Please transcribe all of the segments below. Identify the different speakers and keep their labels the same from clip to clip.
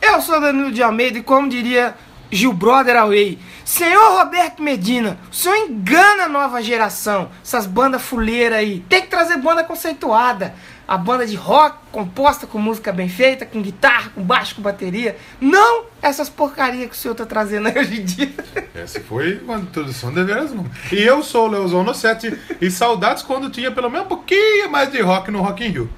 Speaker 1: Eu sou Danilo de Almeida e como diria Gil Brother Away, senhor Roberto Medina, o senhor engana a nova geração, essas bandas fuleiras aí. Tem que trazer banda conceituada. A banda de rock composta com música bem feita, com guitarra, com baixo, com bateria. Não essas porcarias que o senhor tá trazendo aí hoje em dia.
Speaker 2: Essa foi uma introdução de veras, não. E eu sou o Leozão no 7 e saudades quando tinha pelo menos um pouquinho mais de rock no Rock in Rio.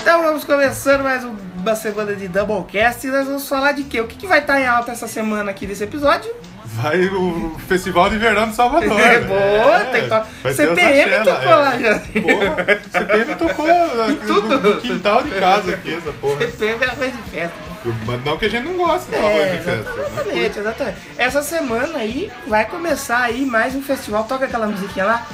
Speaker 1: Então vamos começando mais um, uma semana de Doublecast e nós vamos falar de quê? O que, que vai estar em alta essa semana aqui desse episódio?
Speaker 2: Vai o Festival de Verão de Salvador.
Speaker 1: É, boa, tem que to-
Speaker 2: vai ter é.
Speaker 1: CPM
Speaker 2: os axé
Speaker 1: tocou lá já.
Speaker 2: Porra, CPM tocou aqui
Speaker 1: tudo.
Speaker 2: no quintal de casa aqui, essa porra.
Speaker 1: Teve a é coisa de festa. né?
Speaker 2: Mas não que a gente não gosta, não,
Speaker 1: É,
Speaker 2: de festa. né?
Speaker 1: exatamente, exatamente. Essa semana aí vai começar aí mais um festival. Toca aquela musiquinha lá.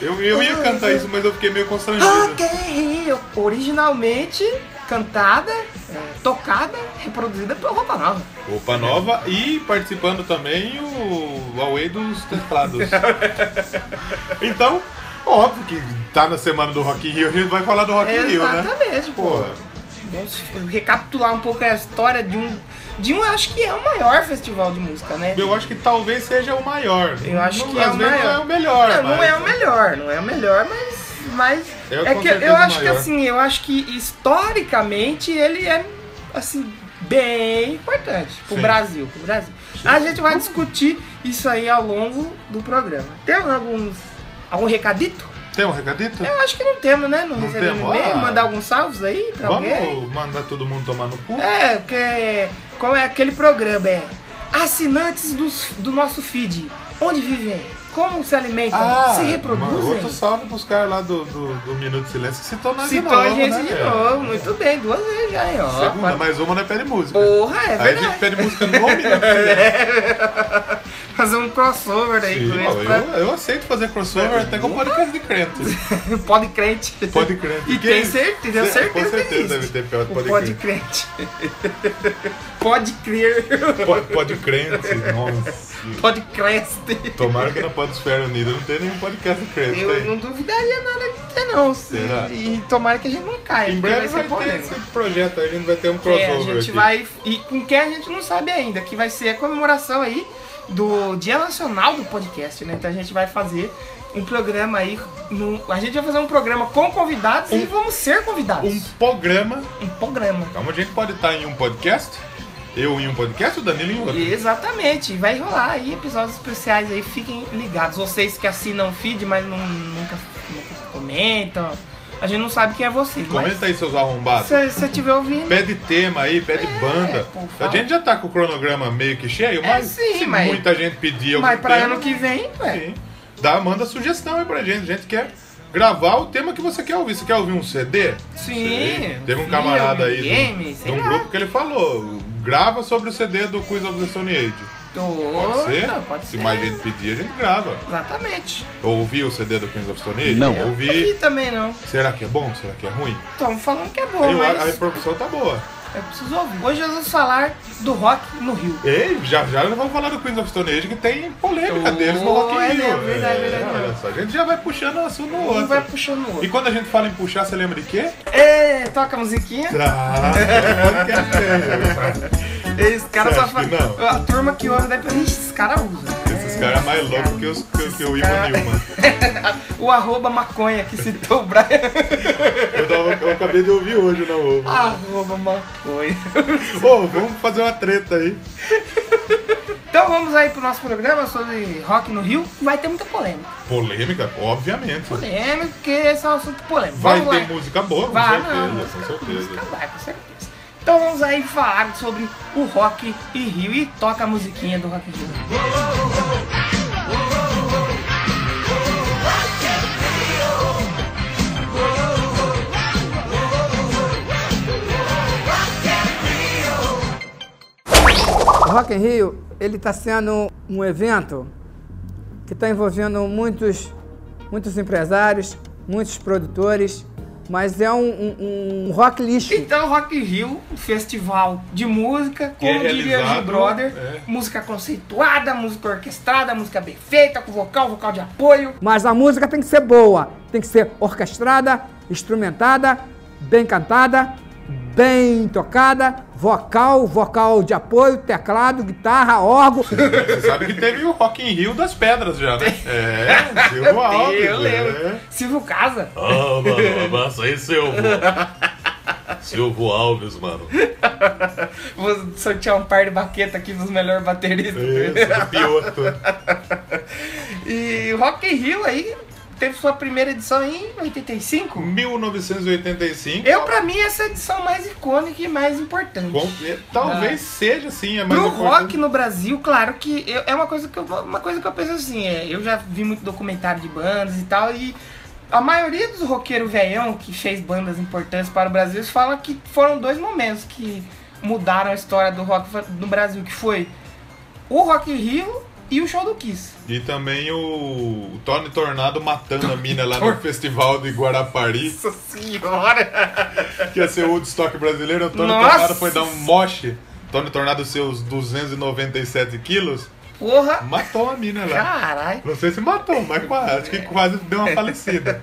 Speaker 2: Eu, eu ia cantar isso, mas eu fiquei meio constrangido.
Speaker 1: Rock in Rio. Originalmente cantada, eh, tocada, reproduzida pela Roupa Nova.
Speaker 2: Opa Nova e participando também o Huawei dos teclados. então, óbvio que tá na semana do Rock in Rio, a gente vai falar do Rock in Rio, né?
Speaker 1: exatamente, pô.
Speaker 2: Pô,
Speaker 1: Vamos recapitular um pouco a história de um. De um, eu acho que é o maior festival de música, né?
Speaker 2: eu acho que talvez seja o maior.
Speaker 1: Eu acho
Speaker 2: Não-
Speaker 1: que é
Speaker 2: às
Speaker 1: o
Speaker 2: vezes
Speaker 1: maior.
Speaker 2: não é o melhor.
Speaker 1: Não, não
Speaker 2: mas-
Speaker 1: é o melhor, não é o melhor, mas. mas
Speaker 2: É,
Speaker 1: é
Speaker 2: com
Speaker 1: que
Speaker 2: certeza
Speaker 1: eu acho que
Speaker 2: maior.
Speaker 1: assim, eu acho que historicamente ele é assim bem importante pro
Speaker 2: Sim.
Speaker 1: Brasil, pro Brasil. A gente vai discutir isso aí ao longo do programa. Tem alguns algum recadito?
Speaker 2: Tem um recadito?
Speaker 1: Eu acho que não temos, né? Não,
Speaker 2: Não
Speaker 1: recebemos
Speaker 2: temos,
Speaker 1: e-mail,
Speaker 2: ah.
Speaker 1: mandar alguns salvos aí pra
Speaker 2: Vamos
Speaker 1: alguém.
Speaker 2: mandar todo mundo tomar no cu?
Speaker 1: É, porque qual é aquele programa? É assinantes dos, do nosso feed. Onde vivem? Como se alimentam? então,
Speaker 2: Ah,
Speaker 1: se
Speaker 2: mano,
Speaker 1: reproduzem?
Speaker 2: Outro salve pros caras lá do, do, do Minuto de Silêncio que citou nós
Speaker 1: Citou
Speaker 2: de
Speaker 1: a
Speaker 2: novo,
Speaker 1: gente
Speaker 2: né,
Speaker 1: de
Speaker 2: cara?
Speaker 1: novo, muito bem, duas vezes já, hein, ó.
Speaker 2: Segunda,
Speaker 1: Mas-
Speaker 2: mais uma não é pede música.
Speaker 1: Porra, é
Speaker 2: Aí a gente
Speaker 1: verdade.
Speaker 2: pede música no né? Minuto de Silêncio.
Speaker 1: Fazer um crossover aí
Speaker 2: Sim,
Speaker 1: com
Speaker 2: ó,
Speaker 1: eles
Speaker 2: eu, eu aceito fazer crossover até com podcast de crente.
Speaker 1: pra né? pode crente.
Speaker 2: Pode crente.
Speaker 1: E
Speaker 2: Que-
Speaker 1: tem certeza, tenho
Speaker 2: Sim,
Speaker 1: certeza,
Speaker 2: Com certeza
Speaker 1: que
Speaker 2: deve
Speaker 1: existe.
Speaker 2: ter pior
Speaker 1: O
Speaker 2: pode,
Speaker 1: pode
Speaker 2: crente.
Speaker 1: crente. pode crer.
Speaker 2: Pode, pode crente, nossa.
Speaker 1: Pode creste.
Speaker 2: Tomara que na Podesfera Unida não tenha nenhum podcast de crente.
Speaker 1: Eu
Speaker 2: tem?
Speaker 1: não duvidaria nada de ter, não. Se-
Speaker 2: Será?
Speaker 1: E tomara que a gente não caia.
Speaker 2: Em
Speaker 1: porque
Speaker 2: breve
Speaker 1: vai
Speaker 2: vai
Speaker 1: ser
Speaker 2: ter
Speaker 1: polêmico.
Speaker 2: esse projeto aí, a gente vai ter um
Speaker 1: É, a
Speaker 2: crossover
Speaker 1: gente
Speaker 2: aqui.
Speaker 1: vai. E com quem a gente não sabe ainda, que vai ser a comemoração aí do Dia Nacional do Podcast, né? Então a gente vai fazer um programa aí. no- a gente vai fazer um programa com convidados e
Speaker 2: Um-
Speaker 1: vamos ser convidados.
Speaker 2: Um programa
Speaker 1: Um programa.
Speaker 2: Calma, a gente pode estar em um podcast. Eu em um podcast, o Danilo em outro.
Speaker 1: Exatamente, vai rolar aí episódios especiais aí, fiquem ligados. Vocês que assinam o feed, mas não, nunca, nunca comentam. A gente não sabe quem é vocês, mas é-
Speaker 2: Comenta aí seus arrombados.
Speaker 1: se você estiver ouvindo.
Speaker 2: Pede tema aí, pede banda.
Speaker 1: pô,
Speaker 2: a
Speaker 1: fala.
Speaker 2: gente já tá com o cronograma meio que cheio,
Speaker 1: É,
Speaker 2: mas
Speaker 1: sim,
Speaker 2: se
Speaker 1: mas-
Speaker 2: muita gente pedir algum
Speaker 1: Mas pra
Speaker 2: tema,
Speaker 1: ano que vem, ué.
Speaker 2: sim. Dá, manda sugestão aí pra gente. A gente quer gravar o tema que você quer ouvir. Você quer ouvir um CD?
Speaker 1: Sim,
Speaker 2: Teve um
Speaker 1: filme,
Speaker 2: camarada aí
Speaker 1: game,
Speaker 2: de
Speaker 1: sei
Speaker 2: um,
Speaker 1: lá.
Speaker 2: grupo que ele falou: grava sobre o CD do Quiz of the Stone Age. Pode ser?
Speaker 1: Não, pode
Speaker 2: se
Speaker 1: ser.
Speaker 2: mais gente pedir, a gente grava.
Speaker 1: Exatamente.
Speaker 2: Eu ouvi o CD do Quiz of the Stone Age?
Speaker 3: Não.
Speaker 2: Ouvi.
Speaker 1: E também não.
Speaker 2: Será que é bom? Será que é ruim?
Speaker 1: Estão falando que é bom,
Speaker 2: Eu, a, a
Speaker 1: mas
Speaker 2: repercussão tá boa.
Speaker 1: eu preciso ouvir. Hoje nós vamos falar do rock no Rio.
Speaker 2: Ei, já já nós vamos falar do Queens of Stone Age que tem polêmica
Speaker 1: Oh,
Speaker 2: deles no Rock in
Speaker 1: é
Speaker 2: Rio.
Speaker 1: mesmo, verdade, verdade.
Speaker 2: Olha só, a gente já vai puxando um assunto no
Speaker 1: Um vai
Speaker 2: outro.
Speaker 1: puxando o
Speaker 2: E
Speaker 1: outro.
Speaker 2: quando a gente fala em puxar, você lembra de quê?
Speaker 1: É, toca a musiquinha.
Speaker 2: Ah, podcast é.
Speaker 1: Esse cara
Speaker 2: Você
Speaker 1: só
Speaker 2: acha
Speaker 1: fala.
Speaker 2: que não?
Speaker 1: A turma que ouve daí pra mim, esses caras usam.
Speaker 2: Esses caras é mais loucos que, os, que, que o Ivan
Speaker 1: cara-
Speaker 2: Nilman.
Speaker 1: O arroba maconha que citou o Brian.
Speaker 2: Eu, tava- eu acabei de ouvir hoje na ovo.
Speaker 1: arroba maconha.
Speaker 2: Ô, vamos fazer uma treta aí.
Speaker 1: Então vamos aí pro nosso programa sobre rock no Rio. Vai ter muita polêmica.
Speaker 2: Polêmica, obviamente.
Speaker 1: Polêmica, porque esse é um assunto polêmico.
Speaker 2: Vai
Speaker 1: vamos
Speaker 2: ter
Speaker 1: lá.
Speaker 2: música boa, com
Speaker 1: Vai,
Speaker 2: certeza.
Speaker 1: não,
Speaker 2: com
Speaker 1: música, música
Speaker 2: certeza.
Speaker 1: vai, com certeza. Então vamos aí falar sobre o Rock e Rio e toca a musiquinha do Rock in Rio.
Speaker 4: O Rock in Rio tá ele está sendo um evento que está envolvendo tá muitos muitos empresários, muitos produtores, mas é um, um- um rock lixo.
Speaker 1: Então, Rock in Rio, um festival de música,
Speaker 2: Que é
Speaker 1: como diria Gil
Speaker 2: realizado,
Speaker 1: Brother,
Speaker 2: é.
Speaker 1: música conceituada, música orquestrada, música bem feita, com vocal, vocal de apoio.
Speaker 4: Mas a música tem que ser boa, tem que ser orquestrada, instrumentada, bem cantada, bem tocada, vocal, vocal de apoio, teclado, guitarra, órgão.
Speaker 2: Você sabe que teve o Rock in Rio das Pedras já, né? É, Silvio Alves.
Speaker 1: eu lembro.
Speaker 2: É.
Speaker 1: Silvio Casa.
Speaker 2: Ah, mano, abraça aí, Silvio. Silvio Alves, mano.
Speaker 1: Vou sortear um par de baqueta aqui dos melhores
Speaker 2: É.
Speaker 1: bateristas.
Speaker 2: Isso, pioto.
Speaker 1: E Rock in Rio aí teve sua primeira edição em 85.
Speaker 2: 1985.
Speaker 1: Eu, pra mim, essa é a edição mais icônica e mais importante.
Speaker 2: Com- é, Talvez seja, assim, a mais
Speaker 1: Ah. Pro
Speaker 2: importante.
Speaker 1: rock no Brasil, claro que eu- é uma coisa que eu vou- uma coisa que eu penso assim, é, eu já vi muito documentário de bandas e tal e a maioria dos roqueiros veião que fez bandas importantes para o Brasil, eles falam que foram dois momentos que mudaram a história do rock no Brasil, que foi o Rock in Rio e o show do Kiss.
Speaker 2: E também o o Tony Tornado matando a mina lá no festival de Guarapari.
Speaker 1: Nossa senhora!
Speaker 2: Que ia ser o Woodstock brasileiro. O Tony
Speaker 1: Nossa.
Speaker 2: Tornado foi dar um moche. Tony Tornado, seus 297 quilos,
Speaker 1: Porra!
Speaker 2: matou a mina lá.
Speaker 1: Caralho!
Speaker 2: Não sei se matou, mas quase, acho que quase deu uma falecida.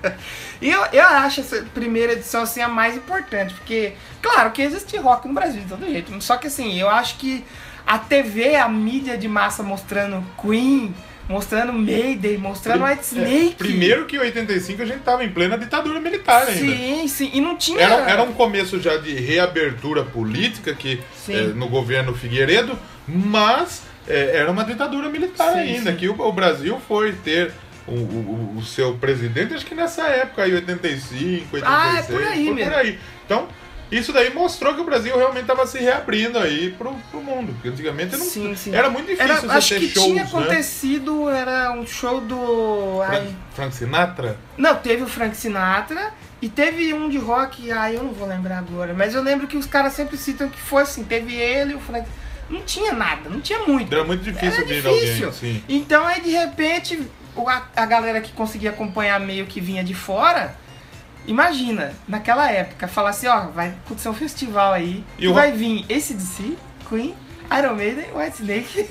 Speaker 1: E eu, eu acho essa primeira edição assim a mais importante, porque, claro que existe rock no Brasil de todo jeito, só que assim, eu acho que a TV, a mídia de massa mostrando Queen, mostrando Mayday, mostrando White Snake.
Speaker 2: é, Primeiro que em 85 a gente tava em plena ditadura militar ainda.
Speaker 1: Sim, sim, e não tinha.
Speaker 2: Era, era um começo já de reabertura política que
Speaker 1: Sim.
Speaker 2: eh, no governo Figueiredo, mas eh, era uma ditadura militar
Speaker 1: Sim,
Speaker 2: ainda,
Speaker 1: sim.
Speaker 2: que o, o Brasil foi ter o, o- o- o seu presidente, acho que nessa época aí, 85, 86,
Speaker 1: Ah, é por aí
Speaker 2: foi
Speaker 1: mesmo.
Speaker 2: por aí. Então, isso daí mostrou que o Brasil realmente estava se reabrindo aí pro, pro mundo, porque antigamente não,
Speaker 1: Sim, sim.
Speaker 2: era muito difícil
Speaker 1: Era-
Speaker 2: você
Speaker 1: acho
Speaker 2: ter
Speaker 1: que
Speaker 2: shows,
Speaker 1: tinha
Speaker 2: né?
Speaker 1: acontecido, é. era um show do.
Speaker 2: Fra-
Speaker 1: ai,
Speaker 2: Frank Sinatra?
Speaker 1: Não, teve o Frank Sinatra e teve um de rock, ah, eu não vou lembrar agora, mas eu lembro que os caras sempre citam que foi assim, teve ele, o Frank. Não tinha nada, não tinha muito.
Speaker 2: Era muito difícil
Speaker 1: Era
Speaker 2: vir
Speaker 1: difícil.
Speaker 2: alguém assim.
Speaker 1: Então aí de repente o- a, a galera que conseguia acompanhar meio que vinha de fora. Imagina, naquela época, falar assim, ó, vai acontecer um festival aí,
Speaker 2: E
Speaker 1: e
Speaker 2: o
Speaker 1: vai vir esse DC, Queen, Iron Maiden, White Snake,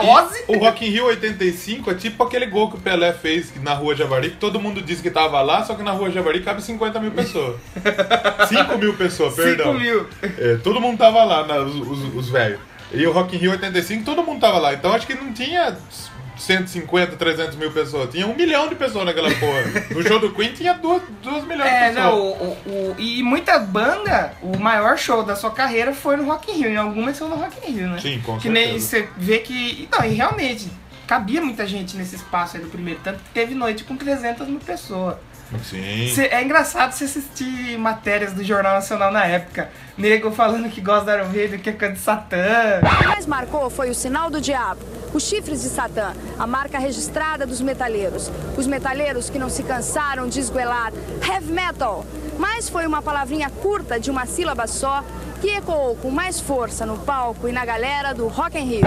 Speaker 1: Ozzy.
Speaker 2: O Rock in Rio 85 é tipo aquele gol que o Pelé fez na Rua Javari, que todo mundo diz que tava lá, só que na Rua Javari cabe 50 mil pessoas. 5 mil pessoas,
Speaker 1: 5
Speaker 2: Oh, perdão.
Speaker 1: mil.
Speaker 2: É, todo mundo tava lá, na- os, os- os velhos. E o Rock in Rio 85, todo mundo tava lá. Então acho que não tinha 150, 300 mil pessoas. Tinha um milhão de pessoas naquela porra. No show do Queen tinha 2 milhões
Speaker 1: É,
Speaker 2: de pessoas.
Speaker 1: não, o, o- o- e muita banda, o maior show da sua carreira foi no Rock in Rio, em algumas foi no Rock in Rio, né?
Speaker 2: Sim, com
Speaker 1: Que
Speaker 2: certeza.
Speaker 1: nem você vê que, não, e realmente, cabia muita gente nesse espaço aí do primeiro, tanto que teve noite com 300 mil pessoas.
Speaker 2: Sim.
Speaker 1: Cê- é engraçado você assistir matérias do Jornal Nacional na época, nego falando que gosta da Iron Maiden, que é coisa de Satã.
Speaker 3: O que mais marcou foi o sinal do diabo, os chifres de Satã, a marca registrada dos metaleiros. Os metaleiros que não se cansaram de esguelar heavy metal. Mas foi uma palavrinha curta de uma sílaba só que ecoou com mais força no palco e na galera do Rock in Rio.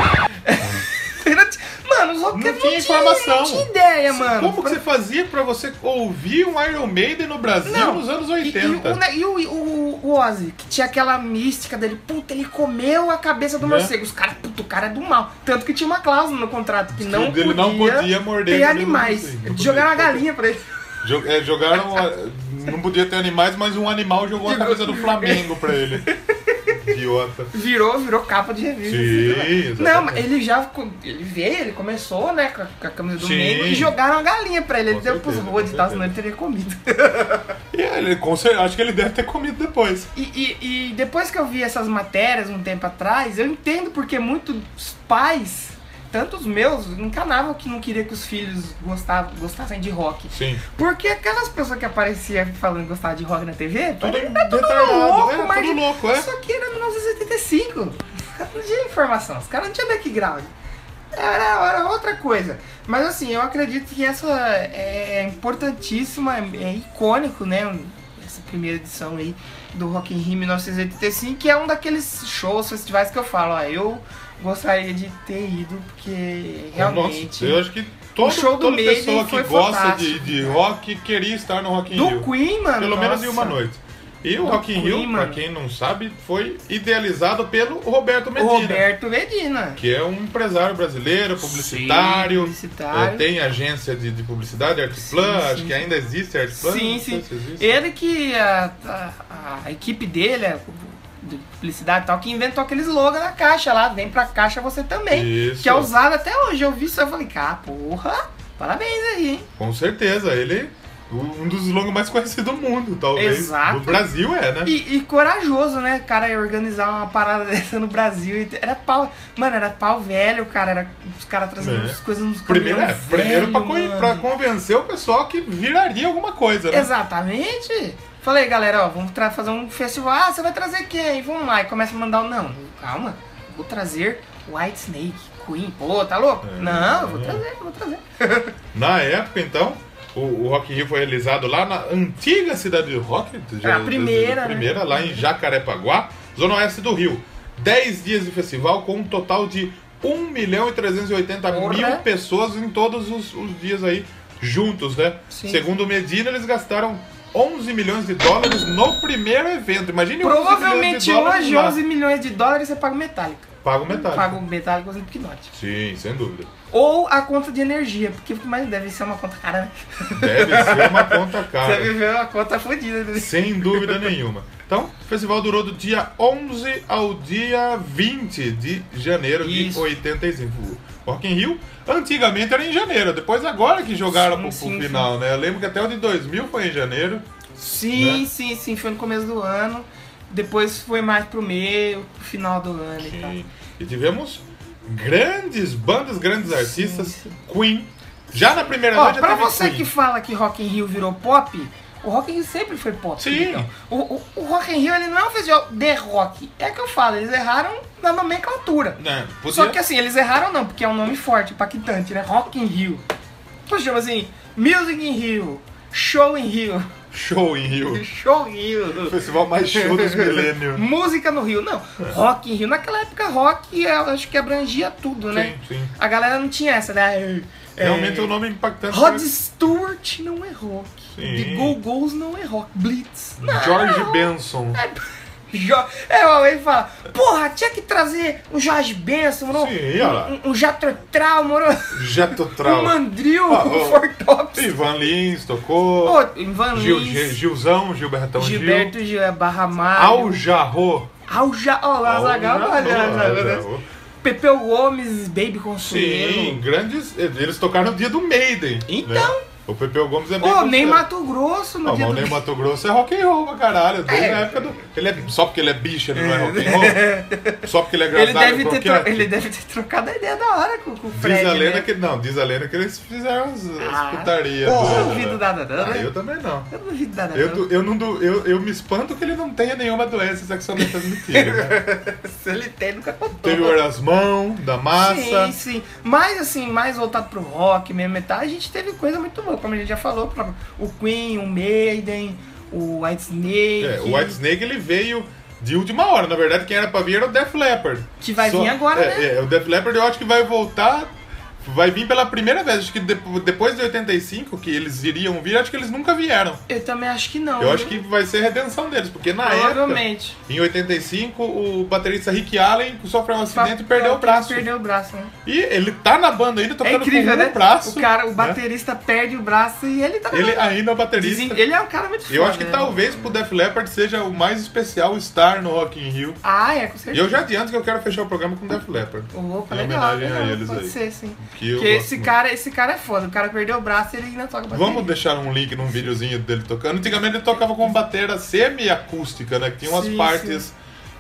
Speaker 1: Não ti- Mano, os é roqueiros
Speaker 2: Não tinha
Speaker 1: Não
Speaker 2: informação.
Speaker 1: tinha ideia, mano.
Speaker 2: Como que você fazia pra você ouvir um Iron Maiden no Brasil
Speaker 1: Não.
Speaker 2: nos anos
Speaker 1: E-
Speaker 2: 80?
Speaker 1: E, o ne- e o, e o- o Ozzy, que tinha aquela mística dele, puta, ele comeu a cabeça do
Speaker 2: Né?
Speaker 1: morcego. Os caras, puta, o cara é do mal. Tanto que tinha uma cláusula no contrato que não
Speaker 2: ele
Speaker 1: podia,
Speaker 2: não podia morder
Speaker 1: ter
Speaker 2: a cabeça do
Speaker 1: animais.
Speaker 2: morcego.
Speaker 1: Eles Jogaram uma galinha pra ele.
Speaker 2: Jo- é, jogaram. a- Não podia ter animais, mas um animal jogou a cabeça do Flamengo pra ele. Idiota.
Speaker 1: Virou, virou capa de revista. sei
Speaker 2: Sim,
Speaker 1: lá. Não,
Speaker 2: exatamente.
Speaker 1: mas ele já ficou- ele veio, ele começou, né, com a, com a camisa do
Speaker 2: Sim.
Speaker 1: Mengo e jogaram a galinha pra ele. Ele
Speaker 2: Com
Speaker 1: deu pros
Speaker 2: certeza,
Speaker 1: rodes e
Speaker 2: com
Speaker 1: tal,
Speaker 2: certeza.
Speaker 1: senão ele teria comido.
Speaker 2: E ele, com certeza, acho que ele deve ter comido depois.
Speaker 1: E, e- e depois que eu vi essas matérias um tempo atrás, eu entendo porque muitos pais, tanto os meus, encanavam que não queria que os filhos gostavam, gostassem de rock.
Speaker 2: Sim.
Speaker 1: Porque aquelas pessoas que apareciam falando que gostavam de rock na TV,
Speaker 2: Tudo
Speaker 1: era tá tudo
Speaker 2: retardado,
Speaker 1: louco,
Speaker 2: era
Speaker 1: mas
Speaker 2: tudo louco, é.
Speaker 1: isso aqui era 1985. Não tinha informação, os caras não tinham background. Era, era outra coisa. Mas assim, eu acredito que essa é importantíssima, é, é icônico, né? Essa primeira edição aí do Rock in Rio 1985, que é um daqueles shows, festivais que eu falo, ó, eu gostaria de ter ido, porque realmente...
Speaker 2: Nossa, eu acho que Todo,
Speaker 1: o show do
Speaker 2: toda
Speaker 1: Maiden
Speaker 2: pessoa
Speaker 1: foi
Speaker 2: que gosta de,
Speaker 1: fantástico.
Speaker 2: de rock queria estar no Rock in
Speaker 1: Do
Speaker 2: Rio.
Speaker 1: Queen, mano,
Speaker 2: Pelo menos em
Speaker 1: nossa.
Speaker 2: uma noite. E o
Speaker 1: Do
Speaker 2: Rock in
Speaker 1: Queen,
Speaker 2: Rio, pra
Speaker 1: mano.
Speaker 2: quem não sabe, foi idealizado pelo Roberto
Speaker 1: O
Speaker 2: Medina.
Speaker 1: Roberto Medina.
Speaker 2: Que é um empresário brasileiro, publicitário.
Speaker 1: Sim, publicitário.
Speaker 2: eh, tem agência de, de publicidade, Artplan,
Speaker 1: Sim,
Speaker 2: acho
Speaker 1: sim.
Speaker 2: que ainda existe Artplan.
Speaker 1: Sim,
Speaker 2: não sei
Speaker 1: sim.
Speaker 2: se existe.
Speaker 1: Ele que a, a- a equipe dele, a, de publicidade e tal, que inventou aquele slogan na caixa lá, vem pra caixa você também.
Speaker 2: Isso.
Speaker 1: Que é usado até hoje. Eu vi isso e eu falei, cá, porra, parabéns aí, hein?
Speaker 2: Com certeza, ele é um dos longos mais conhecidos do mundo, talvez.
Speaker 1: Exato.
Speaker 2: Do Brasil é, né?
Speaker 1: E, e corajoso, né, cara, e organizar uma parada dessa no Brasil. E Era pau. Mano, era pau velho, cara. Era os caras trazendo
Speaker 2: É.
Speaker 1: as coisas nos caminhões
Speaker 2: Primeiro, é, primeiro pra,
Speaker 1: velho,
Speaker 2: co-
Speaker 1: mano.
Speaker 2: pra convencer o pessoal que viraria alguma coisa, né?
Speaker 1: Exatamente. Falei, galera, ó, vamos tra- fazer um festival. Ah, você vai trazer quem? Vamos lá. E começa a mandar um, não, calma, vou trazer White Snake, Queen. Pô, tá louco?
Speaker 2: É.
Speaker 1: Não, eu vou trazer, eu vou trazer.
Speaker 2: Na época, então, o, o Rock in Rio foi realizado lá na antiga cidade do Rock. já-
Speaker 1: a primeira, né?
Speaker 2: a primeira lá em Jacarepaguá, zona oeste do Rio. 10 dias de festival com um total de 1 milhão e 380 mil
Speaker 1: Porra.
Speaker 2: pessoas em todos os, os dias aí juntos, né?
Speaker 1: Sim.
Speaker 2: Segundo Medina, eles gastaram 11 milhões de dólares no primeiro evento. Imagine 11 milhões
Speaker 1: Provavelmente
Speaker 2: de dólares
Speaker 1: hoje,
Speaker 2: lá.
Speaker 1: 11 milhões de dólares, você paga o Metallica.
Speaker 2: Paga o metade.
Speaker 1: Paga o Metallica com o Slipknot.
Speaker 2: Sim, sem dúvida.
Speaker 1: Ou a conta de energia, porque mas deve ser uma conta cara, né?
Speaker 2: Deve ser uma conta cara.
Speaker 1: Você viveu uma conta fodida. né?
Speaker 2: Sem dúvida nenhuma. Então, o festival durou do dia 11 ao dia 20 de janeiro de
Speaker 1: Isso.
Speaker 2: 85. O Rock in Rio, antigamente era em janeiro, depois agora que jogaram
Speaker 1: Sim,
Speaker 2: pro, pro
Speaker 1: sim,
Speaker 2: final, né? Eu lembro que até o de 2000 foi em janeiro.
Speaker 1: Sim,
Speaker 2: Né?
Speaker 1: sim, sim. Foi no começo do ano. Depois foi mais pro meio, pro final do ano e tal.
Speaker 2: E, e tivemos grandes bandas, grandes artistas,
Speaker 1: sim.
Speaker 2: Queen. Já na primeira
Speaker 1: Ó,
Speaker 2: noite já
Speaker 1: pra
Speaker 2: teve
Speaker 1: você
Speaker 2: Queen.
Speaker 1: que fala que Rock in Rio virou pop, o Rock in Rio sempre foi pop.
Speaker 2: Sim.
Speaker 1: então. O, o- o Rock in Rio ele não é um festival de rock. É que eu falo, eles erraram na nomenclatura.
Speaker 2: Né, podia-
Speaker 1: Só que assim, eles erraram não, porque é um nome forte, impactante, né? Rock in Rio. Então chama assim, Music in Rio, Show in Rio,
Speaker 2: Show em Rio.
Speaker 1: Show in
Speaker 2: O
Speaker 1: Rio.
Speaker 2: festival mais show dos milênios.
Speaker 1: Música no Rio, não. Rock in Rio. Naquela época, rock eu acho que abrangia tudo, né?
Speaker 2: Sim, sim.
Speaker 1: A galera não tinha essa, né? É,
Speaker 2: Realmente o nome impactante.
Speaker 1: Rod
Speaker 2: foi-
Speaker 1: Stewart não é rock.
Speaker 2: Sim.
Speaker 1: The Go-Go's não é rock. Blitz. Não.
Speaker 2: George Benson.
Speaker 1: É, Jo- é, alguém fala, porra, tinha que trazer um Jorge Benson, moro?
Speaker 2: Sim, olha lá.
Speaker 1: um, um, um Jatro Trau, moro?
Speaker 2: Jato
Speaker 1: um
Speaker 2: Trau.
Speaker 1: Mandril,
Speaker 2: Ah,
Speaker 1: um
Speaker 2: o-
Speaker 1: Fortops.
Speaker 2: Ivan Lins tocou.
Speaker 1: Pô, Ivan
Speaker 2: Gil,
Speaker 1: Lins,
Speaker 2: Gil- Gilzão, Gilbertão
Speaker 1: Gilberto Gil, é Barra
Speaker 2: Gil.
Speaker 1: Mário.
Speaker 2: Aljarro.
Speaker 1: Alja. Ó, Lazagal, Lazagal.
Speaker 2: Aljarro.
Speaker 1: Pepeu né? Gomes, Baby
Speaker 2: Sim,
Speaker 1: Consuelo.
Speaker 2: grandes. Eles tocaram no dia do Maiden.
Speaker 1: Então.
Speaker 2: né? O Pepeu Gomes é bem.
Speaker 1: Ô, nem
Speaker 2: considerado.
Speaker 1: Mato Grosso no
Speaker 2: Não,
Speaker 1: dia
Speaker 2: mas o
Speaker 1: do...
Speaker 2: Ney Mato Grosso é rock and roll pra caralho. Desde
Speaker 1: É.
Speaker 2: a época do. Ele é... Só porque ele é bicho, ele não é rock and roll. Só porque ele é
Speaker 1: Ele
Speaker 2: agradável
Speaker 1: deve, ter
Speaker 2: porque
Speaker 1: tro- ele deve ter trocado a ideia da hora com, com o Fred.
Speaker 2: Diz a lenda
Speaker 1: né?
Speaker 2: que. Não, diz a lenda que eles fizeram as, as
Speaker 1: Ah,
Speaker 2: putarias.
Speaker 1: porra,
Speaker 2: doidas,
Speaker 1: eu duvido
Speaker 2: né?
Speaker 1: nada não,
Speaker 2: Ah,
Speaker 1: né?
Speaker 2: Eu também não.
Speaker 1: Eu não duvido nada.
Speaker 2: Eu,
Speaker 1: não.
Speaker 2: du- eu, não du- eu, eu me espanto que ele não tenha nenhuma doença sexualmente transmitida. né?
Speaker 1: Se ele tem, nunca contou.
Speaker 2: Teve o Erasmão, da Massa.
Speaker 1: Sim, sim. Mas assim, mais voltado pro rock mesmo, metal, a gente teve coisa muito boa, como a gente já falou, pro- o Queen, o Maiden, o White Snake.
Speaker 2: É, o White Snake ele veio de última hora. Na verdade, quem era pra vir era o Def Leppard.
Speaker 1: Que vai vir agora,
Speaker 2: é,
Speaker 1: né?
Speaker 2: É, o Def Leppard eu acho que vai voltar. Vai vir pela primeira vez. Acho que depo- depois de 85, que eles iriam vir, acho que eles nunca vieram.
Speaker 1: Eu também acho que não.
Speaker 2: Eu acho que
Speaker 1: viu?
Speaker 2: vai ser a redenção deles, porque na época,
Speaker 1: Provavelmente.
Speaker 2: em 85, o baterista Rick Allen sofreu um acidente e perdeu o
Speaker 1: Ele
Speaker 2: braço.
Speaker 1: Perdeu o braço, né?
Speaker 2: E ele tá na banda ainda,
Speaker 1: É
Speaker 2: tocando
Speaker 1: incrível,
Speaker 2: com um
Speaker 1: né?
Speaker 2: braço.
Speaker 1: o cara, o
Speaker 2: né?
Speaker 1: baterista perde o braço e ele tá
Speaker 2: Ele ainda é o baterista.
Speaker 1: Dizem- Ele é um cara muito foda.
Speaker 2: Eu acho que
Speaker 1: né?
Speaker 2: tá talvez pro Def Leppard seja o mais especial estar no Rock in Rio.
Speaker 1: Ah, é, com
Speaker 2: E
Speaker 1: certeza.
Speaker 2: eu já adianto que eu quero fechar o programa com o Def Leppard.
Speaker 1: Opa,
Speaker 2: Em
Speaker 1: legal,
Speaker 2: homenagem a
Speaker 1: legal,
Speaker 2: eles
Speaker 1: pode
Speaker 2: aí.
Speaker 1: ser, sim.
Speaker 2: Que eu
Speaker 1: Porque
Speaker 2: gosto
Speaker 1: esse
Speaker 2: muito.
Speaker 1: cara, esse cara é foda. O cara perdeu o braço e ele ainda toca bateria.
Speaker 2: Vamos deixar um link num videozinho dele tocando. Antigamente ele tocava com batera semi-acústica, né? Que tinha umas
Speaker 1: Sim,
Speaker 2: partes.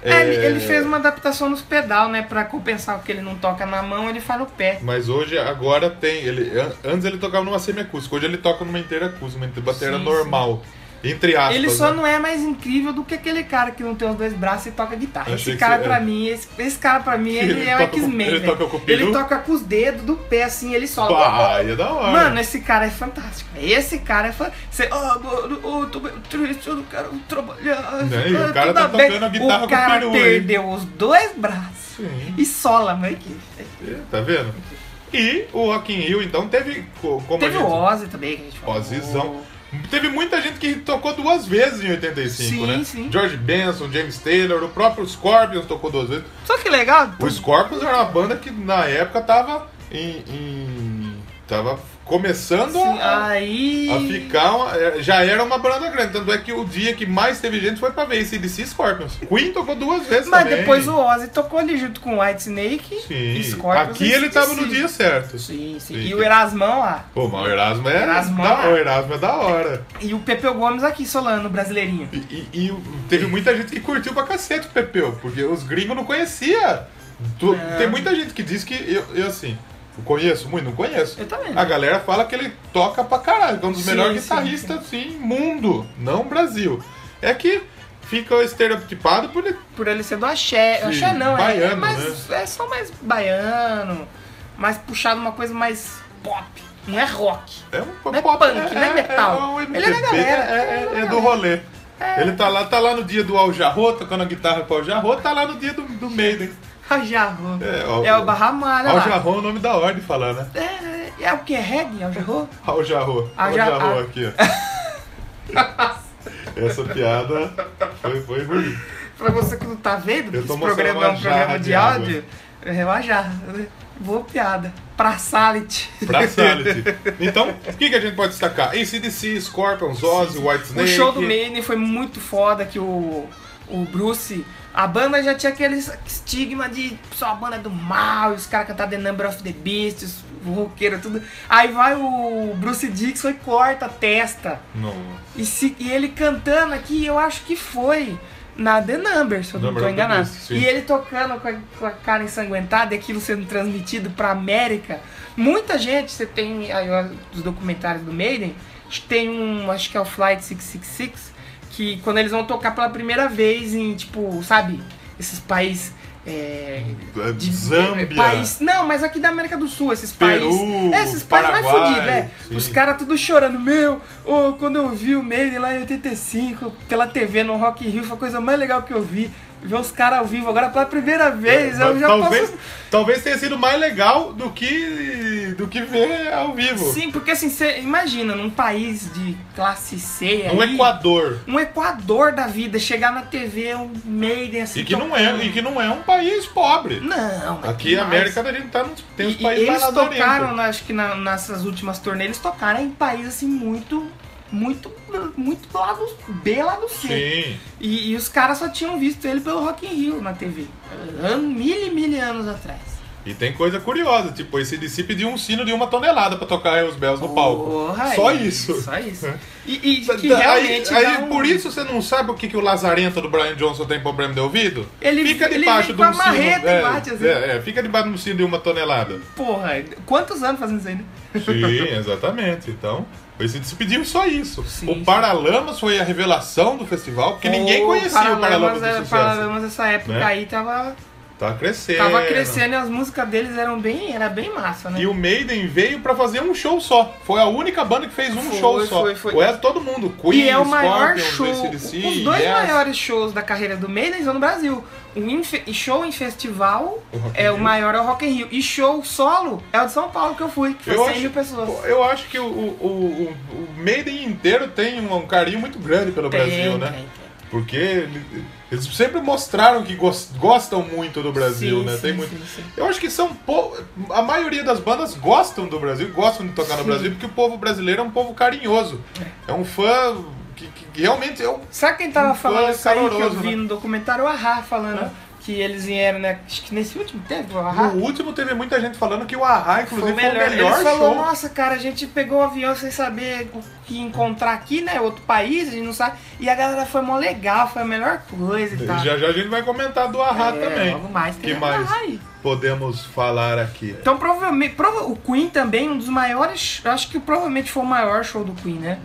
Speaker 1: É,
Speaker 2: eh,
Speaker 1: ele, ele fez uma adaptação nos pedal, né? Pra compensar o que ele não toca na mão, ele faz no pé.
Speaker 2: Mas hoje, agora tem. Ele, an- antes ele tocava numa semi-acústica, hoje ele toca numa inteira acústica, uma batera
Speaker 1: Sim,
Speaker 2: normal. Entre aspas.
Speaker 1: ele só
Speaker 2: né?
Speaker 1: não é mais incrível do que aquele cara que não tem os dois braços e toca guitarra.
Speaker 2: Eu achei
Speaker 1: Esse
Speaker 2: que
Speaker 1: cara,
Speaker 2: você-
Speaker 1: pra
Speaker 2: é.
Speaker 1: mim, esse, esse cara pra mim,
Speaker 2: Ele
Speaker 1: ele, é o
Speaker 2: toca com-
Speaker 1: X-Men.
Speaker 2: ele
Speaker 1: velho.
Speaker 2: toca com o peru?
Speaker 1: ele toca com os dedos do pé, assim, ele solta.
Speaker 2: Bah, ia Ah, é da hora.
Speaker 1: Mano, esse cara é fantástico. Esse cara é fantástico. Você, oh, mano, oh, tô meio triste, eu não quero trabalhar.
Speaker 2: Né? E o
Speaker 1: Ah,
Speaker 2: cara
Speaker 1: tudo
Speaker 2: tá
Speaker 1: bem.
Speaker 2: tocando a guitarra
Speaker 1: O
Speaker 2: com
Speaker 1: cara
Speaker 2: peru, hein?
Speaker 1: perdeu os dois braços
Speaker 2: Sim.
Speaker 1: e sola, mãe. né, que-
Speaker 2: É, Tá vendo? E o Rock in Rio, então, teve... co- Como
Speaker 1: Teve
Speaker 2: a gente...
Speaker 1: o Ozzy também, que a gente falou.
Speaker 2: Ozzyzão. Teve muita gente que tocou duas vezes em 85,
Speaker 1: Sim,
Speaker 2: né?
Speaker 1: sim.
Speaker 2: George Benson, James Taylor, o próprio Scorpions tocou duas vezes.
Speaker 1: Só que legal, assim,
Speaker 2: O Scorpions era uma banda que na época tava em. em- tava começando
Speaker 1: assim,
Speaker 2: a,
Speaker 1: aí...
Speaker 2: né? a ficar. uma- é, já era uma banda grande. Tanto é que o dia que mais teve gente foi pra ver esse DC Scorpions. Queen tocou duas vezes
Speaker 1: Mas
Speaker 2: também.
Speaker 1: depois o Ozzy tocou ali junto com o White Snake
Speaker 2: Sim.
Speaker 1: e Scorpions.
Speaker 2: Aqui
Speaker 1: e
Speaker 2: ele tava no
Speaker 1: AC/DC.
Speaker 2: dia certo.
Speaker 1: Sim, sim.
Speaker 2: Sim.
Speaker 1: E o Erasmão lá.
Speaker 2: Pô, mas o Erasmo é.
Speaker 1: Erasmo
Speaker 2: da-
Speaker 1: é-
Speaker 2: o Erasmo é da hora.
Speaker 1: E o Pepeu Gomes aqui, Solano, brasileirinho.
Speaker 2: E, e- e teve muita gente que curtiu pra cacete o Pepeu, porque os gringos não conhecia. Tu-
Speaker 1: É.
Speaker 2: Tem muita gente que diz que eu, eu, assim, eu conheço muito, não conheço.
Speaker 1: Eu também. né?
Speaker 2: A galera fala que ele toca pra caralho, que é um dos
Speaker 1: Sim,
Speaker 2: melhores
Speaker 1: sim,
Speaker 2: guitarristas assim, mundo, não Brasil. É que fica estereotipado por ele.
Speaker 1: Por ele ser do axé.
Speaker 2: Sim,
Speaker 1: axé não, é, é,
Speaker 2: baiano, né?
Speaker 1: mais, é só mais baiano, mais puxado uma coisa mais pop. Não é rock.
Speaker 2: É um
Speaker 1: Não é punk, não é metal.
Speaker 2: um
Speaker 1: Ele é da
Speaker 2: MPB,
Speaker 1: galera, ele é da
Speaker 2: é- é- é
Speaker 1: galera. É.
Speaker 2: do rolê. Ele tá lá, tá lá no dia do Al Jarro, tocando a guitarra com o Al Jarro, tá lá no dia do, do Maiden.
Speaker 1: É o Jarro.
Speaker 2: É, ó,
Speaker 1: É o Barramalha
Speaker 2: Al
Speaker 1: lá.
Speaker 2: Jarro é o nome da ordem falar, né?
Speaker 1: É, é o que? É reggae? É o Jarro?
Speaker 2: Olha o Jarro.
Speaker 1: Ah,
Speaker 2: Olha o
Speaker 1: já-
Speaker 2: Jarro
Speaker 1: ah.
Speaker 2: aqui, ó. Essa piada foi, foi ruim.
Speaker 1: Pra você que não tá vendo,
Speaker 2: Eu
Speaker 1: esse
Speaker 2: tô
Speaker 1: programa é
Speaker 2: mostrando
Speaker 1: um
Speaker 2: uma
Speaker 1: programa
Speaker 2: jarra
Speaker 1: de
Speaker 2: de água.
Speaker 1: áudio, é uma jarra. né? Boa piada. Pra Salit.
Speaker 2: Pra Sality. Então, o que, que a gente pode destacar? ACDC, Scorpions, Ozzy, White
Speaker 1: O
Speaker 2: Snake.
Speaker 1: show do Maiden foi muito foda que o, o Bruce. A banda já tinha aquele estigma de só a banda é do mal, e os caras cantaram The Number of the Beast, os roqueiros, tudo. Aí vai o Bruce Dixon e corta a testa.
Speaker 2: Não.
Speaker 1: E, se- e ele cantando aqui, eu acho que foi na The Number, se eu não
Speaker 2: Number
Speaker 1: tô
Speaker 2: of the
Speaker 1: enganado.
Speaker 2: Beast, sim.
Speaker 1: e ele tocando com a, com a cara ensanguentada e aquilo sendo transmitido pra América. Muita gente, você tem aí ó, os documentários do Maiden, tem um, acho que é o Flight 666, que quando eles vão tocar pela primeira vez em, tipo, sabe, esses países... É,
Speaker 2: É, Zâmbia.
Speaker 1: País, não, mas aqui da América do Sul, esses
Speaker 2: Peru,
Speaker 1: países. Esses países mais
Speaker 2: Paraguai,
Speaker 1: fodidos, né?
Speaker 2: sim.
Speaker 1: Os caras tudo chorando. Meu, ô, quando eu vi o Maiden lá em 85, pela TV no Rock in Rio, foi a coisa mais legal que eu vi. Ver os caras ao vivo agora pela primeira vez. eu
Speaker 2: É, Mas
Speaker 1: já
Speaker 2: talvez,
Speaker 1: posso...
Speaker 2: talvez tenha sido mais legal do que, do que ver ao vivo.
Speaker 1: Sim, porque assim, você imagina, num país de classe C
Speaker 2: No
Speaker 1: aí,
Speaker 2: Equador.
Speaker 1: um Equador da vida, chegar na TV, um Maiden assim.
Speaker 2: E que, não
Speaker 1: tocando.
Speaker 2: é, e que não é um país pobre.
Speaker 1: Não, mas
Speaker 2: Aqui
Speaker 1: demais.
Speaker 2: a América a gente tá nos, tem
Speaker 1: E,
Speaker 2: os
Speaker 1: e
Speaker 2: países
Speaker 1: eles
Speaker 2: mais lá do Oriente.
Speaker 1: tocaram, na- acho que na- nessas últimas turnês, eles tocaram em países assim muito, muito, muito do lado B, lá do C.
Speaker 2: Sim.
Speaker 1: E, e os caras só tinham visto ele pelo Rock in Rio na TV. Ano, mil e mil anos atrás.
Speaker 2: E tem coisa curiosa, tipo, esse DC pediu um sino de uma tonelada pra tocar os Bells no palco.
Speaker 1: Porra,
Speaker 2: Só
Speaker 1: e-
Speaker 2: isso. É.
Speaker 1: Só isso. E, e
Speaker 2: Da-
Speaker 1: que
Speaker 2: da-
Speaker 1: realmente.
Speaker 2: aí,
Speaker 1: dá
Speaker 2: aí
Speaker 1: um-
Speaker 2: Por isso você não sabe o que, que o Lazarento do Brian Johnson tem problema de ouvido?
Speaker 1: Ele-
Speaker 2: fica
Speaker 1: ele
Speaker 2: debaixo
Speaker 1: vem
Speaker 2: de
Speaker 1: com a
Speaker 2: um sino.
Speaker 1: marreta e
Speaker 2: é,
Speaker 1: bate assim.
Speaker 2: é, é, fica debaixo de um sino de uma tonelada.
Speaker 1: Porra, quantos anos fazendo isso aí, né?
Speaker 2: Sim, exatamente. Então, esse DC pediu só isso.
Speaker 1: Sim, sim.
Speaker 2: o Paralamas foi a revelação do festival, porque ninguém conhecia o Paralamas do
Speaker 1: é-
Speaker 2: Sucesso.
Speaker 1: Paralamas essa época
Speaker 2: Né?
Speaker 1: aí tava,
Speaker 2: Tá crescendo.
Speaker 1: tava crescendo e as músicas deles eram bem. Era bem massa, né?
Speaker 2: E o Maiden veio pra fazer um show só. Foi a única banda que fez um
Speaker 1: Foi,
Speaker 2: show só.
Speaker 1: foi, foi.
Speaker 2: O resto, todo mundo. Queen,
Speaker 1: e é o maior
Speaker 2: Scorpions,
Speaker 1: show,
Speaker 2: AC/DC,
Speaker 1: os dois
Speaker 2: Yes.
Speaker 1: maiores shows da carreira do Maiden são no Brasil. O em fe- show em festival
Speaker 2: O Rock in
Speaker 1: é o
Speaker 2: Rio.
Speaker 1: maior é o Rock in Rio e show solo é o de São Paulo que eu fui, que foi 100 mil pessoas.
Speaker 2: eu acho que é o, o, o- o Maiden inteiro tem um, um carinho muito grande pelo
Speaker 1: Tem,
Speaker 2: Brasil, né?
Speaker 1: tem, tem.
Speaker 2: Porque ele- eles sempre mostraram que gos- gostam muito do Brasil,
Speaker 1: Sim,
Speaker 2: né?
Speaker 1: sim,
Speaker 2: tem muito.
Speaker 1: sim, sim.
Speaker 2: Eu acho que são pou... a maioria das bandas gostam do Brasil, gostam de tocar no
Speaker 1: Sim.
Speaker 2: Brasil, porque o povo brasileiro é um povo carinhoso. É, um fã que, que- que realmente é um
Speaker 1: Sabe quem tava
Speaker 2: Não foi
Speaker 1: falando isso aí que eu
Speaker 2: caloroso,
Speaker 1: vi
Speaker 2: né?
Speaker 1: no documentário o Ahá falando que eles vieram, né? Acho que nesse último tempo, o Ahá.
Speaker 2: No último teve muita gente falando que o Ahá, inclusive, foi o melhor,
Speaker 1: Ele falou,
Speaker 2: show.
Speaker 1: nossa, cara, a gente pegou o avião sem saber o que encontrar aqui, né? Outro país, a gente não sabe. E a galera foi mó legal, foi a melhor coisa e tal.
Speaker 2: Já já a gente vai comentar do Ahá
Speaker 1: É,
Speaker 2: também.
Speaker 1: logo mais tem
Speaker 2: que
Speaker 1: o
Speaker 2: mais
Speaker 1: Ahá aí.
Speaker 2: podemos falar aqui?
Speaker 1: Então,
Speaker 2: Uhum.
Speaker 1: provavelmente. prova- o Queen também, um dos maiores. eu Acho que provavelmente foi o maior show do Queen, né?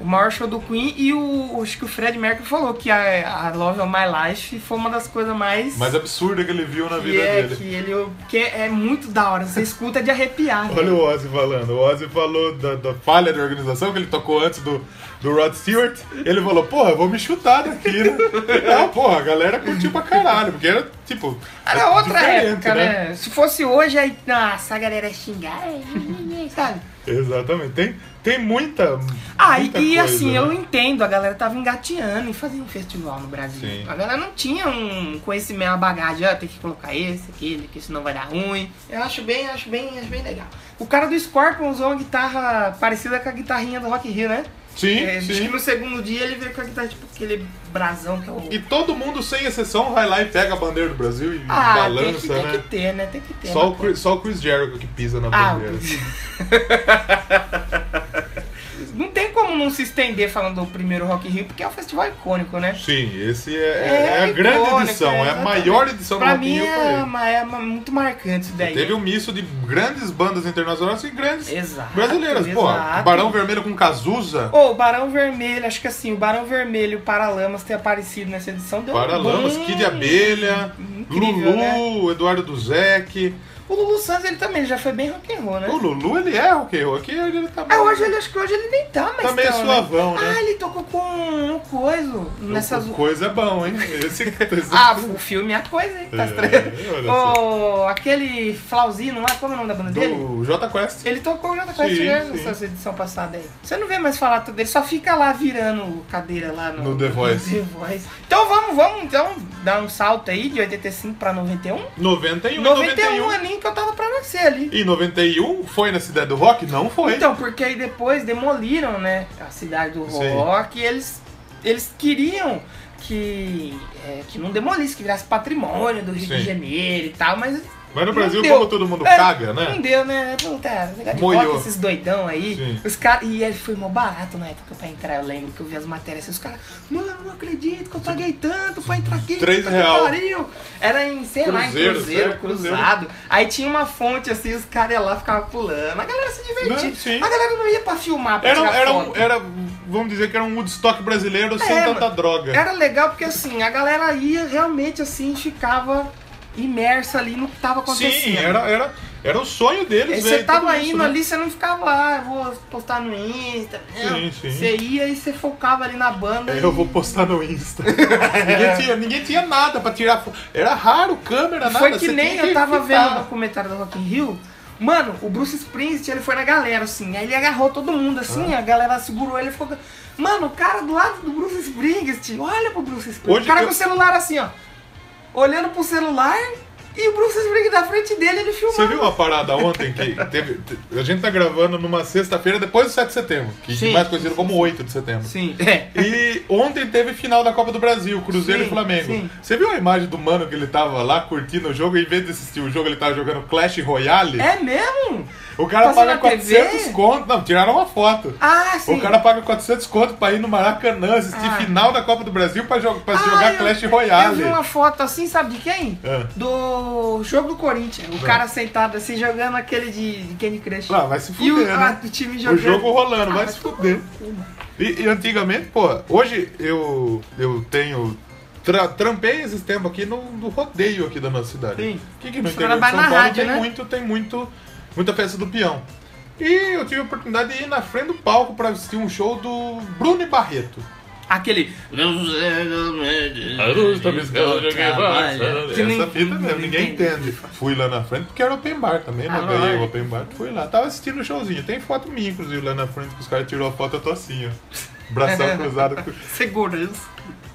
Speaker 1: O maior show do Queen e o. Acho que o Fred Mercury falou que a, a Love of My Life foi uma das coisas mais.
Speaker 2: Mais absurda que ele viu na
Speaker 1: que
Speaker 2: vida
Speaker 1: é,
Speaker 2: dele.
Speaker 1: que ele. Que é, é muito da hora. Você escuta é de arrepiar.
Speaker 2: Olha o Ozzy falando. O Ozzy falou da, da falha da organização que ele tocou antes do, do Rod Stewart. Ele falou, porra, eu vou me chutar daqui, né? Não, porra, a galera curtiu pra caralho, porque era tipo.
Speaker 1: Era outra
Speaker 2: diferente,
Speaker 1: época, né? Se fosse hoje, aí. Nossa, a galera ia xingar. é, Sabe?
Speaker 2: Exatamente. Tem, tem muita.
Speaker 1: Ah,
Speaker 2: muita
Speaker 1: e, e
Speaker 2: coisa,
Speaker 1: assim,
Speaker 2: né?
Speaker 1: eu entendo, a galera tava engateando em fazer um festival no Brasil.
Speaker 2: Sim.
Speaker 1: A galera não tinha um conhecimento, uma bagagem, ah, tem que colocar esse, aquele, que isso não vai dar ruim. Eu acho bem, acho bem, acho bem legal. O cara do Scorpion usou uma guitarra parecida com a guitarrinha do Rock in Rio, né?
Speaker 2: Sim,
Speaker 1: É, diz que
Speaker 2: sim.
Speaker 1: no segundo dia ele veio com a guitarra, tipo, aquele brasão que é o...
Speaker 2: E todo mundo, sem exceção, vai lá e pega a bandeira do Brasil e
Speaker 1: Ah,
Speaker 2: balança,
Speaker 1: tem, que,
Speaker 2: né?
Speaker 1: tem que ter, né? Tem que ter.
Speaker 2: Só
Speaker 1: né,
Speaker 2: o, Chris, só o Chris Jericho que pisa na
Speaker 1: Ah,
Speaker 2: bandeira.
Speaker 1: Não tem como não se estender falando do primeiro Rock in Rio, porque é um festival icônico, né?
Speaker 2: Sim, esse é, é- é a grande
Speaker 1: icônico,
Speaker 2: edição, é, a
Speaker 1: exatamente.
Speaker 2: maior edição
Speaker 1: pra
Speaker 2: do Rock in
Speaker 1: mim
Speaker 2: Rio pra
Speaker 1: é,
Speaker 2: ele.
Speaker 1: ma- é ma- muito marcante isso daí.
Speaker 2: um Teve um misto de grandes bandas internacionais e grandes
Speaker 1: Exato,
Speaker 2: brasileiras. Pô,
Speaker 1: exato.
Speaker 2: Barão Vermelho com Cazuza.
Speaker 1: Ô, o Barão Vermelho, acho que assim, o Barão Vermelho e o Paralamas ter aparecido nessa edição deu um
Speaker 2: Paralamas,
Speaker 1: boom.
Speaker 2: Kid Abelha,
Speaker 1: Incrível, né?
Speaker 2: Lulu, Eduardo Duzek.
Speaker 1: O Lulu Santos, ele também ele já foi bem rock and roll, né?
Speaker 2: O Lulu, ele é rock and roll. Aqui ele tá
Speaker 1: É, hoje ele, acho que hoje ele nem tá mais
Speaker 2: Tá meio
Speaker 1: tão,
Speaker 2: suavão, né?
Speaker 1: Ah, ele tocou com um coiso nessas...
Speaker 2: Coisa é bom, hein? Esse... esse-
Speaker 1: Ah, o filme é a coisa, hein? Tá
Speaker 2: É, olha só.
Speaker 1: Ô, aquele Flauzino lá, como é o nome da banda dele?
Speaker 2: Do J Quest.
Speaker 1: Ele tocou já Quest
Speaker 2: Sim,
Speaker 1: né,
Speaker 2: sim.
Speaker 1: nessa edição passada aí. Você não vê mais falar tudo dele, só fica lá virando cadeira lá no,
Speaker 2: No The Voice.
Speaker 1: The Voice. Então vamos, vamos então dar um salto aí de 85 pra 91. 91,
Speaker 2: 91 91.
Speaker 1: é nem que eu tava pra nascer ali.
Speaker 2: E 91 foi na Cidade do Rock? Não foi.
Speaker 1: Então, porque aí depois demoliram, né, a cidade do
Speaker 2: Sim.
Speaker 1: rock e eles, eles queriam que, é, que não demolisse, que virasse patrimônio do Rio de
Speaker 2: Sim.
Speaker 1: Janeiro e tal, mas
Speaker 2: Mas no
Speaker 1: Não
Speaker 2: Brasil,
Speaker 1: deu.
Speaker 2: como todo mundo
Speaker 1: É,
Speaker 2: caga,
Speaker 1: Não
Speaker 2: né?
Speaker 1: deu, né? Puta, negócio de
Speaker 2: Moiou.
Speaker 1: rock, esses doidão aí.
Speaker 2: Sim.
Speaker 1: Os cara... E ele foi mó barato na época pra entrar, eu lembro que eu vi as matérias assim, os caras, mano, não acredito que eu paguei tanto pra entrar aqui.
Speaker 2: Três
Speaker 1: puta que
Speaker 2: real.
Speaker 1: pariu." Era em, sei lá, em
Speaker 2: Cruzeiro,
Speaker 1: cruzeiro,
Speaker 2: é, cruzeiro.
Speaker 1: cruzado. Aí tinha uma fonte assim, os caras iam lá ficavam pulando. A galera se
Speaker 2: Não, sim.
Speaker 1: divertia. A galera não ia pra filmar, pra
Speaker 2: Era,
Speaker 1: tirar
Speaker 2: era, um,
Speaker 1: foto.
Speaker 2: era, vamos dizer que era um Woodstock brasileiro sem
Speaker 1: É,
Speaker 2: tanta
Speaker 1: mano.
Speaker 2: droga.
Speaker 1: Era legal porque assim, a galera ia realmente assim, ficava imersa ali no que tava acontecendo.
Speaker 2: Sim, era, era, era o sonho deles.
Speaker 1: E
Speaker 2: velho,
Speaker 1: você
Speaker 2: tudo
Speaker 1: tava
Speaker 2: isso,
Speaker 1: indo
Speaker 2: né?
Speaker 1: ali, você não ficava, ah, eu vou postar no Insta. Não.
Speaker 2: Sim, sim.
Speaker 1: Você ia e você focava ali na banda.
Speaker 2: É, Eu
Speaker 1: e-
Speaker 2: vou postar no Insta. ninguém, tinha, ninguém tinha nada pra tirar foto. Era raro câmera, nada.
Speaker 1: Foi que
Speaker 2: você
Speaker 1: nem
Speaker 2: tinha
Speaker 1: eu tava
Speaker 2: ficar.
Speaker 1: vendo o documentário do Rock in Rio. Mano, o Bruce Springsteen, ele foi na galera, assim. Aí ele agarrou todo mundo, assim,
Speaker 2: Ah.
Speaker 1: a galera segurou ele e ficou... Mano, o cara do lado do Bruce Springsteen, olha pro Bruce Springsteen.
Speaker 2: Hoje
Speaker 1: o cara
Speaker 2: eu-
Speaker 1: com o celular assim, ó. Olhando pro celular e o Bruce Springsteen na frente dele, ele filmando.
Speaker 2: Você viu uma parada ontem que teve. te- A gente tá gravando numa sexta-feira depois do 7 de setembro, que
Speaker 1: Sim.
Speaker 2: mais conhecido como 8 de setembro.
Speaker 1: Sim, é.
Speaker 2: E ontem teve final da Copa do Brasil, Cruzeiro
Speaker 1: Sim,
Speaker 2: e Flamengo.
Speaker 1: sim.
Speaker 2: Você viu a imagem do mano que ele tava lá curtindo o jogo e em vez de assistir o jogo ele tava jogando Clash Royale?
Speaker 1: É Tá mesmo?
Speaker 2: O cara
Speaker 1: Passou na
Speaker 2: paga 400
Speaker 1: TV?
Speaker 2: conto. Não, tiraram uma foto.
Speaker 1: Ah, sim.
Speaker 2: O cara paga 400 conto pra ir no Maracanã assistir
Speaker 1: Ah.
Speaker 2: final da Copa do Brasil pra, jo- pra
Speaker 1: Ah,
Speaker 2: jogar
Speaker 1: eu-
Speaker 2: Clash
Speaker 1: Eu
Speaker 2: Royale.
Speaker 1: vi uma foto assim, sabe de quem?
Speaker 2: Ah.
Speaker 1: Do jogo do Corinthians. O cara sentado assim, jogando aquele de de Candy Crush.
Speaker 2: É. Ah, vai se
Speaker 1: E o,
Speaker 2: fuder, né?
Speaker 1: a- o time
Speaker 2: O
Speaker 1: jogando.
Speaker 2: jogo rolando,
Speaker 1: Ah,
Speaker 2: vai
Speaker 1: vai
Speaker 2: se fuder. E, e antigamente, pô, hoje eu, eu tenho. Tra, trampei esses tempos aqui no, no rodeio aqui da nossa cidade.
Speaker 1: Sim.
Speaker 2: Que que no
Speaker 1: Você
Speaker 2: interior de
Speaker 1: vai
Speaker 2: São
Speaker 1: na
Speaker 2: Paulo
Speaker 1: rádio,
Speaker 2: tem
Speaker 1: né?
Speaker 2: muito, tem muito, muita festa do peão. E eu tive a oportunidade de ir na frente do palco pra assistir um show do Bruno e Barreto.
Speaker 1: Aquele. Que nem-
Speaker 2: Essa né? fita mesmo, ninguém entende. Fui lá na frente porque era open bar também, né?
Speaker 1: Ah,
Speaker 2: Ganhei o
Speaker 1: lógico.
Speaker 2: open bar, fui lá. Tava assistindo o showzinho. Tem foto minha, inclusive, lá na frente que os caras tirou a foto, eu tô assim, ó. Bração cruzado.
Speaker 1: Segurança.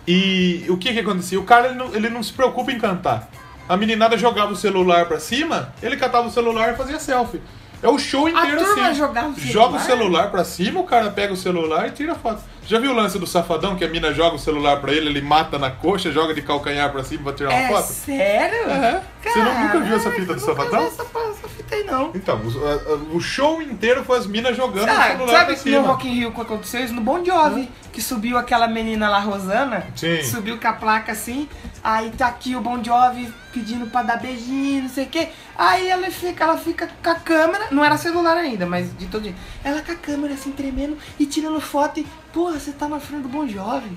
Speaker 2: E o que que acontecia? O cara, ele não, ele não se preocupa em cantar. A meninada jogava o celular pra cima, ele catava o celular e fazia selfie. É o show inteiro
Speaker 1: turma
Speaker 2: assim.
Speaker 1: jogava o
Speaker 2: Joga o
Speaker 1: celular?
Speaker 2: celular pra cima, o cara pega o celular e tira foto. Já viu o lance do safadão que a mina joga o celular pra ele, ele mata na coxa, joga de calcanhar pra cima pra tirar uma
Speaker 1: É
Speaker 2: foto?
Speaker 1: sério?
Speaker 2: Aham. Você não- nunca viu essa fita do
Speaker 1: Caraca, eu nunca
Speaker 2: Safadão?
Speaker 1: vi Essa, essa fita escutei, não.
Speaker 2: Então, o, a- o show inteiro foi as minas jogando o
Speaker 1: Ah,
Speaker 2: celular
Speaker 1: sabe
Speaker 2: pra
Speaker 1: que no
Speaker 2: cima.
Speaker 1: Rock in Rio que aconteceu isso? No Bon Jovi, que subiu aquela menina lá, Rosana.
Speaker 2: Sim.
Speaker 1: Subiu com a placa assim, aí tá aqui o Bon Jovi pedindo pra dar beijinho, não sei o quê. Aí ela fica, ela fica com a câmera, não era celular ainda, mas de todo jeito. Ela com a câmera assim, tremendo e tirando foto e, porra, você tá na frente do Bon Jovi.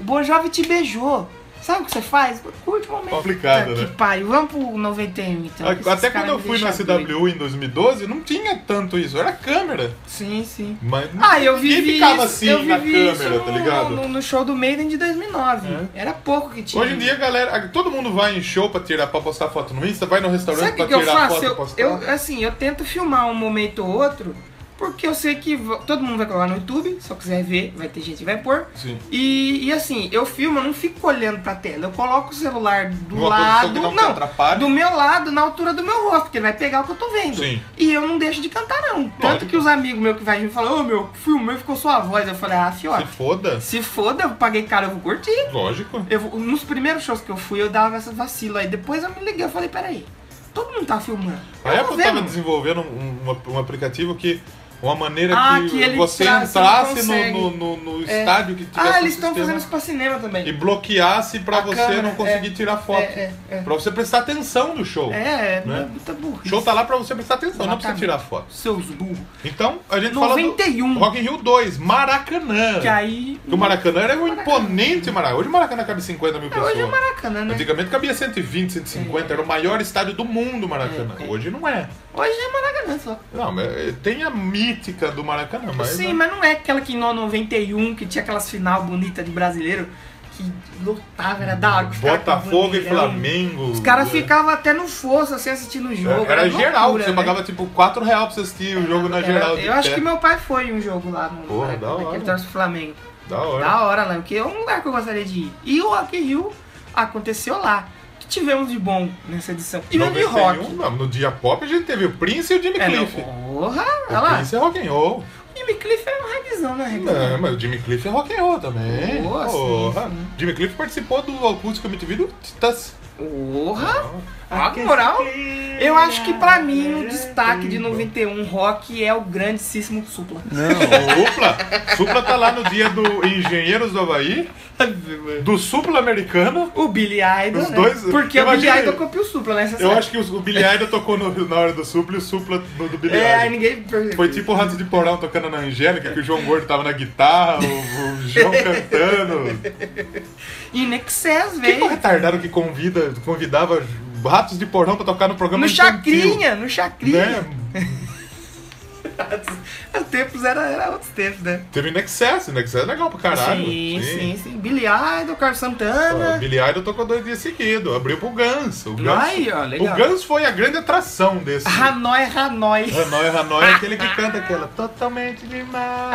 Speaker 1: O Bon Jovi te beijou. Sabe o que você faz? Curte o momento.
Speaker 2: Complicado,
Speaker 1: Puta
Speaker 2: né?
Speaker 1: Que pariu. Vamos pro 91, então. que esses
Speaker 2: Até
Speaker 1: caras
Speaker 2: quando eu
Speaker 1: me
Speaker 2: fui na
Speaker 1: deixam
Speaker 2: CW
Speaker 1: doido.
Speaker 2: em 2012, não tinha tanto isso, era câmera.
Speaker 1: Sim, sim.
Speaker 2: Mas
Speaker 1: Ah, eu
Speaker 2: ninguém
Speaker 1: vivi
Speaker 2: ficava
Speaker 1: isso,
Speaker 2: assim
Speaker 1: eu
Speaker 2: na
Speaker 1: vivi isso
Speaker 2: câmera, tá
Speaker 1: no-
Speaker 2: ligado? É.
Speaker 1: No, no show do Maiden de 2009. Era pouco que tinha.
Speaker 2: Hoje em dia, galera, todo mundo vai em show pra tirar pra postar foto no Insta, vai no restaurante
Speaker 1: Sabe o que,
Speaker 2: pra
Speaker 1: que eu
Speaker 2: tirar
Speaker 1: faço?
Speaker 2: foto e
Speaker 1: Eu,
Speaker 2: postar.
Speaker 1: eu, assim, eu tento filmar um momento ou outro, porque eu sei que vo- todo mundo vai colocar no YouTube, se eu quiser ver, vai ter gente que vai pôr.
Speaker 2: Sim.
Speaker 1: E, e assim, eu filmo, eu não fico olhando pra tela. Eu coloco o celular do
Speaker 2: Numa
Speaker 1: lado.
Speaker 2: posição que não te
Speaker 1: Não,
Speaker 2: atrapalhe.
Speaker 1: do meu lado, na altura do meu rosto, porque ele vai pegar o que eu tô vendo.
Speaker 2: Sim.
Speaker 1: E eu não deixo de cantar, não. Tanto
Speaker 2: Lógico.
Speaker 1: que os amigos meus que vai me falam, ô meu, filmei, ficou sua voz. Eu falei, ah,
Speaker 2: Se
Speaker 1: fiota.
Speaker 2: foda,
Speaker 1: Se foda, eu paguei caro, eu vou curtir.
Speaker 2: lógico.
Speaker 1: Eu, vou- nos primeiros shows que eu fui, eu dava essa vacila. Aí depois eu me liguei, eu falei, peraí, todo mundo tá filmando. Eu
Speaker 2: A
Speaker 1: vou
Speaker 2: Apple
Speaker 1: ver,
Speaker 2: tava
Speaker 1: mano.
Speaker 2: desenvolvendo um, um- um aplicativo que. Uma maneira
Speaker 1: Ah,
Speaker 2: que,
Speaker 1: que ele
Speaker 2: você
Speaker 1: traz, você
Speaker 2: entrasse no,
Speaker 1: não
Speaker 2: no,
Speaker 1: consegue.
Speaker 2: no- no
Speaker 1: É.
Speaker 2: estádio que tivesse
Speaker 1: Ah,
Speaker 2: um
Speaker 1: eles estão
Speaker 2: sistema
Speaker 1: fazendo isso pra cinema também.
Speaker 2: E bloqueasse pra
Speaker 1: A
Speaker 2: você
Speaker 1: câmera,
Speaker 2: não conseguir
Speaker 1: é.
Speaker 2: tirar foto.
Speaker 1: É, é, é.
Speaker 2: Pra você prestar atenção no show.
Speaker 1: É, é,
Speaker 2: Né?
Speaker 1: muita
Speaker 2: O
Speaker 1: burrice.
Speaker 2: show tá lá pra você prestar atenção, não pra você
Speaker 1: Exatamente.
Speaker 2: tirar foto.
Speaker 1: Seus burros.
Speaker 2: Então, a gente fala
Speaker 1: 91.
Speaker 2: do Rock in Rio 2, Maracanã.
Speaker 1: Que aí...
Speaker 2: Porque o Maracanã era um
Speaker 1: Maracanã.
Speaker 2: imponente Maracanã. Hoje o Maracanã cabe 50 mil
Speaker 1: É,
Speaker 2: pessoas.
Speaker 1: hoje é Maracanã, né?
Speaker 2: Antigamente cabia 120, 150, era o maior estádio do mundo o Maracanã.
Speaker 1: É, é.
Speaker 2: Hoje não é.
Speaker 1: Hoje é Maracanã só.
Speaker 2: Não, mas eh, tem a mítica do Maracanã, mas.
Speaker 1: Sim,
Speaker 2: né?
Speaker 1: mas não é aquela que no 91, que tinha aquelas final bonita de brasileiro, que lotava, era da hora. que os caras com
Speaker 2: Botafogo e
Speaker 1: bandeirão.
Speaker 2: Flamengo.
Speaker 1: Os caras
Speaker 2: é.
Speaker 1: ficavam até no fosso, assim, assistindo o jogo.
Speaker 2: Era geral,
Speaker 1: loucura,
Speaker 2: você
Speaker 1: né?
Speaker 2: pagava tipo 4 reais pra você assistir o jogo na
Speaker 1: Era-
Speaker 2: geral. de
Speaker 1: Eu acho
Speaker 2: pé.
Speaker 1: que meu pai foi em um jogo lá no
Speaker 2: Porra,
Speaker 1: Maracanã,
Speaker 2: da
Speaker 1: que
Speaker 2: hora.
Speaker 1: ele torce pro Flamengo.
Speaker 2: Da hora.
Speaker 1: Da hora lá, porque é um lugar que eu gostaria de ir. E o Rock in Rio aconteceu lá. O que tivemos de bom nessa edição? Tivemos de
Speaker 2: 91,
Speaker 1: rock.
Speaker 2: não, no dia pop a gente teve o Prince e o Jimmy
Speaker 1: É, não,
Speaker 2: um? Cliff.
Speaker 1: porra, olha
Speaker 2: O
Speaker 1: lá.
Speaker 2: Prince é rock and roll.
Speaker 1: Jimmy Cliff é um rapzão, né?
Speaker 2: Não, mas o Jimmy Cliff é rock and roll também.
Speaker 1: Boa, sim,
Speaker 2: Porra.
Speaker 1: sim.
Speaker 2: Jimmy Cliff participou do Acústico MTV do Titãs.
Speaker 1: Porra, a moral. Eu acho que pra mim o destaque de 91 rock é o grandíssimo Supla.
Speaker 2: Não, Supla. Supla tá lá no dia do Engenheiros do Havaí, do Supla americano.
Speaker 1: O Billy Idol,
Speaker 2: Os
Speaker 1: né?
Speaker 2: dois-
Speaker 1: Porque o Billy
Speaker 2: imagina-
Speaker 1: Idol copia o Supla, né? Você
Speaker 2: Eu
Speaker 1: sabe.
Speaker 2: acho que o Billy Idol tocou no- na hora do Supla e o Supla do, do Billy
Speaker 1: É, aí
Speaker 2: Idol.
Speaker 1: ninguém...
Speaker 2: Foi tipo o Rato de Porão tocando na Angélica, que o João Gordo tava na guitarra, o, o João cantando.
Speaker 1: In Excess,
Speaker 2: Quem é o
Speaker 1: velho.
Speaker 2: retardado que convida, convidava Ratos de Porão pra tocar no programa
Speaker 1: No
Speaker 2: infantil,
Speaker 1: Chacrinha, no Chacrinha.
Speaker 2: Né?
Speaker 1: Os tempos era, era outros tempos, né?
Speaker 2: Teve Nexus, Nexus é legal pra caralho.
Speaker 1: sim, sim, sim, Billy Idol, Carlos
Speaker 2: O
Speaker 1: Santana.
Speaker 2: Billy Idol tocou dois dias seguidos, abriu pro Guns. O Guns,
Speaker 1: Aí, ó, legal. Ah,
Speaker 2: o Guns foi a grande atração desse.
Speaker 1: Hanoi, Hanoi.
Speaker 2: Hanoi, Hanoi é aquele que canta aquela totalmente demais.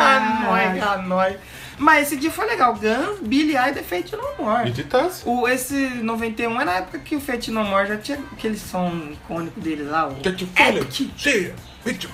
Speaker 1: Hanoi, Hanoi. Mas esse dia foi legal. Guns, Billy Idol e Fate No
Speaker 2: E
Speaker 1: More.
Speaker 2: Titãs.
Speaker 1: O, esse 91 é na época que o Fate No More já tinha aquele som icônico dele lá. O Epic.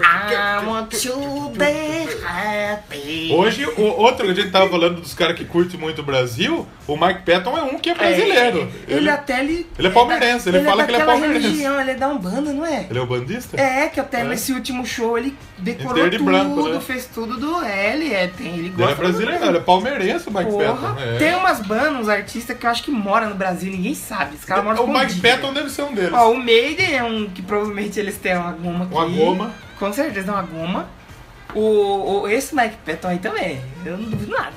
Speaker 1: Ah, I want to be happy.
Speaker 2: Hoje, o outro, a gente tava falando dos caras que curte muito o Brasil, o Mike Patton é um que é brasileiro.
Speaker 1: Ele, até ele.
Speaker 2: ele é palmeirense, ele fala que ele é
Speaker 1: daquela
Speaker 2: palmeirense.
Speaker 1: Religião, ele é da Umbanda, não é?
Speaker 2: ele é o bandista?
Speaker 1: É, que até
Speaker 2: É.
Speaker 1: nesse último show ele decorou
Speaker 2: Inteiro de
Speaker 1: tudo,
Speaker 2: branco, né?
Speaker 1: fez tudo do L, é, tem, ele
Speaker 2: Ele
Speaker 1: gosta.
Speaker 2: é brasileiro, ele é palmeirense o Mike
Speaker 1: Porra,
Speaker 2: Patton. é.
Speaker 1: tem umas bandas, uns artistas que eu acho que mora no Brasil, ninguém sabe. Esse cara mora
Speaker 2: Então, O Mike
Speaker 1: escondido.
Speaker 2: Patton deve ser um deles.
Speaker 1: Ó, o Maiden é um que provavelmente eles têm uma goma aqui.
Speaker 2: Uma goma.
Speaker 1: Com certeza, uma goma. O, o- esse Mike Patton aí também, eu não duvido nada.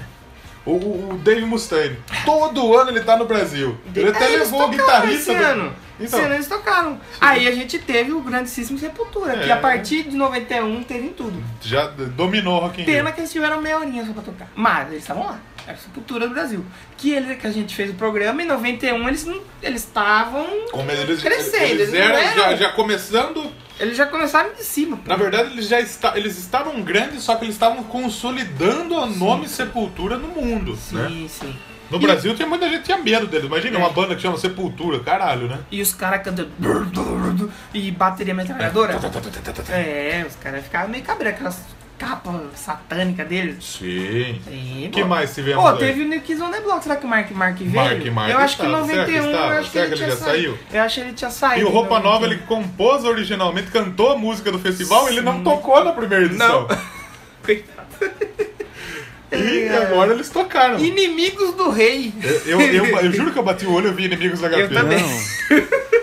Speaker 2: O, o, o Dave Mustaine. Todo ano ele tá no Brasil. Ele até
Speaker 1: É, eles
Speaker 2: levou o
Speaker 1: tocaram
Speaker 2: guitarrista.
Speaker 1: Esse
Speaker 2: do-
Speaker 1: ano.
Speaker 2: Então,
Speaker 1: Esse ano eles tocaram. Aí a gente teve o grandíssimo Sepultura, que
Speaker 2: É.
Speaker 1: a partir de 91 teve em tudo.
Speaker 2: já dominou o Rock in Rio.
Speaker 1: Pena que eles tiveram meia horinha só pra tocar. Mas eles estavam lá. Era a cultura do Brasil. Que, ele, que a gente fez o programa em 91, eles não- eles estavam.
Speaker 2: Como eles,
Speaker 1: Crescendo,
Speaker 2: eles
Speaker 1: eles não
Speaker 2: eram,
Speaker 1: eram.
Speaker 2: já, já começando.
Speaker 1: Eles já começaram de cima. pô.
Speaker 2: Na verdade, eles já esta, eles estavam grandes, só que eles estavam consolidando o nome Sepultura no mundo. Né?
Speaker 1: Sim, sim.
Speaker 2: No
Speaker 1: E- É.
Speaker 2: Brasil, tinha muita gente que tinha medo deles. Imagina uma banda que chama Sepultura, caralho, né?
Speaker 1: E os caras cantando. É, E bateria metralhadora. É, os caras ficavam meio cabreiro. Aquelas capa satânica deles.
Speaker 2: Sim.
Speaker 1: Sim,
Speaker 2: que
Speaker 1: pô.
Speaker 2: mais tivemos
Speaker 1: Pô,
Speaker 2: aí?
Speaker 1: teve o New Kids on the Block. Será que o Mark Mark veio?
Speaker 2: Mark Mark
Speaker 1: eu acho que em
Speaker 2: estava. Será que
Speaker 1: 91,
Speaker 2: estava?
Speaker 1: eu acho que
Speaker 2: Será
Speaker 1: ele
Speaker 2: que
Speaker 1: tinha
Speaker 2: ele já
Speaker 1: saído.
Speaker 2: saiu?
Speaker 1: Eu acho que ele tinha saído.
Speaker 2: E o Roupa
Speaker 1: em
Speaker 2: Nova,
Speaker 1: 91.
Speaker 2: ele compôs originalmente, cantou a música do festival, ele não tocou na primeira edição. E
Speaker 1: É.
Speaker 2: agora eles tocaram.
Speaker 1: Inimigos do Rei.
Speaker 2: Eu, eu, eu juro que eu bati o olho e vi inimigos da
Speaker 1: Eu
Speaker 2: HP.
Speaker 1: também.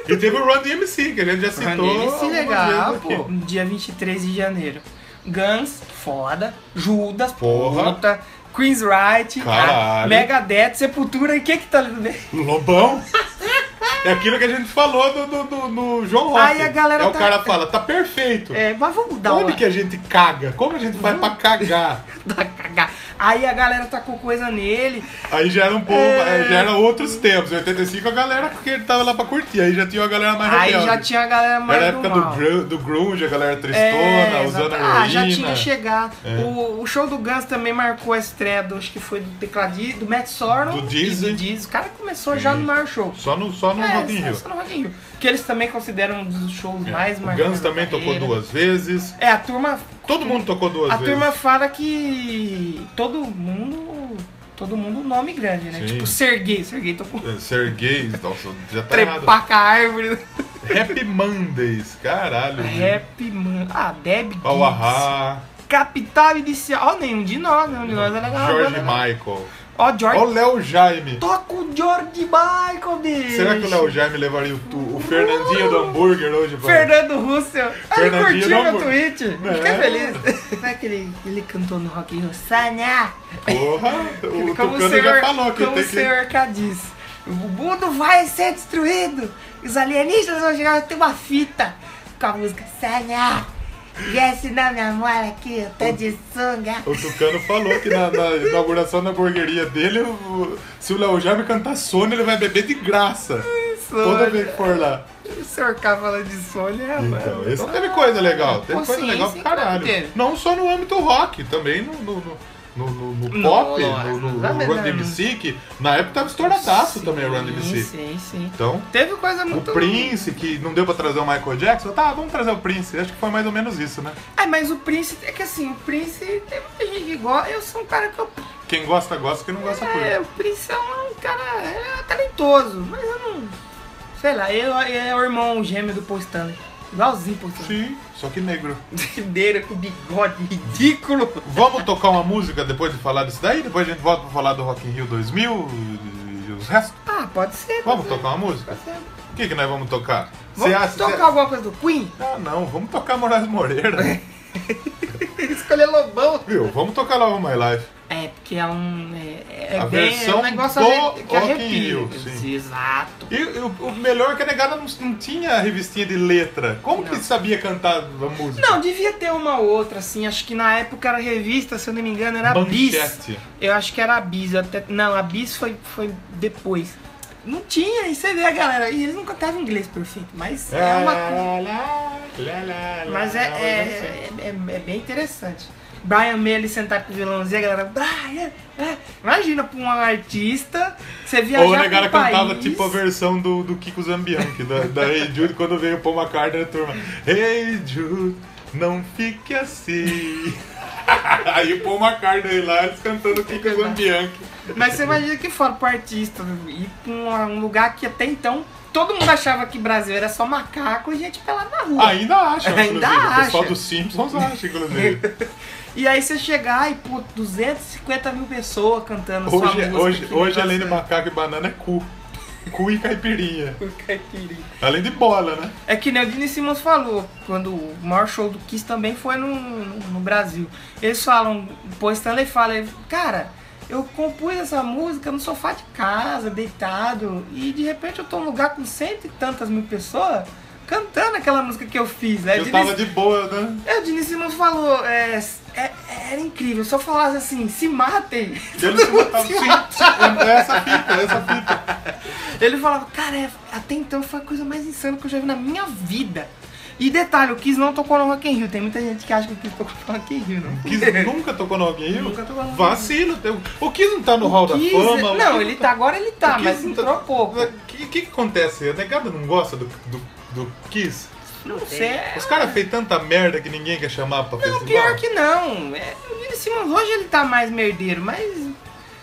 Speaker 2: E teve o Run DMC, que a gente já citou.
Speaker 1: Esse
Speaker 2: algumas
Speaker 1: legal,
Speaker 2: vezes aqui.
Speaker 1: pô. Dia 23 de janeiro. Guns, foda. Judas,
Speaker 2: Porra.
Speaker 1: puta. Queen's Right,
Speaker 2: Caralho.
Speaker 1: Megadeth, Sepultura e o que que tá ali no meio?
Speaker 2: Lobão? É aquilo que a gente falou do, do, do- no João Rock.
Speaker 1: Aí a galera
Speaker 2: é, o
Speaker 1: tá-
Speaker 2: cara fala, tá perfeito.
Speaker 1: É, Uhum. mas vamos dar
Speaker 2: Onde
Speaker 1: uma...
Speaker 2: que é? a gente caga? Como a gente vai pra cagar?
Speaker 1: dar cagar. Aí a galera tacou coisa nele.
Speaker 2: Aí já era um pouco,
Speaker 1: É.
Speaker 2: aí já era outros tempos. Em 85 a galera que tava lá pra curtir, aí já tinha uma galera mais
Speaker 1: Aí
Speaker 2: rebelde.
Speaker 1: já tinha a galera mais
Speaker 2: Ah, Era a época
Speaker 1: do mal.
Speaker 2: do, gru- do grunge, a galera tristona,
Speaker 1: É,
Speaker 2: usando
Speaker 1: exato.
Speaker 2: heroína. É.
Speaker 1: Ah, já tinha chegado. O, o show do Guns também marcou a estreia do, acho que foi do tecladista, do Matt Sorum.
Speaker 2: Do Dizzy.
Speaker 1: E do Dizzy. O cara começou já
Speaker 2: Sim.
Speaker 1: no maior show.
Speaker 2: Só no, só no
Speaker 1: É,
Speaker 2: Rock in
Speaker 1: só-
Speaker 2: Rio.
Speaker 1: só no Rock in Rio. Que eles também consideram um dos shows mais
Speaker 2: É. o
Speaker 1: marcantes.
Speaker 2: Guns
Speaker 1: da
Speaker 2: também tocou
Speaker 1: carreira.
Speaker 2: duas vezes.
Speaker 1: É, a turma.
Speaker 2: Todo mundo tocou duas
Speaker 1: A
Speaker 2: vezes.
Speaker 1: turma fala que todo mundo. Todo mundo nome grande, né?
Speaker 2: Sim.
Speaker 1: Tipo Serguei. Serguei tocou.
Speaker 2: É, Sergei, nossa, já tá errado.
Speaker 1: Trepar com a árvore.
Speaker 2: Tá Happy Mondays, caralho.
Speaker 1: Rap, mano. Ah, Deb Gibbs.
Speaker 2: Pauahá,
Speaker 1: Capital Inicial. Ó, nenhum de nós, nenhum de nós é legal.
Speaker 2: George
Speaker 1: né?
Speaker 2: Michael.
Speaker 1: Ó, George.
Speaker 2: Olha o Léo Jaime.
Speaker 1: Toca o George Michael, bicho.
Speaker 2: Será que o Léo Jaime levaria o, tu- o Fernandinho do hambúrguer hoje pra
Speaker 1: Fernando Russell. Ah, Ele
Speaker 2: Fernandinho
Speaker 1: curtiu
Speaker 2: não,
Speaker 1: meu
Speaker 2: amor.
Speaker 1: tweet.
Speaker 2: É.
Speaker 1: Fiquei feliz. Como é que ele, ele cantou no Rock in Rio? Sana!
Speaker 2: Porra, o
Speaker 1: Como o
Speaker 2: Tucano
Speaker 1: senhor,
Speaker 2: já falou que
Speaker 1: como
Speaker 2: tem
Speaker 1: o
Speaker 2: que...
Speaker 1: senhor K diz. O mundo vai ser destruído. Os alienígenas vão chegar e ter uma fita com a música Sana! Yes, não me amor aqui, eu tô de é sunga.
Speaker 2: O Tucano falou que na, na inauguração da hamburgueria dele, o- se o Léo Jaime cantar sono, ele vai beber de graça. Toda vez que for lá.
Speaker 1: O senhor K falando de sonho é,
Speaker 2: Então, esse teve coisa legal. Teve
Speaker 1: Pô,
Speaker 2: coisa
Speaker 1: sim,
Speaker 2: legal
Speaker 1: sim,
Speaker 2: pra
Speaker 1: claro que
Speaker 2: caralho.
Speaker 1: teve.
Speaker 2: Não só no âmbito rock, também no, no, no, no- no- no
Speaker 1: No,
Speaker 2: pop,
Speaker 1: lógico, tá
Speaker 2: no, no, no
Speaker 1: exatamente.
Speaker 2: Run DMC, que na época tava estouradaço também o Run
Speaker 1: Sim,
Speaker 2: DMC.
Speaker 1: sim, sim.
Speaker 2: Então,
Speaker 1: Teve coisa
Speaker 2: o
Speaker 1: muito.
Speaker 2: Prince, que não deu pra trazer o Michael Jackson, tá, vamos trazer o Prince. Acho que foi mais ou menos isso, né?
Speaker 1: Ah, mas o Prince. É que assim, o Prince tem muita gente que gosta. Eu sou um cara que eu.
Speaker 2: Quem gosta, gosta, quem não gosta,
Speaker 1: É,
Speaker 2: curta.
Speaker 1: o Prince é um cara. É talentoso, mas eu não. Sei lá, ele é o irmão gêmeo do Paul Stanley. Igualzinho Paul Stanley.
Speaker 2: Sim, só que negro.
Speaker 1: Doideira com bigode ridículo.
Speaker 2: Vamos tocar uma música depois de falar disso daí? Depois a gente volta pra falar do Rock in Rio 2000 e os restos?
Speaker 1: Ah, pode ser.
Speaker 2: Vamos
Speaker 1: pode
Speaker 2: tocar uma música?
Speaker 1: ser.
Speaker 2: O que, que nós vamos tocar? Cê
Speaker 1: Vamos
Speaker 2: acha- cê-
Speaker 1: tocar alguma coisa do Queen?
Speaker 2: Ah, não, vamos tocar Moraes Moreira.
Speaker 1: Escolher Lobão.
Speaker 2: Meu, vamos tocar Love My Life.
Speaker 1: É, porque é um. É, é
Speaker 2: A
Speaker 1: bem. É
Speaker 2: versão
Speaker 1: um negócio
Speaker 2: do
Speaker 1: arre- que
Speaker 2: Rock in
Speaker 1: arrepia.
Speaker 2: Rio, sim.
Speaker 1: Exato.
Speaker 2: E, e o, o melhor é que a negada não, não tinha revistinha de letra. Como que sabia cantar a música?
Speaker 1: Não, devia ter uma outra, assim. Acho que na época era revista, se eu não me engano, era Bis.
Speaker 2: Manchete.
Speaker 1: Eu acho que era a Bis. eu até- Não, a Bis foi, foi depois. Não tinha, e você vê a galera. E eles não cantavam inglês perfeito, mas é, uma coisa. Mas é, é, é, é- é bem interessante. Brian May ali sentado com o violãozinho, a galera. Brian! ah." Imagina pra um artista, você viajar
Speaker 2: Ou a
Speaker 1: pro
Speaker 2: negada cantava
Speaker 1: país,
Speaker 2: tipo a versão do, do Kiko Zambianchi, da, da Hey Jude, quando veio o Paul McCartney, a turma. Hey Jude, não fique assim. Aí o Paul McCartney lá, eles cantando Kiko
Speaker 1: É
Speaker 2: Zambianchi.
Speaker 1: Mas você imagina que fora pro artista ir pra um, um lugar que até então todo mundo achava que Brasil era só macaco e gente pelada na rua.
Speaker 2: Ainda acham,
Speaker 1: Ainda
Speaker 2: inclusive. O pessoal
Speaker 1: acha.
Speaker 2: dos Simpsons acha, inclusive.
Speaker 1: E aí você chegar e, pô, 250 mil pessoas cantando sua
Speaker 2: Hoje,
Speaker 1: música.
Speaker 2: hoje,
Speaker 1: que
Speaker 2: hoje
Speaker 1: negócio
Speaker 2: além de
Speaker 1: é.
Speaker 2: macaco e banana, é cu. Cu e caipirinha.
Speaker 1: O caipirinha.
Speaker 2: Além de bola, né?
Speaker 1: É que nem o Dini Simmons falou, quando o maior show do Kiss também foi no, no, no Brasil. Eles falam, pô, Stanley fala, ele, cara, eu compus essa música no sofá de casa, deitado, e de repente eu tô num lugar com cento e tantas mil pessoas cantando aquela música que eu fiz. Aí o
Speaker 2: eu
Speaker 1: Dini-
Speaker 2: tava de boa, né?
Speaker 1: é, o Dini Simmons falou, é, é- era incrível, se eu falasse assim, se matem.
Speaker 2: Ele se botava sim. Essa fita, essa fita.
Speaker 1: Ele falava, cara, é- até então foi a coisa mais insana que eu já vi na minha vida. E detalhe, o Kiss não tocou no Rock in Rio. Tem muita gente que acha que o Kiss tocou no Rock in Rio, não.
Speaker 2: Kiss nunca tocou no alguém.
Speaker 1: Nunca tocou no Rock in Rio.
Speaker 2: Vacilo. tem- O Kiss não tá no Hall da
Speaker 1: Kiss-
Speaker 2: Fama. o
Speaker 1: não,
Speaker 2: Kiss
Speaker 1: ele tá agora, ele tá,
Speaker 2: o Kiss
Speaker 1: mas
Speaker 2: não
Speaker 1: entrou pouco.
Speaker 2: O que, que que acontece? A negada não gosta do, do, do Kiss?
Speaker 1: Não sei.
Speaker 2: Os caras fez tanta merda que ninguém quer chamar pra festival.
Speaker 1: Não, pior que não. É, o Nino Simons hoje ele tá mais merdeiro, mas.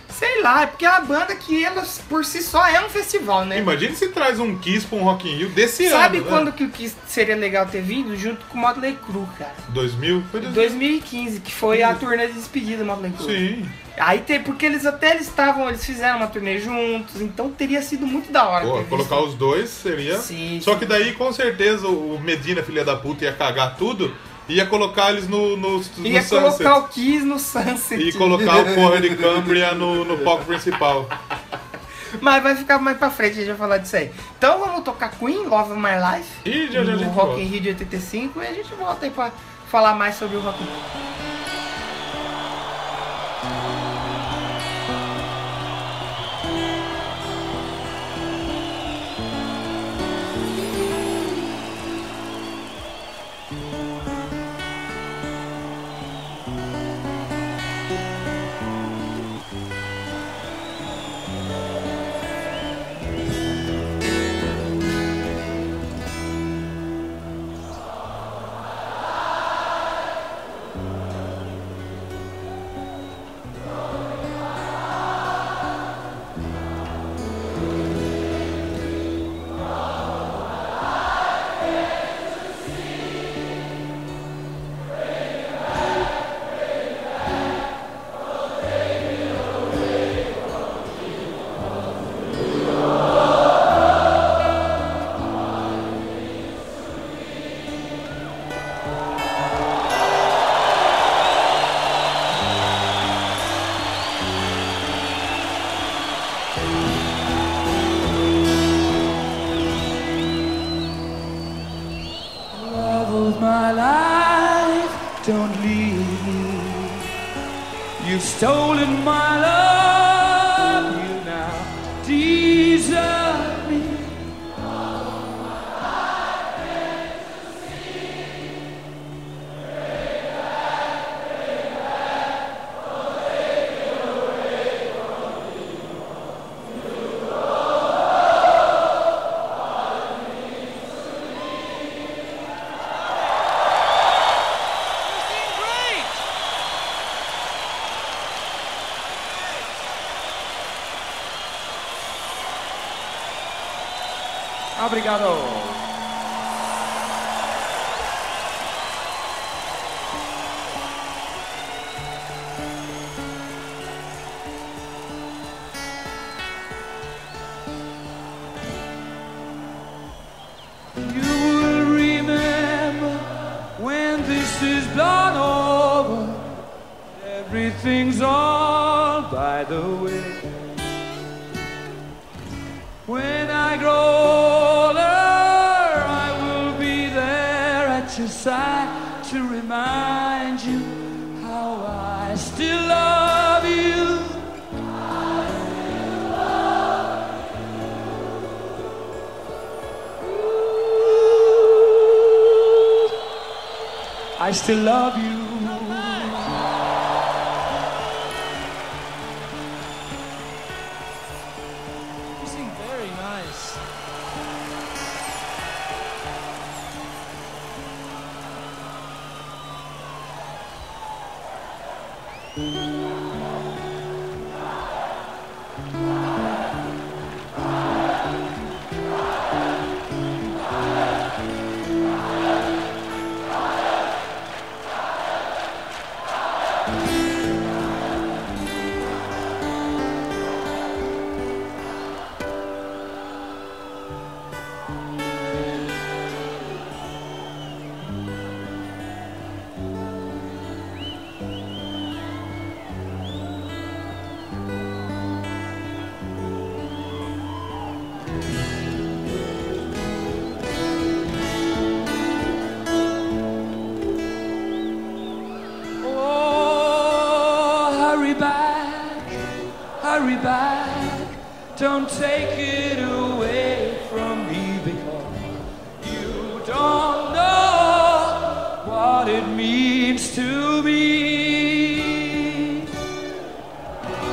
Speaker 1: Sei lá, é porque é uma banda que ela por si só é um festival, né?
Speaker 2: Imagina se traz um Kiss pra um Rock in Rio desse
Speaker 1: Sabe
Speaker 2: ano. né?
Speaker 1: quando que o que seria legal ter vindo? Junto com o Motley Crue, cara.
Speaker 2: 2000? Foi 2000.
Speaker 1: 2015, que foi a turnê de despedida do Motley Crue.
Speaker 2: Sim.
Speaker 1: Aí tem, porque eles até eles estavam, eles fizeram uma turnê juntos, então teria sido muito da hora.
Speaker 2: Pô,
Speaker 1: ter
Speaker 2: colocar
Speaker 1: visto.
Speaker 2: os dois seria.
Speaker 1: Sim,
Speaker 2: Só
Speaker 1: sim.
Speaker 2: que daí com certeza o Medina, filha da puta, ia cagar tudo e ia colocar eles no, no, no
Speaker 1: Ia
Speaker 2: Sunset.
Speaker 1: colocar o Kiss no Sunset.
Speaker 2: E colocar o porra de Cambria no, no palco principal.
Speaker 1: Mas vai ficar mais pra frente, a gente vai falar disso aí. Então vamos tocar Queen, Love of My Life.
Speaker 2: E já já a
Speaker 1: no
Speaker 2: gente
Speaker 1: Rock
Speaker 2: volta.
Speaker 1: in Rio de 85 e a gente volta aí pra falar mais sobre o Rock in Rio.
Speaker 5: Love of my life, don't leave. You've stolen my love, you now deserve me. Obrigado. You will remember when this is done over. Everything's all by the way. When I grow older, I will be there at your side to remind you how I still love you. I still love you. You sing very nice. Oh, hurry back, hurry back. Don't take it away from me because you don't know what it means to me. Ooh,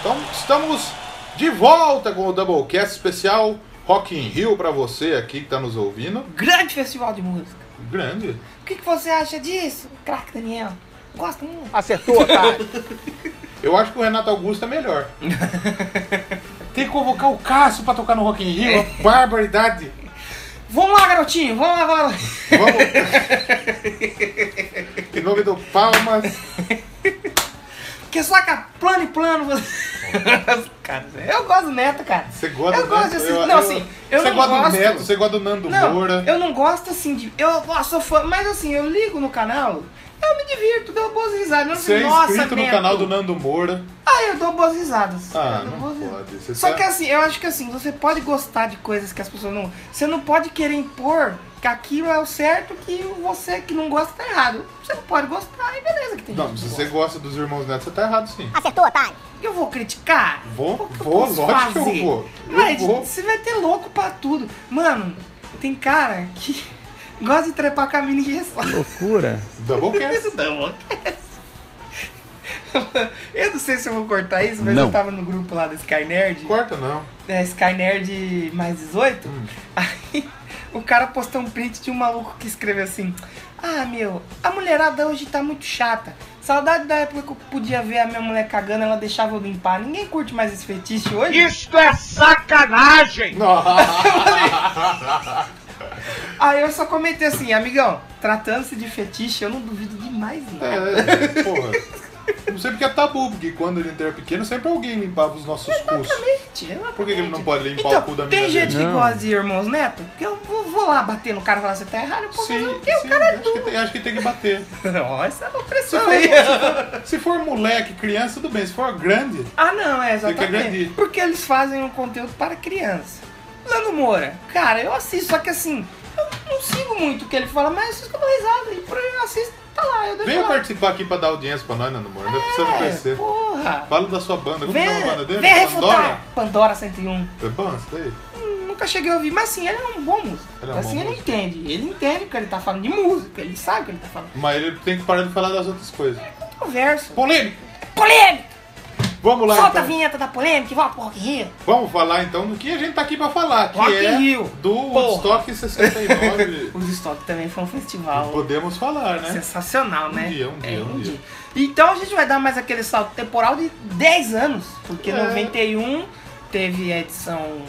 Speaker 2: Então, estamos de volta com o Doublecast especial Rock in Rio pra você aqui que tá nos ouvindo.
Speaker 1: Grande festival de música.
Speaker 2: Grande.
Speaker 1: O que, que você acha disso, craque Daniel? Gosta muito?
Speaker 6: Acertou, cara.
Speaker 2: Eu acho que o Renato Augusto é melhor. Tem que convocar o Cássio pra tocar no Rock in
Speaker 1: É.
Speaker 2: Rio. uma Barbaridade.
Speaker 1: Vamos lá, garotinho, vamos lá, vamos lá.
Speaker 2: Vamos. em nome do Palmas.
Speaker 1: Porque saca plano e plano. você- Cara, eu gosto do Neto, cara.
Speaker 2: Você gosta
Speaker 1: eu
Speaker 2: do
Speaker 1: gosto de
Speaker 2: Neto?
Speaker 1: assim,
Speaker 2: Eu-
Speaker 1: não,
Speaker 2: eu-
Speaker 1: assim, eu
Speaker 2: você
Speaker 1: não
Speaker 2: gosta
Speaker 1: gosto.
Speaker 2: do Neto, você gosta do né? Nando
Speaker 1: Não,
Speaker 2: Moura.
Speaker 1: eu não gosto assim de. Eu, eu sou fã, mas assim, eu ligo no canal, eu me divirto, dou boas risadas. Eu não
Speaker 2: Você é
Speaker 1: sei, nossa,
Speaker 2: inscrito no
Speaker 1: Neto.
Speaker 2: canal do Nando Moura.
Speaker 1: Ah, eu dou boas risadas.
Speaker 2: Ah,
Speaker 1: Eu dou
Speaker 2: não
Speaker 1: boas risadas.
Speaker 2: pode, você
Speaker 1: Só
Speaker 2: tá-
Speaker 1: que assim, eu acho que assim, você pode gostar de coisas que as pessoas não. Você não pode querer impor que aquilo é o certo, que você que não gosta tá errado. Você não pode gostar e beleza que tem
Speaker 2: Não,
Speaker 1: gente.
Speaker 2: se
Speaker 1: que
Speaker 2: você
Speaker 1: gosta.
Speaker 2: gosta dos irmãos Neto, você tá errado sim.
Speaker 7: Acertou, otário.
Speaker 1: Eu vou criticar?
Speaker 2: Vou,
Speaker 1: O Ah, que eu
Speaker 2: vou,
Speaker 1: posso
Speaker 2: lógico que eu
Speaker 1: fazer?
Speaker 2: vou. Eu
Speaker 1: Mas
Speaker 2: vou.
Speaker 1: você vai ter louco pra tudo. Mano, tem cara que gosta de trepar com a mini injeção.
Speaker 6: Loucura.
Speaker 2: Doublecast.
Speaker 1: Isso não acontece. Eu não sei se eu vou cortar isso, mas eu tava no grupo lá do Sky Nerd,
Speaker 2: Corta não.
Speaker 1: é, Sky Nerd mais 18. Aí o cara postou um print de um maluco que escreveu assim: Ah, meu, a mulherada hoje tá muito chata. Saudade da época que eu podia ver a minha mulher cagando, ela deixava eu limpar. Ninguém curte mais esse fetiche hoje? Aí eu só comentei assim: Amigão, tratando-se de fetiche, eu não duvido de mais nada.
Speaker 2: É, porra. Não sei porque é tabu, porque quando a gente era pequeno sempre alguém limpava os nossos cursos. Por que que ele não pode limpar
Speaker 1: então,
Speaker 2: o cu da
Speaker 1: Tem
Speaker 2: mina
Speaker 1: gente
Speaker 2: dele?
Speaker 1: que
Speaker 6: Não.
Speaker 1: gosta de irmãos neto, que eu vou, vou lá bater no cara e falar você tá errado, eu posso fazer
Speaker 2: Sim,
Speaker 1: o quê? O
Speaker 2: sim,
Speaker 1: cara é
Speaker 2: acho, que tem, acho que tem que bater.
Speaker 1: tu. Nossa, é uma
Speaker 2: Se
Speaker 1: pressão
Speaker 2: for,
Speaker 1: aí.
Speaker 2: se for- se for moleque, criança, tudo bem. Se for grande,
Speaker 1: Ah, não, é
Speaker 2: Você quer
Speaker 1: exatamente.
Speaker 2: agredir.
Speaker 1: Porque eles fazem um conteúdo para criança. Lando Moura, cara, eu assisto, só que assim, eu não sigo muito o que ele fala, mas eu assisto com risada. E por aí eu assisto, tá lá, eu deixo
Speaker 2: venha
Speaker 1: lá.
Speaker 2: participar aqui pra dar audiência pra nós, Nando Moura. Não precisa
Speaker 1: É,
Speaker 2: crescer.
Speaker 1: porra.
Speaker 2: Fala da sua banda. Como
Speaker 1: Vem,
Speaker 2: é a banda dele?
Speaker 1: vem
Speaker 2: Pandora?
Speaker 1: refutar. Pandora 101.
Speaker 2: É bom, isso daí.
Speaker 1: Nunca cheguei a ouvir, mas assim, ele é um bom músico.
Speaker 2: Ele é um
Speaker 1: assim,
Speaker 2: bom
Speaker 1: ele
Speaker 2: músico.
Speaker 1: entende. Ele entende o que ele tá falando de música, ele sabe o que ele tá falando. Então,
Speaker 2: Mas ele tem que parar de falar das outras coisas.
Speaker 1: Converso.
Speaker 2: Polêmico!
Speaker 1: Polêmica!
Speaker 2: Vamos lá,
Speaker 1: Solta a
Speaker 2: então.
Speaker 1: vinheta da polêmica e vá pro Rock in Rio.
Speaker 2: Vamos falar, então, do que a gente tá aqui pra falar, que
Speaker 1: Rock in
Speaker 2: é
Speaker 1: Rio.
Speaker 2: do
Speaker 1: Porra.
Speaker 2: Woodstock 69.
Speaker 1: Os Stock também foi um festival
Speaker 2: Podemos falar, né?
Speaker 1: sensacional, né?
Speaker 2: dia, um dia, um dia.
Speaker 1: Então a gente vai dar mais aquele salto temporal de 10 anos, porque
Speaker 2: É.
Speaker 1: 91 teve a edição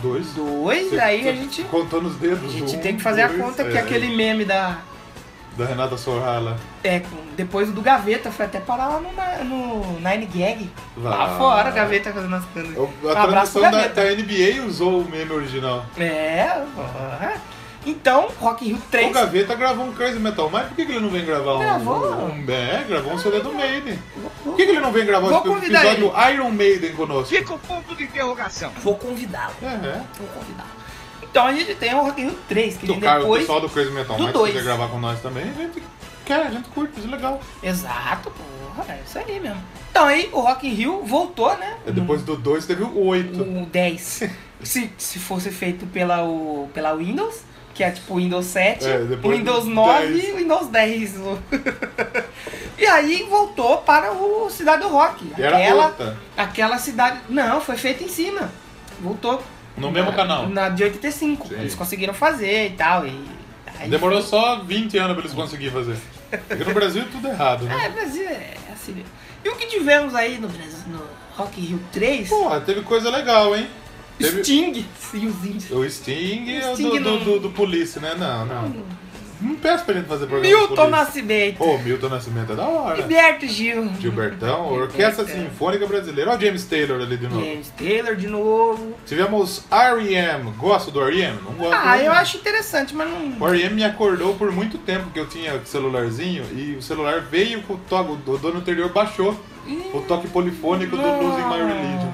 Speaker 2: Dois.
Speaker 1: 2,
Speaker 2: Você-
Speaker 1: aí
Speaker 2: você
Speaker 1: a gente,
Speaker 2: Contando os dedos.
Speaker 1: a gente
Speaker 2: um,
Speaker 1: tem que fazer a
Speaker 2: dois,
Speaker 1: conta que
Speaker 2: é,
Speaker 1: aquele meme da...
Speaker 2: Da Renata Sorrala.
Speaker 1: É, com- depois o do Gaveta foi até parar lá no, na- no Nine Gag.
Speaker 2: Vai.
Speaker 1: Lá Tá fora, o Gaveta fazendo as câmeras.
Speaker 2: O-
Speaker 1: Um
Speaker 2: Ah. A
Speaker 1: abraço pro
Speaker 2: tradução da,
Speaker 1: Gaveta.
Speaker 2: da NBA usou o meme original.
Speaker 1: É, porra. Então, Rock in Rio 3.
Speaker 2: O Gaveta gravou um Crazy Metal Mind, por que, que ele não vem gravar um.
Speaker 1: Gravou?
Speaker 2: um- é, gravou um CD do Maiden. Por que, que ele não vem gravar
Speaker 1: Vou
Speaker 2: esse
Speaker 1: convidar
Speaker 2: episódio Iron Maiden conosco?
Speaker 1: Vou convidá-lo.
Speaker 2: É, é.
Speaker 1: Vou convidá-lo. Então a gente tem o Rock in Rio 3, que vem
Speaker 2: Tocar o
Speaker 1: depois.
Speaker 2: pessoal do Crazy Metal
Speaker 1: do
Speaker 2: Mind, se
Speaker 1: dois.
Speaker 2: quiser gravar com nós também, a gente quer, a gente curte, isso é legal.
Speaker 1: Exato, porra, é isso aí mesmo. Então aí o Rock in Rio voltou, né?
Speaker 2: É, depois do 2 teve o 8.
Speaker 1: O 10. se, se fosse feito pela, o, pela Windows, que é tipo Windows 7,
Speaker 2: É, depois
Speaker 1: Windows
Speaker 2: do
Speaker 1: 9 e
Speaker 2: 10.
Speaker 1: Windows 10. e aí voltou para o Cidade do Rock.
Speaker 2: Era
Speaker 1: Aquela,
Speaker 2: outra.
Speaker 1: aquela cidade. Não, foi feito em cima. Voltou.
Speaker 2: No mesmo
Speaker 1: na-
Speaker 2: canal.
Speaker 1: Na de 85.
Speaker 2: Sim.
Speaker 1: Eles conseguiram fazer e tal. E aí-
Speaker 2: Demorou só 20 anos pra eles conseguirem fazer. Porque no Brasil é tudo errado, né?
Speaker 1: É, Brasil é assim mesmo. E o que tivemos aí no, Brasil- no Rock in Rio 3?
Speaker 2: Porra, teve coisa legal, hein? Teve
Speaker 1: Sting e os índios.
Speaker 2: o Sting e o
Speaker 1: Sting
Speaker 2: do,
Speaker 1: não.
Speaker 2: do, do, do Police, né? Não, não. Não peço pra gente fazer programa do
Speaker 1: Milton
Speaker 2: Police.
Speaker 1: Nascimento.
Speaker 2: Ô, Milton Nascimento é da hora.
Speaker 1: Gilberto Gil.
Speaker 2: Gilbertão,
Speaker 1: é.
Speaker 2: Orquestra Sinfônica Brasileira. Ó, James Taylor ali de novo.
Speaker 1: James Taylor de novo.
Speaker 2: Tivemos R.E.M. Gosto do R.E.M.? Não gosto.
Speaker 1: Ah,
Speaker 2: do
Speaker 1: eu
Speaker 2: R.E.M..
Speaker 1: acho interessante, mas
Speaker 2: O
Speaker 1: não.
Speaker 2: R.E.M. me acordou por muito tempo que eu tinha celularzinho e o celular veio com o toque, o dono anterior baixou o toque polifônico do Blues in My Religion.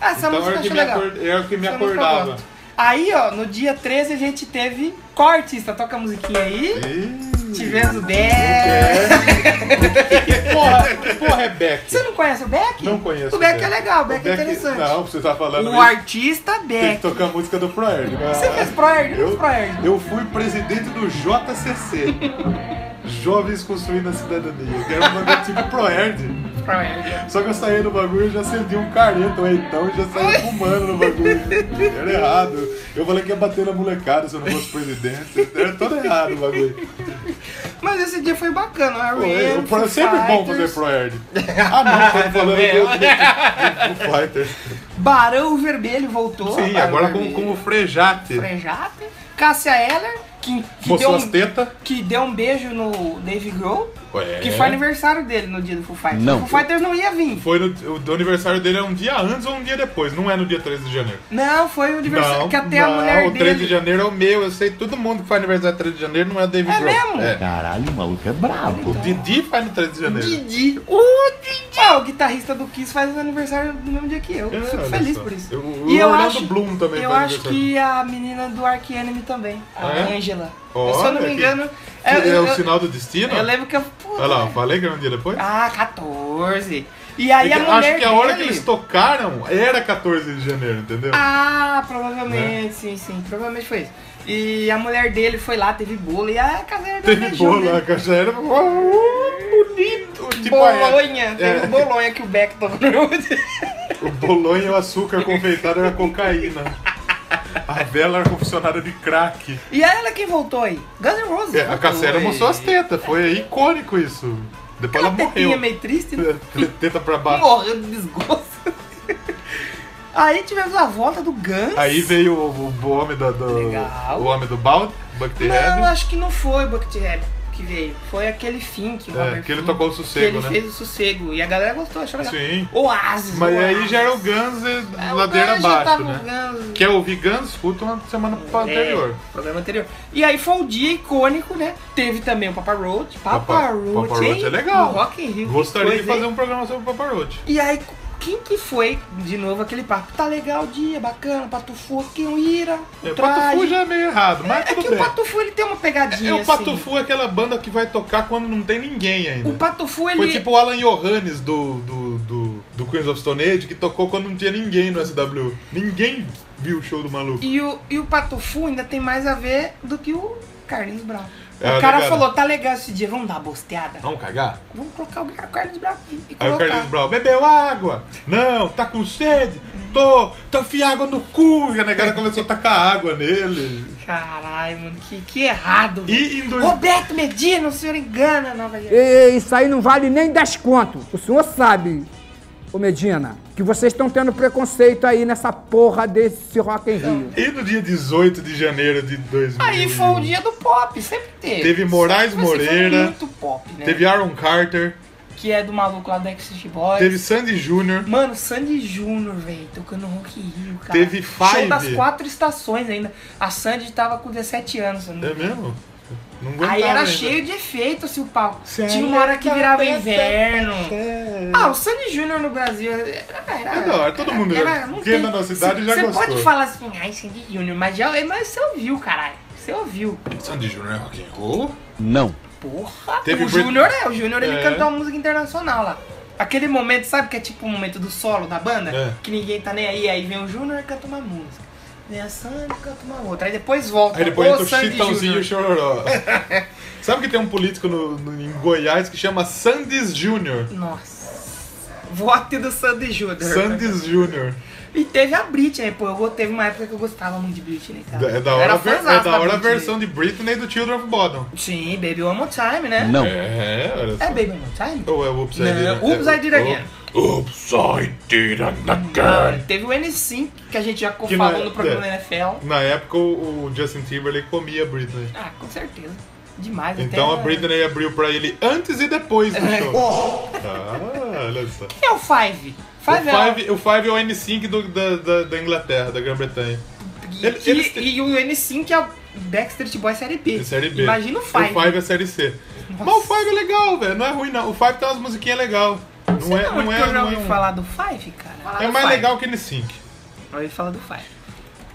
Speaker 1: Ah, essa
Speaker 2: Então
Speaker 1: música eu
Speaker 2: era o que
Speaker 1: acho
Speaker 2: me,
Speaker 1: legal.
Speaker 2: acor- era o que me
Speaker 1: Essa música é eu
Speaker 2: acordava.
Speaker 1: gosto. Aí, ó, no dia 13 a gente teve qual artista? Toca a musiquinha aí.
Speaker 2: Ih,
Speaker 1: Tivemos o Beck.
Speaker 2: Porra, porra, é Beck.
Speaker 1: Você não conhece o Beck?
Speaker 2: Não conheço.
Speaker 1: O Beck é legal, o Beck é interessante.
Speaker 2: Não, você tá falando
Speaker 1: O
Speaker 2: isso.
Speaker 1: artista
Speaker 2: Tem que
Speaker 1: Beck.
Speaker 2: tocar a música do né? Proerd.
Speaker 1: Você fez Proerd? Não fez
Speaker 2: Eu,
Speaker 1: Proerd.
Speaker 2: eu fui presidente do JCC. Jovens construindo a cidadania. Eu quero mandar tipo pro Erd. Só que eu saí do bagulho e já acendi um careta, um então e já saí fumando no bagulho. Era errado. Eu falei que ia bater na molecada se eu não fosse presidente. Era todo errado o bagulho.
Speaker 1: Mas esse dia foi bacana, Iron
Speaker 2: Foi,
Speaker 1: Man,
Speaker 2: o pro-
Speaker 1: Foo
Speaker 2: é sempre bom fazer
Speaker 1: Fighters,
Speaker 2: pro Erd. Ah não, tô falando do Foo Fighters.
Speaker 1: Barão Vermelho voltou.
Speaker 2: Sim,
Speaker 1: Barão
Speaker 2: agora com,
Speaker 1: Vermelho.
Speaker 2: com o Frejate.
Speaker 1: Frejap, Cássia Eller, que, que, deu
Speaker 2: Mostrou as
Speaker 1: um,
Speaker 2: tetas.
Speaker 1: que deu um beijo no Dave Grohl,
Speaker 2: Ué.
Speaker 1: que foi aniversário dele no dia do Foo Fighters.
Speaker 6: Não.
Speaker 1: O Foo Fighters não ia vir.
Speaker 2: Foi no, o do aniversário dele é um dia antes ou um dia depois, não é no dia 13 de janeiro.
Speaker 1: Não, foi o aniversário que até a
Speaker 2: não,
Speaker 1: mulher
Speaker 2: o 13 de
Speaker 1: dele...
Speaker 2: janeiro é o meu, eu sei, todo mundo que faz aniversário 13 de janeiro não é o David
Speaker 1: É
Speaker 2: Grohl.
Speaker 1: mesmo?
Speaker 2: É.
Speaker 6: Caralho, o maluco é
Speaker 2: O
Speaker 6: brabo.
Speaker 2: Didi faz no 13 de janeiro.
Speaker 1: Didi. O Didi. Ah, o guitarrista do Kiss faz o aniversário do mesmo dia que eu.
Speaker 2: É,
Speaker 1: Fico
Speaker 2: olha
Speaker 1: feliz
Speaker 2: só.
Speaker 1: por isso.
Speaker 2: Eu- o Orlando Bloom também
Speaker 1: Eu
Speaker 2: faz
Speaker 1: acho
Speaker 2: aniversário.
Speaker 1: que a menina do Ark Enemy também, a
Speaker 2: Ah, é?
Speaker 1: Angela.
Speaker 2: Olha
Speaker 1: se eu não me
Speaker 2: que-
Speaker 1: engano.
Speaker 2: que é o sinal do destino?
Speaker 1: Eu lembro que eu. Puta,
Speaker 2: Olha lá, eu falei que era um dia depois.
Speaker 1: Ah, 14. E aí a
Speaker 2: Porque
Speaker 1: mulher
Speaker 2: acho que é a hora que
Speaker 1: dele-
Speaker 2: eles tocaram era 14 de janeiro, entendeu?
Speaker 1: Ah, provavelmente,
Speaker 2: Né?
Speaker 1: sim, sim. Provavelmente foi isso. E a mulher dele foi lá, teve bolo, e a caseira dele
Speaker 2: Teve
Speaker 1: beijou,
Speaker 2: bolo,
Speaker 1: né?
Speaker 2: a caixa era oh, bonito. Tipo a-
Speaker 1: Bolonha, teve
Speaker 2: é,
Speaker 1: bolonha que o Beck tocou no
Speaker 2: O bolonha e o açúcar confeitado era cocaína. A vela era confeccionada de crack.
Speaker 1: E é ela quem voltou aí? Guns N' Roses. né?
Speaker 2: É, a Cassera mostrou as tetas, foi icônico isso. Depois
Speaker 1: Aquela
Speaker 2: ela
Speaker 1: tetinha
Speaker 2: morreu. É.
Speaker 1: meio triste, né?
Speaker 2: Teta pra baixo.
Speaker 1: morrendo de desgosto. Aí tivemos a volta do Guns.
Speaker 2: Aí veio o, o- o homem da- do.
Speaker 1: Legal.
Speaker 2: O homem do balde, é, Bucket
Speaker 1: Não,
Speaker 2: Head.
Speaker 1: acho que não foi o Buckethead que veio. Foi aquele Fink, o
Speaker 2: É,
Speaker 1: Robert
Speaker 2: que ele
Speaker 1: Fink,
Speaker 2: tocou o sossego,
Speaker 1: que ele
Speaker 2: né?
Speaker 1: fez o sossego. E a galera gostou, achou legal.
Speaker 2: Sim.
Speaker 1: Oasis.
Speaker 2: Mas aí
Speaker 1: Oasis.
Speaker 2: já era o Guns e
Speaker 1: É, o
Speaker 2: ladeira
Speaker 1: Guns já
Speaker 2: abaixo,
Speaker 1: tava
Speaker 2: né?
Speaker 1: o Guns.
Speaker 2: Quer ouvir Guns? Escuta uma semana anterior.
Speaker 1: É, programa anterior. E aí foi um dia icônico, né? Teve também o Papa Roach. Papa,
Speaker 2: Papa-
Speaker 1: Roach,
Speaker 2: Papa Roach
Speaker 1: hein?
Speaker 2: é legal.
Speaker 1: No Rock in Rio. que
Speaker 2: Gostaria de
Speaker 1: coisa, hein?
Speaker 2: fazer um programa sobre o Paparote.
Speaker 1: E aí, quem que foi de novo aquele papo? Tá legal o dia, bacana, Patufu, quem o Ira, o
Speaker 2: É, o
Speaker 1: traje.
Speaker 2: Patufu já é meio errado, mas
Speaker 1: É
Speaker 2: tudo
Speaker 1: que o
Speaker 2: bem.
Speaker 1: Patufu ele tem uma pegadinha.
Speaker 2: É, o
Speaker 1: assim.
Speaker 2: Patufu é aquela banda que vai tocar quando não tem ninguém ainda.
Speaker 1: O Patufu ele.
Speaker 2: Foi tipo o Alan Johannes do, do, do, do Queens of Stone Age que tocou quando não tinha ninguém no SW. Ninguém viu o show do maluco.
Speaker 1: E, o, e o Patufu ainda tem mais a ver do que o Carlinhos Brown.
Speaker 2: É,
Speaker 1: o cara
Speaker 2: legal.
Speaker 1: falou, tá legal esse dia, vamos dar uma bosteada?
Speaker 2: Vamos cagar?
Speaker 1: Vamos colocar o Carlos Brown aqui e
Speaker 2: Aí o
Speaker 1: colocar.
Speaker 2: Carlinhos Brown, bebeu água? Não, tá com sede? Tô, tô fiando água no cu. E a negada começou a tacar água nele.
Speaker 1: Caralho, mano, que, que errado.
Speaker 2: E em dois-
Speaker 1: Roberto Medina, o senhor engana a nova geração.
Speaker 4: E isso aí não vale nem 10 conto. O senhor sabe, ô Medina, que vocês estão tendo preconceito aí nessa porra desse Rock em Rio.
Speaker 2: E no dia 18 de janeiro de 2000.
Speaker 1: Aí foi o dia do pop, sempre teve.
Speaker 2: Teve Moraes
Speaker 1: Sempre, assim, foi
Speaker 2: Moreira.
Speaker 1: muito pop, né?
Speaker 2: Teve Aaron Carter,
Speaker 1: que é do maluco lá do Exit Boys.
Speaker 2: teve Sandy Júnior.
Speaker 1: Mano, Sandy Júnior, velho, tocando Rock in Rio, cara.
Speaker 2: Teve
Speaker 1: Show
Speaker 2: Five.
Speaker 1: das quatro estações ainda. A Sandy tava com 17 anos, se eu não me
Speaker 2: É
Speaker 1: engano.
Speaker 2: mesmo? Não aguentava
Speaker 1: Aí era
Speaker 2: ainda.
Speaker 1: cheio de efeito, assim, o palco. Tinha uma hora que virava inverno. Ah, o Sandy Júnior no Brasil era... um era
Speaker 2: É da hora, todo mundo já- quem é da nossa idade já
Speaker 1: Você
Speaker 2: gostou.
Speaker 1: pode falar assim, ai, Sandy Júnior, mas, já, mas você ouviu, caralho. Você ouviu.
Speaker 2: Sandy Júnior é rock and roll?
Speaker 6: Não.
Speaker 1: Porra!
Speaker 2: Teve
Speaker 1: o
Speaker 2: Brit-
Speaker 1: Júnior é, o Júnior ele
Speaker 2: É.
Speaker 1: canta uma música internacional lá. Aquele momento, sabe que é tipo o momento do solo da banda?
Speaker 2: É.
Speaker 1: Que ninguém tá nem aí, aí vem o Júnior e canta uma música. Vem a Sandy e canta uma outra. Aí depois volta
Speaker 2: Aí depois entra
Speaker 1: o
Speaker 2: o
Speaker 1: Sandy
Speaker 2: Chitãozinho e o
Speaker 1: Júnior.
Speaker 2: Chororó. Sabe que tem um político no- no- em Goiás que chama Sandys Júnior?
Speaker 1: Nossa. Vote do Sandy Júnior.
Speaker 2: Sandys Júnior.
Speaker 1: E teve a Britney, pô. Eu go- teve uma época que eu gostava muito de Britney, cara.
Speaker 2: É da
Speaker 1: Eu
Speaker 2: hora,
Speaker 1: Tá. era
Speaker 2: a ver- é
Speaker 1: fãzaço
Speaker 2: da hora a
Speaker 1: Britney.
Speaker 2: versão de Britney do Children of Bodom.
Speaker 1: Sim, Baby One More Time, né?
Speaker 6: Não.
Speaker 2: É, olha só.
Speaker 1: É Baby One More Time?
Speaker 2: Ou é o Upside
Speaker 1: Não,
Speaker 2: Down?
Speaker 1: Oops, I Did It Again.
Speaker 2: Oops, I Did It Again.
Speaker 1: Mano, teve o N5, que a gente já
Speaker 2: Que não
Speaker 1: falou
Speaker 2: é-
Speaker 1: no programa
Speaker 2: é.
Speaker 1: da NFL.
Speaker 2: Na época o o Justin Timberlake comia a Britney.
Speaker 1: Ah, com certeza. Demais.
Speaker 2: Então a
Speaker 1: até... É.
Speaker 2: Britney abriu pra ele antes e depois do show. Ah, olha só.
Speaker 1: Quem é o Five? Oh. Five
Speaker 2: o,
Speaker 1: é
Speaker 2: Five, o Five é o N5 do- da, da, da Inglaterra, da Grande-Bretanha.
Speaker 1: E,
Speaker 2: ele-
Speaker 1: que-
Speaker 2: eles têm-
Speaker 1: e o N5 é o Backstreet Boy Série B.
Speaker 2: É série B.
Speaker 1: Imagina o Five.
Speaker 2: O Five é série C. Mas o Five é legal, velho. Não é ruim, não. O Five tem umas musiquinhas legais. Não,
Speaker 1: Você tá
Speaker 2: é,
Speaker 1: não,
Speaker 2: não
Speaker 1: que eu
Speaker 2: é,
Speaker 1: já
Speaker 2: não
Speaker 1: ouvi
Speaker 2: é um-
Speaker 1: falar do Five, cara? Falar
Speaker 2: É
Speaker 1: do
Speaker 2: mais
Speaker 1: Five.
Speaker 2: legal que o N5.
Speaker 1: Eu ouvi falar do Five.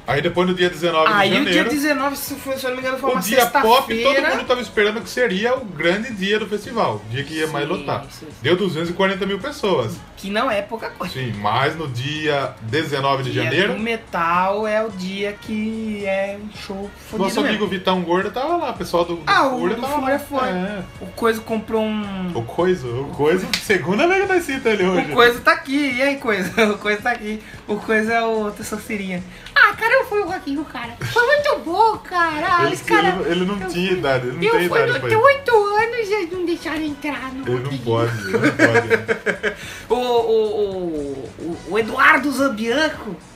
Speaker 2: Aí depois no dia 19 de
Speaker 1: Aí o
Speaker 2: janeiro.
Speaker 1: dia 19, se foi- se eu não me engano, foi
Speaker 2: O
Speaker 1: uma
Speaker 2: dia pop, todo
Speaker 1: sexta-feira.
Speaker 2: mundo tava esperando que seria o grande dia do festival, o dia que ia mais
Speaker 1: Sim,
Speaker 2: lotar.
Speaker 1: sim, sim.
Speaker 2: Deu 240 mil pessoas.
Speaker 1: Que não é pouca coisa.
Speaker 2: Sim, mas no dia 19 de
Speaker 1: Dia
Speaker 2: janeiro,
Speaker 1: do metal é o dia que é um show fodido
Speaker 2: nosso
Speaker 1: mesmo.
Speaker 2: amigo Vitão Gorda tava lá, o pessoal do, do
Speaker 1: Ah, o
Speaker 2: Fúria
Speaker 1: do
Speaker 2: tava
Speaker 1: Fúria
Speaker 2: lá.
Speaker 1: foi.
Speaker 2: É.
Speaker 1: O Coisa comprou um.
Speaker 2: O Coisa, o Coisa, segunda vez que nós cita ele hoje.
Speaker 1: O Coisa tá aqui, e aí, Coisa? O Coisa tá aqui. O Coisa é o Tessocirinha. Ah, cara, eu fui o Rock in Rio, cara. Foi muito bom, cara.
Speaker 2: ele,
Speaker 1: Esse cara.
Speaker 2: ele, ele não
Speaker 1: eu
Speaker 2: tinha
Speaker 1: fui-
Speaker 2: idade, ele não tem
Speaker 1: Eu fui
Speaker 2: idade
Speaker 1: no
Speaker 2: pra
Speaker 1: tenho
Speaker 2: isso.
Speaker 1: oito anos e eles não deixaram entrar no
Speaker 2: Ele
Speaker 1: Rock in
Speaker 2: não
Speaker 1: Rio.
Speaker 2: pode, ele não pode.
Speaker 1: O, o, o, o Eduardo Zambianco.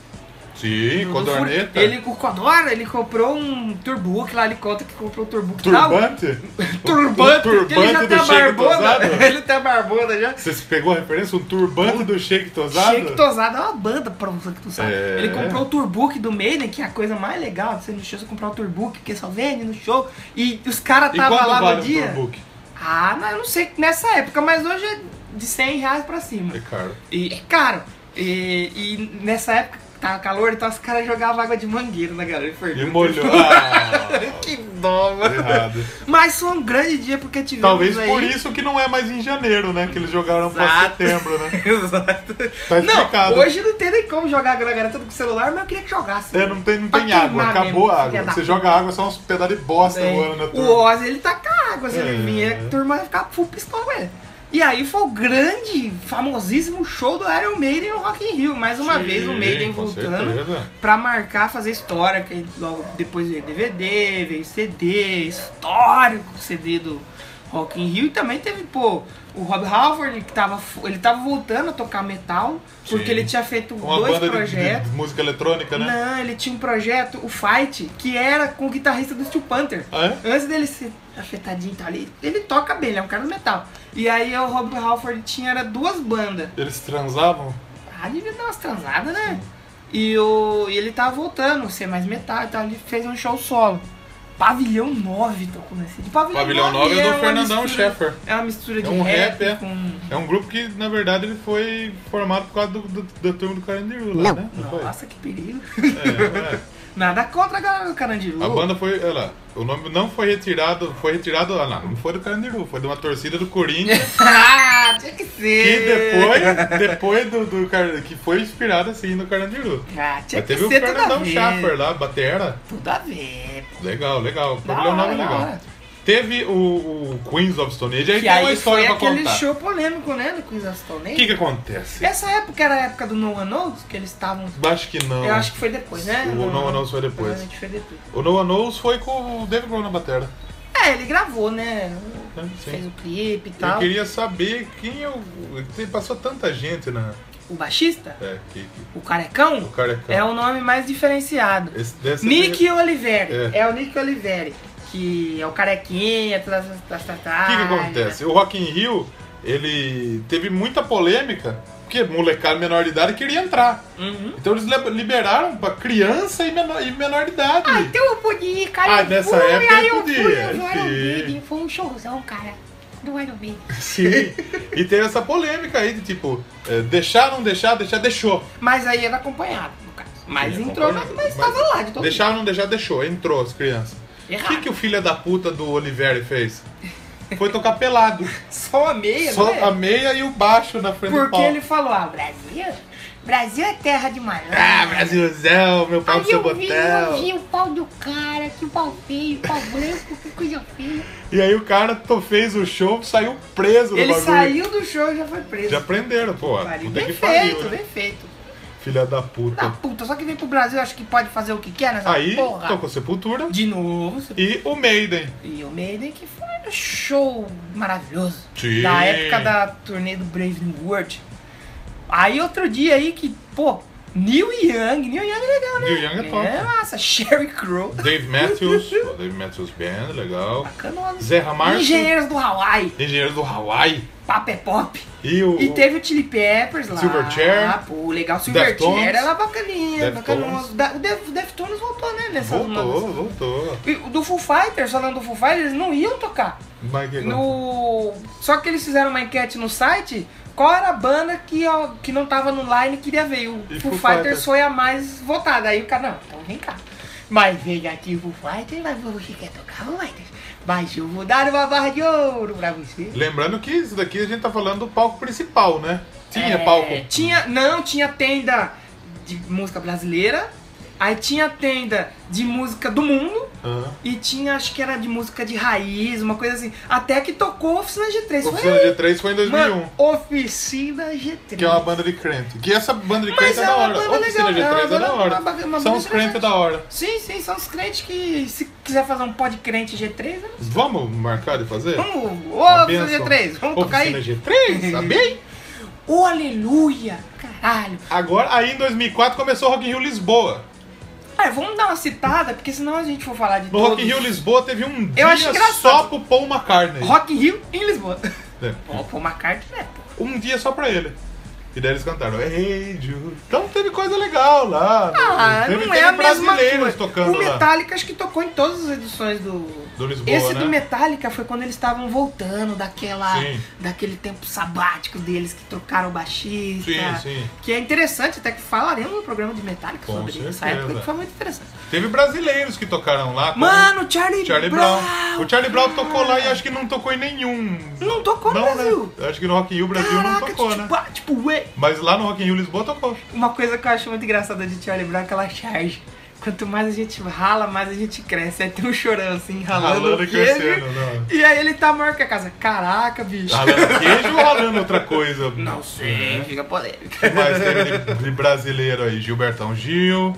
Speaker 1: do-
Speaker 2: Sim,
Speaker 1: do
Speaker 2: Codorneta.
Speaker 1: Fur- Ele, o Codora, ele comprou um Turbook lá, ele conta que comprou um Turbook tal.
Speaker 2: Turbante?
Speaker 1: Turbante,
Speaker 2: o, o
Speaker 1: porque ele já
Speaker 2: turbante
Speaker 1: tem
Speaker 2: do
Speaker 1: a
Speaker 2: Shake
Speaker 1: barbona.
Speaker 2: Tosado?
Speaker 1: Ele tem a barbona já.
Speaker 2: Você pegou a referência? Um turbante do Shake Tosado?
Speaker 1: Shake Tosado é uma banda pra você que tu sabe.
Speaker 2: É.
Speaker 1: Ele comprou o Turbook do Maiden, que é a coisa mais legal de ser no show, você comprar o Turbook, porque só vende no show. E os caras
Speaker 2: E
Speaker 1: tava
Speaker 2: quanto
Speaker 1: lá
Speaker 2: vale
Speaker 1: no
Speaker 2: um
Speaker 1: dia.
Speaker 2: Turbook?
Speaker 1: Ah, não, eu não sei nessa época, mas hoje é de 100 reais pra cima.
Speaker 2: É caro.
Speaker 1: E é caro. E, e nessa época tava calor, então os caras jogavam água de mangueira na galera.
Speaker 2: E
Speaker 1: fervia.
Speaker 2: molhou. Ah,
Speaker 1: Que dó, mano.
Speaker 2: errado.
Speaker 1: Mas foi um grande dia porque tivemos
Speaker 2: Talvez
Speaker 1: aí...
Speaker 2: por isso que não é mais em janeiro, né? Que eles jogaram pra
Speaker 1: Exato.
Speaker 2: setembro, né?
Speaker 1: Exato.
Speaker 2: Tá explicado.
Speaker 1: não, hoje não tem nem como jogar água na garota com o celular, mas eu queria que jogasse.
Speaker 2: É, não tem, não
Speaker 1: Pra
Speaker 2: tem
Speaker 1: queimar
Speaker 2: água,
Speaker 1: mesmo,
Speaker 2: acabou a água.
Speaker 1: filha da
Speaker 2: Você
Speaker 1: puta.
Speaker 2: joga água, só uns pedaços de bosta
Speaker 1: É.
Speaker 2: voando na
Speaker 1: O
Speaker 2: turma.
Speaker 1: Ozzy, ele tá com a água, se
Speaker 2: É.
Speaker 1: ele vinha, a turma ia ficar full pistola com ele. E aí foi o grande, famosíssimo show do Iron Maiden no Rock in Rio. Mais uma
Speaker 2: Sim,
Speaker 1: vez o Maiden
Speaker 2: com
Speaker 1: voltando
Speaker 2: certeza.
Speaker 1: pra marcar, fazer história. Que aí logo depois veio DVD, veio CD, histórico CD do Rock in Rio. E também teve, pô, o Rob Halford, que tava, fu- ele tava voltando a tocar metal, porque
Speaker 2: Sim.
Speaker 1: ele tinha feito
Speaker 2: Uma
Speaker 1: dois
Speaker 2: banda de- de,
Speaker 1: projetos.
Speaker 2: de música eletrônica, né?
Speaker 1: Não, ele tinha um projeto, o Fight, que era com o guitarrista do Steel Panther.
Speaker 2: Ah, é?
Speaker 1: Antes dele ser afetadinho e tal, ele, ele toca bem, ele é um cara do metal. E aí o Rob Halford tinha era duas bandas.
Speaker 2: Eles transavam?
Speaker 1: Ah, devia dar umas transadas, né? E, o, e ele tava voltando, a ser mais metal e tal, ele fez um show solo. Pavilhão 9 tocou nesse dia.
Speaker 2: Pavilhão 9 é do
Speaker 1: uma
Speaker 2: Fernandão
Speaker 1: mistura-
Speaker 2: Scheffer.
Speaker 1: É uma mistura de
Speaker 2: É um
Speaker 1: rap,
Speaker 2: rap, é.
Speaker 1: com...
Speaker 2: É um grupo que, na verdade, ele foi formado por causa do, do, da turma do Carandiru lá, né? Não foi?
Speaker 1: Nossa, que perigo.
Speaker 2: É, é.
Speaker 1: Nada contra a galera do Carandiru.
Speaker 2: A banda foi, olha lá, o nome não foi retirado, foi retirado, ah, não, não foi do Carandiru, foi de uma torcida do Corinthians,
Speaker 1: ah, tinha que
Speaker 2: que
Speaker 1: ser.
Speaker 2: depois, depois do, do Car- que foi inspirada, assim, no Carandiru.
Speaker 1: Ah, tinha
Speaker 2: Mas
Speaker 1: que
Speaker 2: teve o
Speaker 1: ser tudo a
Speaker 2: Fernandão
Speaker 1: ver.
Speaker 2: Schaffer lá, batera,
Speaker 1: Tudo a ver. pô.
Speaker 2: legal, legal, o
Speaker 1: Da hora,
Speaker 2: nome é
Speaker 1: da
Speaker 2: legal.
Speaker 1: hora.
Speaker 2: Teve o, o Queens of Stone Age, aí
Speaker 1: Que
Speaker 2: tem uma
Speaker 1: aí foi
Speaker 2: história pra
Speaker 1: aquele
Speaker 2: contar.
Speaker 1: show polêmico, né, do Queens of Stone
Speaker 2: O
Speaker 1: Age.
Speaker 2: que que acontece?
Speaker 1: Essa época era a época do No One Knows, que eles estavam...
Speaker 2: Acho que não.
Speaker 1: Eu acho que foi depois, né?
Speaker 2: O No One Knows foi depois.
Speaker 1: Provavelmente foi depois.
Speaker 2: O Noah Knows foi com o David Grohl na batera.
Speaker 1: É, ele gravou, né?
Speaker 2: né?
Speaker 1: Fez
Speaker 2: Sim.
Speaker 1: o clipe e
Speaker 2: Eu
Speaker 1: tal.
Speaker 2: queria saber quem é o... tem- Passou tanta gente na...
Speaker 1: O baixista,
Speaker 2: É, que- que-
Speaker 1: o carecão,
Speaker 2: O carecão.
Speaker 1: é o nome mais diferenciado.
Speaker 2: esse- deve ser-
Speaker 1: Nick Oliveri.
Speaker 2: É.
Speaker 1: É. o Nick Oliveri. Que é o carequinha, tá, tá, tá,
Speaker 2: O que, que acontece? O Rock in Rio, ele teve muita polêmica, porque molecada menor de idade queria entrar.
Speaker 1: Uhum.
Speaker 2: Então eles le- liberaram pra criança e menor, e menor de idade.
Speaker 6: Ah, então
Speaker 1: um
Speaker 6: eu podia ir, cara.
Speaker 2: Ah,
Speaker 6: eu
Speaker 2: nessa
Speaker 6: fui,
Speaker 2: época
Speaker 6: aí
Speaker 2: eu
Speaker 6: eu
Speaker 2: podia,
Speaker 6: fui no Iron
Speaker 2: sim.
Speaker 6: Maiden, foi um showzão, cara, do Iron Maiden.
Speaker 2: Sim. e teve essa polêmica aí de tipo, é, deixar, não deixar, deixar, deixou.
Speaker 1: Mas aí era acompanhado, no caso. Mas
Speaker 2: Sim,
Speaker 1: entrou, mas,
Speaker 2: acompanhado,
Speaker 1: mas
Speaker 2: mas
Speaker 1: tava lá de todo
Speaker 2: Deixar, não deixar, deixou. Entrou as crianças. O
Speaker 1: Errado.
Speaker 2: que, que o filho da puta do Oliveri fez? Foi tocar pelado.
Speaker 1: mundo. Só a meia,
Speaker 2: Só
Speaker 1: né?
Speaker 2: a meia e o baixo na frente do
Speaker 1: Porque
Speaker 2: palco.
Speaker 1: ele falou, ah, Brasil,
Speaker 6: Brasil? Brasil é terra de malandro.
Speaker 2: Ah, Brasilzão, meu pau no
Speaker 6: Aí
Speaker 2: seu
Speaker 6: eu vi, eu
Speaker 2: botel.
Speaker 6: vi o pau do cara, que pau feio, pau branco, que coisa feia.
Speaker 2: E aí o cara to- fez o show, saiu preso no
Speaker 1: ele
Speaker 2: é bagulho.
Speaker 1: saiu do show e já foi preso.
Speaker 2: Já prenderam, pô.
Speaker 1: Pariu.
Speaker 2: Puta
Speaker 1: Bem
Speaker 2: que
Speaker 1: feito,
Speaker 2: pariu, né?
Speaker 1: bem feito.
Speaker 2: Filha da
Speaker 1: Da
Speaker 2: puta.
Speaker 1: puta, só que vem pro Brasil, acho que pode fazer o que quer nessa
Speaker 2: Aí
Speaker 1: porra.
Speaker 2: tocou Sepultura
Speaker 1: De novo, você-
Speaker 2: e o Maiden.
Speaker 1: e o Maiden que foi um show maravilhoso.
Speaker 2: Sim.
Speaker 1: Da época da turnê do Brave New World. Aí outro dia aí que, pô, Neil Young, Neil Young é legal, né?
Speaker 2: Neil Young é top.
Speaker 1: É massa, Sherry Crow.
Speaker 2: Dave Matthews, o Dave Matthews Band, legal.
Speaker 1: Bacana.
Speaker 2: Zé Ramarco.
Speaker 1: Engenheiros do Hawaii,
Speaker 2: Engenheiro do Hawaii.
Speaker 1: Papé Pop.
Speaker 2: E o.
Speaker 1: E teve o Chili Peppers lá.
Speaker 2: Silverchair.
Speaker 1: Ah, pô, legal. Silverchair
Speaker 2: Deftones.
Speaker 1: era bacaninha,
Speaker 2: Deftones.
Speaker 1: bacanoso. Da- O Def- Deftones voltou, né? Nessas
Speaker 2: Voltou, voltou.
Speaker 1: E o Do Full Fighters, falando do Full Fighters, eles não iam tocar.
Speaker 2: Mas que
Speaker 1: No... Só que eles fizeram uma enquete no site. Qual era a banda que, ó, que não tava no line e queria ver? O
Speaker 2: E
Speaker 1: Foo
Speaker 2: Foo
Speaker 1: Fighters
Speaker 2: Fighters.
Speaker 1: foi a mais votada. Aí o cara, não, então vem cá. Mas vem aqui o Foo Fighters, mas você quer tocar Foo Fighters? Mas eu vou dar uma barra de ouro pra você.
Speaker 2: Lembrando que isso daqui a gente tá falando do palco principal, né? Tinha
Speaker 1: É,
Speaker 2: palco.
Speaker 1: Tinha, não, tinha tenda de música brasileira. Aí tinha tenda de música do mundo.
Speaker 2: Aham.
Speaker 1: E tinha, acho que era de música de raiz, uma coisa assim. Até que tocou Oficina G3.
Speaker 2: Oficina
Speaker 1: foi aí.
Speaker 2: G3 foi em 2001,
Speaker 1: Mano, Oficina G3.
Speaker 2: que é uma banda de crente. Que essa banda de
Speaker 1: Mas
Speaker 2: crente é,
Speaker 1: é
Speaker 2: da
Speaker 1: uma
Speaker 2: hora.
Speaker 1: banda
Speaker 2: Oficina
Speaker 1: legal, é
Speaker 2: G3
Speaker 1: uma
Speaker 2: é da
Speaker 1: banda-
Speaker 2: hora.
Speaker 1: uma ba- uma
Speaker 2: São
Speaker 1: banda
Speaker 2: os crentes
Speaker 1: interessante.
Speaker 2: da hora.
Speaker 1: Sim, sim, são os crentes que se quiser fazer um pod crente G3, né?
Speaker 2: Vamos marcar de fazer?
Speaker 1: vamos. Ô,
Speaker 2: É. Uma
Speaker 1: Oficina
Speaker 2: bênção.
Speaker 1: G3, vamos tocar aí.
Speaker 2: Oficina G3, sabia?
Speaker 1: Ô, aleluia, caralho.
Speaker 2: Agora, aí em 2004 começou o Rock in Rio Lisboa.
Speaker 1: Ah, vamos dar uma citada, porque senão a gente for falar de
Speaker 2: No
Speaker 1: todos.
Speaker 2: Rock in Rio Lisboa teve um
Speaker 1: Eu acho
Speaker 2: dia
Speaker 1: engraçado.
Speaker 2: só pro Paul McCartney.
Speaker 1: Rock in Rio em Lisboa.
Speaker 2: É.
Speaker 1: Pô, pô, uma carta, né, pô?
Speaker 2: Um dia só pra ele. E daí eles cantaram Hey Jude. Então teve coisa legal lá. né?
Speaker 1: Ah,
Speaker 2: teve
Speaker 1: não
Speaker 2: teve
Speaker 1: é a mesma
Speaker 2: brasileiros
Speaker 1: coisa.
Speaker 2: tocando
Speaker 1: o
Speaker 2: lá.
Speaker 1: Metallica acho que tocou em todas as edições do.
Speaker 2: Do Lisboa,
Speaker 1: Esse
Speaker 2: né?
Speaker 1: do Metallica foi quando eles estavam voltando daquela,
Speaker 2: Sim.
Speaker 1: daquele tempo sabático deles que trocaram o baixista.
Speaker 2: Sim, sim.
Speaker 1: Que é interessante, até que falaremos no programa de Metallica
Speaker 2: Com
Speaker 1: sobre essa
Speaker 2: certeza.
Speaker 1: época que foi muito interessante.
Speaker 2: Teve brasileiros que tocaram lá. como
Speaker 1: Mano, Charlie,
Speaker 2: Charlie Brown.
Speaker 1: Brown.
Speaker 2: O Charlie Brown tocou lá e acho que não tocou em nenhum.
Speaker 1: Não tocou no
Speaker 2: Não,
Speaker 1: Brasil.
Speaker 2: Né? Acho que no Rock in Rio Brasil
Speaker 1: Caraca,
Speaker 2: não tocou, né?
Speaker 1: tipo, ah, tipo, ué.
Speaker 2: Mas lá no Rock in Rio Lisboa tocou.
Speaker 1: Uma coisa que eu acho muito engraçada de Charlie Brown é que ela charge. Quanto mais a gente rala, mais a gente cresce. Aí tem um chorão assim, ralando,
Speaker 2: Ralando
Speaker 1: o
Speaker 2: e
Speaker 1: queijo.
Speaker 2: crescendo, não.
Speaker 1: E aí ele tá maior que a casa. Caraca, bicho.
Speaker 2: Ralando Ah, queijo ou ralando outra coisa?
Speaker 1: Não
Speaker 2: Uhum.
Speaker 1: sei, fica polêmico.
Speaker 2: Mas teve de- de brasileiro aí, Gilbertão Gil.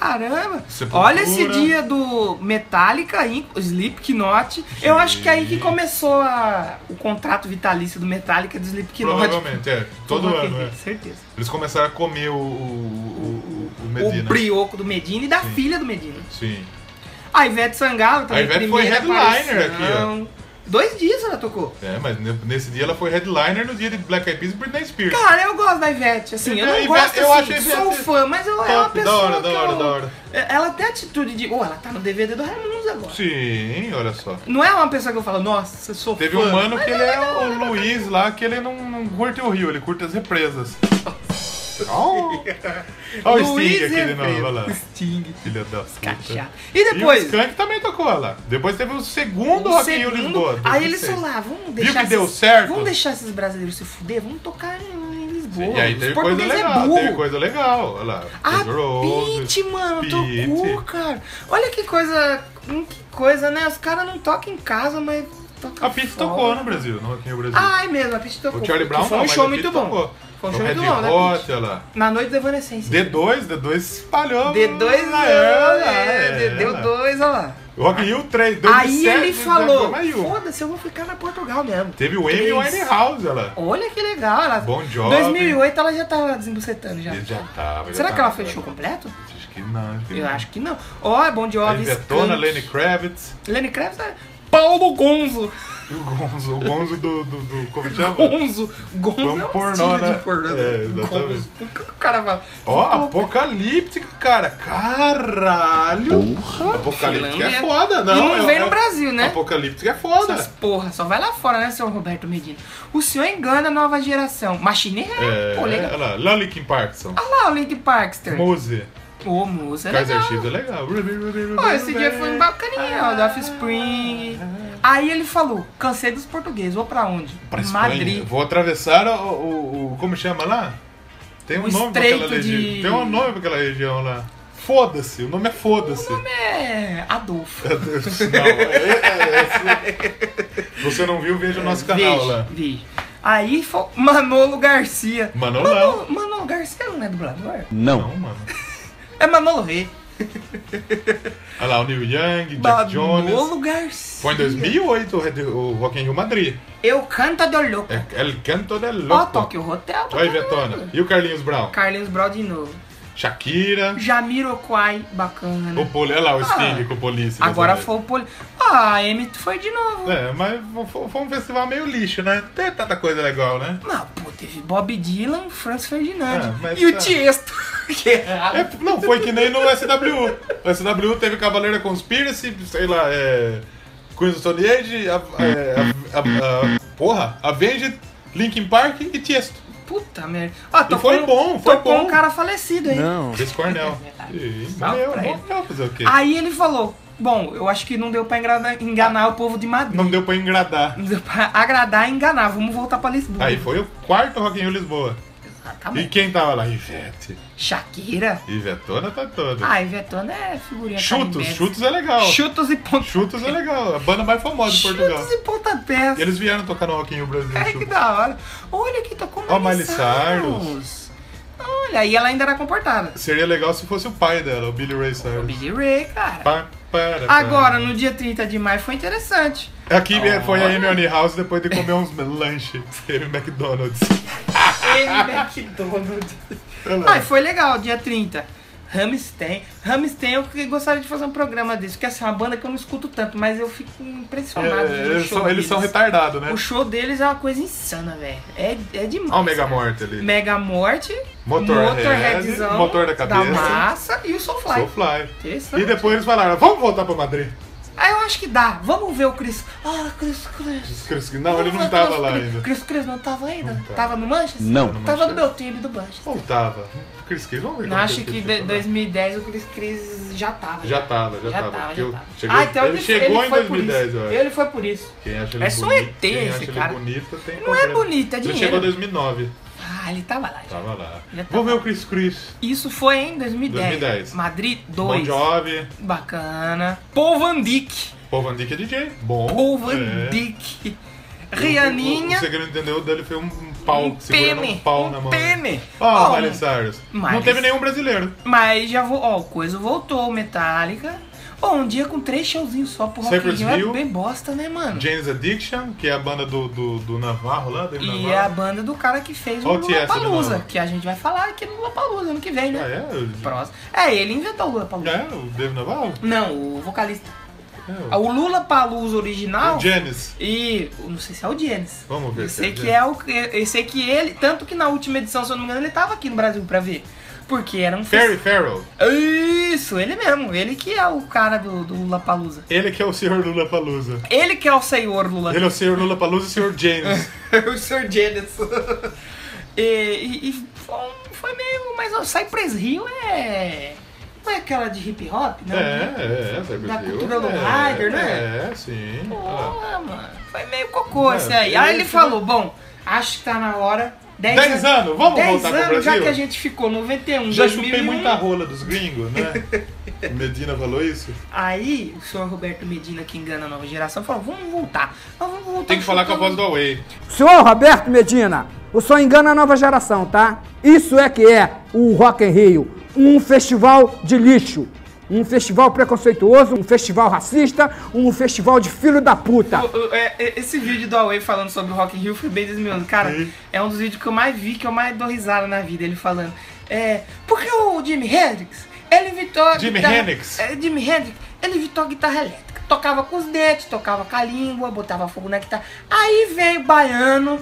Speaker 1: Caramba.
Speaker 2: Sepultura.
Speaker 1: Olha esse dia do Metallica, in- Slipknot. Eu acho que é aí que começou a- o contrato vitalício do Metallica e do Slipknot.
Speaker 2: Provavelmente, é. Todo
Speaker 1: Rock in
Speaker 2: ano,
Speaker 1: Rio,
Speaker 2: é.
Speaker 1: Certeza.
Speaker 2: Eles começaram a comer o, o, o, o Medina.
Speaker 1: O brioco do Medina e da filha do Medina.
Speaker 2: Sim.
Speaker 1: A Ivete Sangalo também.
Speaker 2: A Ivete foi
Speaker 1: primeira
Speaker 2: headliner aqui, ó.
Speaker 1: aparição. Dois dias ela tocou.
Speaker 2: É, mas ne- nesse dia ela foi headliner no dia de Black Eyed Peas e Britney Spears.
Speaker 1: Cara, eu gosto da Ivete, assim, eu
Speaker 2: A
Speaker 1: não
Speaker 2: Ivete-
Speaker 1: gosto,
Speaker 2: eu
Speaker 1: assim,
Speaker 2: acho a
Speaker 1: sou
Speaker 2: Ivete
Speaker 1: fã, mas ela é uma
Speaker 2: top, da
Speaker 1: pessoa
Speaker 2: hora, da
Speaker 1: que
Speaker 2: hora,
Speaker 1: eu- É,
Speaker 2: da hora.
Speaker 1: Ela tem atitude de, oh, ela tá no DVD do Raimundos agora.
Speaker 2: Sim, olha só.
Speaker 1: Não é uma pessoa que eu falo, nossa, eu sou
Speaker 2: Teve
Speaker 1: fã.
Speaker 2: um mano que ele é o Luiz lá, que ele não, não curte o rio, ele curte as represas. Olha o
Speaker 1: Luiz
Speaker 2: Sting aquele
Speaker 1: Represa.
Speaker 2: nome, olha lá.
Speaker 1: Sting.
Speaker 2: Filha da puta.
Speaker 1: Cachá. E
Speaker 2: E o
Speaker 1: depois,
Speaker 2: Skank também tocou olha lá. Depois teve o segundo
Speaker 1: o
Speaker 2: Rock in Rio
Speaker 1: segundo,
Speaker 2: Lisboa.
Speaker 1: aí eles
Speaker 2: 2006.
Speaker 1: são lá, vamos deixar,
Speaker 2: que
Speaker 1: esses,
Speaker 2: deu certo?
Speaker 1: vamos deixar esses brasileiros se fuder, vamos tocar em, em Lisboa.
Speaker 2: E aí
Speaker 1: Os
Speaker 2: teve coisa
Speaker 1: portugueses é
Speaker 2: legal,
Speaker 1: burro.
Speaker 2: teve coisa legal, olha lá.
Speaker 1: Ah,
Speaker 2: Guns N' Roses,
Speaker 1: Pete, mano,
Speaker 2: Pete.
Speaker 1: tocou, cara. Olha que coisa, hum, que coisa, né? Os caras não tocam em casa, mas tocam
Speaker 2: A Pete
Speaker 1: fora.
Speaker 2: tocou no Brasil, no Rock in Rio Brasil.
Speaker 1: Ai, mesmo, a Pete tocou.
Speaker 2: o Charlie
Speaker 1: Ah, Que
Speaker 2: Brown
Speaker 1: Foi um
Speaker 2: não, mas
Speaker 1: show
Speaker 2: a Pete
Speaker 1: muito bom.
Speaker 2: tocou.
Speaker 1: Foi um
Speaker 2: O
Speaker 1: show muito
Speaker 2: Red
Speaker 1: bom, né,
Speaker 2: Hot,
Speaker 1: Pete?
Speaker 2: olha lá.
Speaker 1: Na noite da Evanescence.
Speaker 2: D2, D2 espalhou.
Speaker 1: D2,
Speaker 2: Ah,
Speaker 1: é,
Speaker 2: é,
Speaker 1: é, deu
Speaker 2: é.
Speaker 1: dois, olha lá.
Speaker 2: O Rock in Rio 3, 2007.
Speaker 1: Aí ele
Speaker 2: né,
Speaker 1: falou,
Speaker 2: foi mais um.
Speaker 1: foda-se, eu vou ficar na Portugal mesmo.
Speaker 2: Teve o Amy
Speaker 1: Três.
Speaker 2: Winehouse, olha lá.
Speaker 1: Olha que legal, ela...
Speaker 2: Bon Jovi.
Speaker 1: 2008 ela já tava desembucetando já.
Speaker 2: Ele já tava. já
Speaker 1: um.
Speaker 2: tá
Speaker 1: Será que
Speaker 2: tava,
Speaker 1: ela fez show completo?
Speaker 2: Acho que não. Acho que
Speaker 1: Eu
Speaker 2: não.
Speaker 1: acho que não. Ó, Bon
Speaker 2: A
Speaker 1: Jovi,
Speaker 2: Ivetona,
Speaker 1: Skank.
Speaker 2: Lenny Kravitz.
Speaker 1: Lenny Kravitz é Paulo Gonzo.
Speaker 2: E o Gonzo. O Gonzo do... do, do como chama?
Speaker 1: Gonzo. Gonzo
Speaker 2: Foi um
Speaker 1: é um
Speaker 2: pornô,
Speaker 1: estilo
Speaker 2: né?
Speaker 1: de pornô.
Speaker 2: É, exatamente.
Speaker 1: Gonzo. O que o cara fala?
Speaker 2: Ó, Apocalíptica, cara. Caralho. Apocalíptica é
Speaker 1: Finlândia.
Speaker 2: foda,
Speaker 1: E
Speaker 2: não.
Speaker 1: não
Speaker 2: é-
Speaker 1: veio no
Speaker 2: é-
Speaker 1: Brasil, né?
Speaker 2: Apocalíptica é foda.
Speaker 1: Essas porra, só vai lá fora, né, seu Roberto Medina? O senhor engana a nova geração. Machinê é,
Speaker 2: É,
Speaker 1: pô, legal. Ah,
Speaker 2: olha lá. Lá o Linkin Parkson.
Speaker 1: Olha lá o Link Parkster.
Speaker 2: Mose.
Speaker 1: Ô, moça, é
Speaker 2: Kaiser
Speaker 1: legal.
Speaker 2: Chiefs é legal.
Speaker 1: Pô, esse dia foi um bacaninha, ó, do Offspring. Aí ele falou, cansei dos portugueses, vou pra onde?
Speaker 2: Pra Espanha.
Speaker 1: Madrid.
Speaker 2: Vou atravessar o, o- o- Como chama lá? Tem um
Speaker 1: O
Speaker 2: nome pra aquela
Speaker 1: Estreito de-
Speaker 2: região. Tem um nome pra aquela região lá. Foda-se, o nome é foda-se.
Speaker 1: É, Adolfo.
Speaker 2: Não, é- é- é- Você não viu, veja o nosso canal
Speaker 1: Veja,
Speaker 2: lá.
Speaker 1: veja. Aí foi Manolo Garcia.
Speaker 2: Manolo
Speaker 1: Manolo, Manolo Garcia não é dublador?
Speaker 2: Não, mano.
Speaker 1: É Manolo Rey.
Speaker 2: Olha lá, o Neil Young, Jack Jones.
Speaker 1: Manolo Garcia.
Speaker 2: Foi em 2008 o Red- o Rock in Rio Madrid.
Speaker 1: Eu canto de louco.
Speaker 2: É El Canto del
Speaker 1: Ó,
Speaker 2: Loco.
Speaker 1: toque o hotel.
Speaker 2: Olha aí, Vetona. E o Carlinhos Brown?
Speaker 1: Carlinhos Brown de novo.
Speaker 2: Shakira.
Speaker 1: Jamiroquai, bacana.
Speaker 2: O
Speaker 1: né?
Speaker 2: poli... Olha lá o Sting
Speaker 1: Ah,
Speaker 2: com o Police. dessa
Speaker 1: Agora
Speaker 2: vez.
Speaker 1: foi o Poli. Ah, a Emmett foi de novo.
Speaker 2: É, mas foi foi um festival meio lixo, né? Não Tem tanta coisa legal, né?
Speaker 1: Não, pô, teve Bob Dylan, Franz Ferdinand.
Speaker 2: Ah, mas
Speaker 1: e o
Speaker 2: tá.
Speaker 1: Tiesto. que errado.
Speaker 2: É, não, foi que nem no SW. O SW teve Cavaleira Conspiracy, sei lá, é. Queens of Stone Age, a, é, a- a- a- porra, Avenged, Linkin Park e Tiesto.
Speaker 1: Puta merda. Ó, tocou
Speaker 2: foi
Speaker 1: um-
Speaker 2: bom, foi
Speaker 1: tocou
Speaker 2: bom.
Speaker 1: um cara falecido aí.
Speaker 7: Não.
Speaker 2: Chris Cornell. Ih, Morreu,
Speaker 1: É pra ele.
Speaker 2: morreu, fazer o quê?
Speaker 1: Aí ele falou: Bom, eu acho que não deu pra enganar, enganar o povo de Madrid.
Speaker 2: Não deu pra engradar.
Speaker 1: Não deu pra agradar e enganar. Vamos voltar pra Lisboa.
Speaker 2: Aí foi o quarto Rock in Rio Lisboa.
Speaker 1: Ah, tá bom.
Speaker 2: E quem tava lá? Ivete.
Speaker 1: Shakira.
Speaker 2: Ivetona tá toda.
Speaker 1: Ah, Ivetona é figurinha.
Speaker 2: Chutos,
Speaker 1: carimbete.
Speaker 2: Chutos é legal.
Speaker 1: Chutos e ponta.
Speaker 2: Chutos é legal, a banda mais famosa de Portugal.
Speaker 1: Chutos e pontapés.
Speaker 2: E Eles vieram tocar no Rock in Rio Brasil. tipo,
Speaker 1: É que
Speaker 2: Chutos.
Speaker 1: da hora. Olha que tocou
Speaker 2: Ó,
Speaker 1: Miley
Speaker 2: Miley Cyrus.
Speaker 1: Cyrus. Olha, e ela ainda era comportada.
Speaker 2: Seria legal se fosse o pai dela, o Billy Ray
Speaker 1: O
Speaker 2: Cyrus.
Speaker 1: Billy Ray, cara.
Speaker 2: Pá, para, para.
Speaker 1: Agora, né? no dia 30 de maio foi interessante.
Speaker 2: Aqui eh, foi a Amy House depois de comer uns lanches. Teve McDonald's.
Speaker 1: Ele é McDonald's. Ah, e foi legal, dia 30. Ramstein. Ramstein, eu que- gostaria de fazer um programa desse, porque essa é uma banda que eu não escuto tanto, mas eu fico impressionado.
Speaker 2: É,
Speaker 1: vendo o
Speaker 2: eles,
Speaker 1: show
Speaker 2: são, eles são
Speaker 1: deles.
Speaker 2: retardados, né?
Speaker 1: O show deles é uma coisa insana, velho. É, é demais.
Speaker 2: Olha o Mega
Speaker 1: cara.
Speaker 2: Morte ali.
Speaker 1: Mega Morte,
Speaker 2: Motorhead,
Speaker 1: Motorheadzão,
Speaker 2: Motor da Cabeça.
Speaker 1: massa e o Soulfly.
Speaker 2: Soulfly.
Speaker 1: Interessante.
Speaker 2: E depois eles falaram, vamos voltar pra Madrid.
Speaker 1: Ah, eu acho que dá. Vamos ver o Chris. Ah, Chris, Chris.
Speaker 2: Não, ele não
Speaker 1: Vamos ver
Speaker 2: tava
Speaker 1: o
Speaker 2: lá
Speaker 1: Chris-
Speaker 2: ainda.
Speaker 1: Chris, Chris não tava ainda?
Speaker 2: Não tava.
Speaker 1: Tava no Manchester?
Speaker 7: Não.
Speaker 1: Tava no meu time do Manchester.
Speaker 2: Voltava. Chris Cris, vamos ver.
Speaker 1: Não
Speaker 2: como
Speaker 1: acho
Speaker 2: o Chris
Speaker 1: que
Speaker 2: Cris
Speaker 1: de-
Speaker 2: tá lá.
Speaker 1: 2010 o Chris Cris já tava.
Speaker 2: Já tava, já,
Speaker 1: Já
Speaker 2: tava.
Speaker 1: tava,
Speaker 2: porque
Speaker 1: já
Speaker 2: eu
Speaker 1: tava.
Speaker 2: cheguei-
Speaker 1: ah, então
Speaker 2: ele, chegou
Speaker 1: ele
Speaker 2: em
Speaker 1: foi por
Speaker 2: 2010,
Speaker 1: isso.
Speaker 2: eu acho.
Speaker 1: Ele foi por isso.
Speaker 2: Quem acha ele
Speaker 1: É só
Speaker 2: bonito,
Speaker 1: ET
Speaker 2: quem
Speaker 1: esse
Speaker 2: acha
Speaker 1: cara.
Speaker 2: ele bonito tem
Speaker 1: Não é
Speaker 2: problema.
Speaker 1: bonito, é
Speaker 2: Ele
Speaker 1: dinheiro.
Speaker 2: chegou em 2009,
Speaker 1: Ah, ele tava lá. Já.
Speaker 2: tava lá.
Speaker 1: Já tava.
Speaker 2: Vamos ver o Chris Chris.
Speaker 1: Isso foi em 2010.
Speaker 2: 2010.
Speaker 1: Madrid
Speaker 2: Bon
Speaker 1: 2.
Speaker 2: Jovi,
Speaker 1: Bacana. Paul Van Dyck.
Speaker 2: Paul Van Dyck é DJ. Bom.
Speaker 1: Paul Van
Speaker 2: é.
Speaker 1: Dyck.
Speaker 2: O, o,
Speaker 1: Rianinha.
Speaker 2: o segredo entendeu dele foi um pau,
Speaker 1: Um
Speaker 2: segurando
Speaker 1: pene,
Speaker 2: um pau
Speaker 1: um
Speaker 2: na mão.
Speaker 1: pene.
Speaker 2: Ó,
Speaker 1: Ó,
Speaker 2: oh, Miley
Speaker 1: um-
Speaker 2: Cyrus. Não
Speaker 1: Miley-
Speaker 2: teve nenhum brasileiro.
Speaker 1: Mas já vou. Ó, o coisa voltou. Metallica. Ó, um dia com três showzinhos só pro Rock in
Speaker 2: Cypress
Speaker 1: Rio é
Speaker 2: Hill.
Speaker 1: bem bosta, né, mano?
Speaker 2: James Addiction, que é a banda do, do, do Navarro lá, é David
Speaker 1: E é a
Speaker 2: Navarro.
Speaker 1: banda do cara que fez o
Speaker 2: Olha o Tiesto de
Speaker 1: Lollapalooza,
Speaker 2: novo.
Speaker 1: que a gente vai falar aqui no Lollapalooza ano que vem, né?
Speaker 2: Ah, é? O-
Speaker 1: Próximo. É, ele inventou o Lollapalooza.
Speaker 2: É, o David Navarro?
Speaker 1: Não, o vocalista.
Speaker 2: É,
Speaker 1: Ah, O Lollapalooza original
Speaker 2: o Janis.
Speaker 1: e... eu Não sei se é o Janis.
Speaker 2: Vamos ver
Speaker 1: Eu
Speaker 2: se
Speaker 1: sei
Speaker 2: é o
Speaker 1: que é o... Eu sei que ele... Tanto que na última edição, se eu não me engano, ele tava aqui no Brasil pra ver. Porque era um...
Speaker 2: Perry Farrell.
Speaker 1: Isso, ele mesmo. Ele que é o cara do, do Lollapalooza.
Speaker 2: Ele que é o senhor Lula Palusa.
Speaker 1: Ele que é o senhor Lula.
Speaker 2: Ele é o senhor Lula Palusa e o senhor James.
Speaker 1: o Sr. Janis. e e- e foi, um- foi meio. Mas o Cypress Hill é. Não é aquela de hip hop, não? né?
Speaker 2: É, é, Cyber
Speaker 1: Da
Speaker 2: Hill.
Speaker 1: cultura do
Speaker 2: É,
Speaker 1: Rider, né?
Speaker 2: É, sim. Ah.
Speaker 1: Porra, mano. Foi meio cocô
Speaker 2: É,
Speaker 1: esse aí.
Speaker 2: é
Speaker 1: Aí ele
Speaker 2: isso,
Speaker 1: falou: bom, acho que tá na hora. 10
Speaker 2: 10 anos, vamos
Speaker 1: 10
Speaker 2: voltar pro
Speaker 1: anos, já
Speaker 2: Brasil?
Speaker 1: que a gente ficou 91,
Speaker 2: Já
Speaker 1: 2001.
Speaker 2: chupei muita rola dos gringos, né? Medina falou isso.
Speaker 1: Aí o senhor Roberto Medina, que engana a nova geração, falou: vamos voltar. Nós vamos voltar.
Speaker 2: Tem que falar com a voz do Away.
Speaker 4: Senhor Roberto Medina, o só engana a nova geração, tá? Isso é que é o Rock in Rio, um festival de lixo, um festival preconceituoso, um festival racista, um festival de filho da puta.
Speaker 1: O- o- é, é, Esse vídeo do Away falando sobre o Rock in Rio foi bem desmioso. Cara, é um dos vídeos que eu mais vi, que eu mais dou risada na vida, ele falando. É, porque o Jimi Hendrix, ele inventou... a
Speaker 2: Jimi
Speaker 1: guitarra-
Speaker 2: Hendrix?
Speaker 1: É, Jimi Hendrix, ele inventou a guitarra elétrica. Tocava com os dentes, tocava com a língua, botava fogo na guitarra. Aí veio Baiano...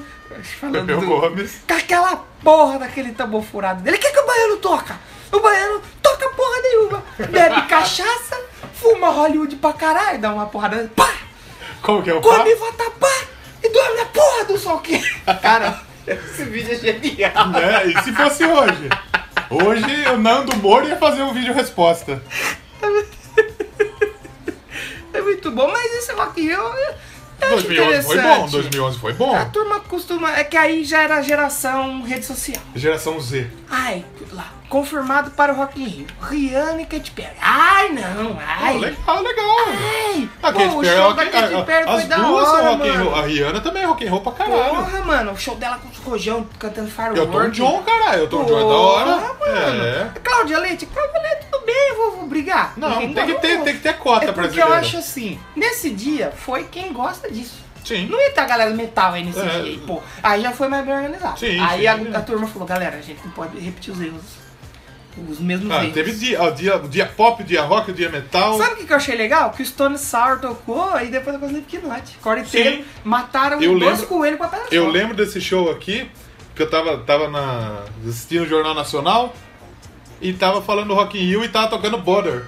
Speaker 1: Falando
Speaker 2: Pepeu Gomes.
Speaker 1: com aquela porra daquele tambor furado dele. O que, que o baiano toca? O baiano toca porra nenhuma. Bebe cachaça, fuma Hollywood pra caralho, dá uma porrada... Pá!
Speaker 2: Como que é o papo?
Speaker 1: come vatapá e dorme na porra do sol quente. Cara, esse vídeo é genial.
Speaker 2: Né? E se fosse hoje? Hoje o Nando Moro ia fazer um vídeo resposta.
Speaker 1: É muito bom, mas esse Rock in Rio eu eu acho
Speaker 2: 2011
Speaker 1: É interessante. Tá.
Speaker 2: foi bom, 2011 foi bom.
Speaker 1: A turma costuma... É que aí já era geração rede social.
Speaker 2: Geração Z.
Speaker 1: Ai, lá, confirmado para o Rock in Rio. Rihanna e Katy Perry. Ai, não, ai.
Speaker 2: Ah, legal, legal.
Speaker 1: Ai,
Speaker 2: A
Speaker 1: pô,
Speaker 2: Ah, Katy
Speaker 1: o
Speaker 2: Perry, é
Speaker 1: show
Speaker 2: a-
Speaker 1: da Katy
Speaker 2: a-
Speaker 1: Perry
Speaker 2: as
Speaker 1: foi da
Speaker 2: duas são
Speaker 1: hora,
Speaker 2: rock and roll.
Speaker 1: mano.
Speaker 2: A Rihanna também é rock and roll pra caralho.
Speaker 1: Porra, mano, o show dela com o Rojão cantando
Speaker 2: Eu
Speaker 1: Firework.
Speaker 2: tô o John, caralho. Eu tô o John é da hora.
Speaker 1: Porra, mano.
Speaker 2: É.
Speaker 1: Cláudia Leite, Cláudia Leite, tudo bem, eu vou, vou brigar.
Speaker 2: Não, tem que ter,
Speaker 1: vou.
Speaker 2: tem que ter cota
Speaker 1: é porque
Speaker 2: brasileira.
Speaker 1: eu acho assim, nesse dia foi quem gosta disso.
Speaker 2: Sim.
Speaker 1: Não ia ter a galera do metal aí nesse
Speaker 2: É.
Speaker 1: dia, aí, pô. Aí já foi mais bem organizado.
Speaker 2: Sim,
Speaker 1: aí
Speaker 2: sim,
Speaker 1: a,
Speaker 2: sim.
Speaker 1: a turma falou, galera, a gente não pode repetir os erros. Os mesmos
Speaker 2: Ah,
Speaker 1: erros.
Speaker 2: teve dia, ó, dia, dia pop, dia rock, dia metal.
Speaker 1: Sabe o que, que eu achei legal? Que o Stone Sour tocou e depois eu consegui Slipknot. Corey
Speaker 2: Sim.
Speaker 1: Taylor mataram
Speaker 2: Eu
Speaker 1: dois
Speaker 2: lembro-
Speaker 1: coelhos com a pedra
Speaker 2: Eu
Speaker 1: só.
Speaker 2: lembro desse show aqui, que eu tava, tava na, assistindo o Jornal Nacional e tava falando Rock in Rio e tava tocando Border.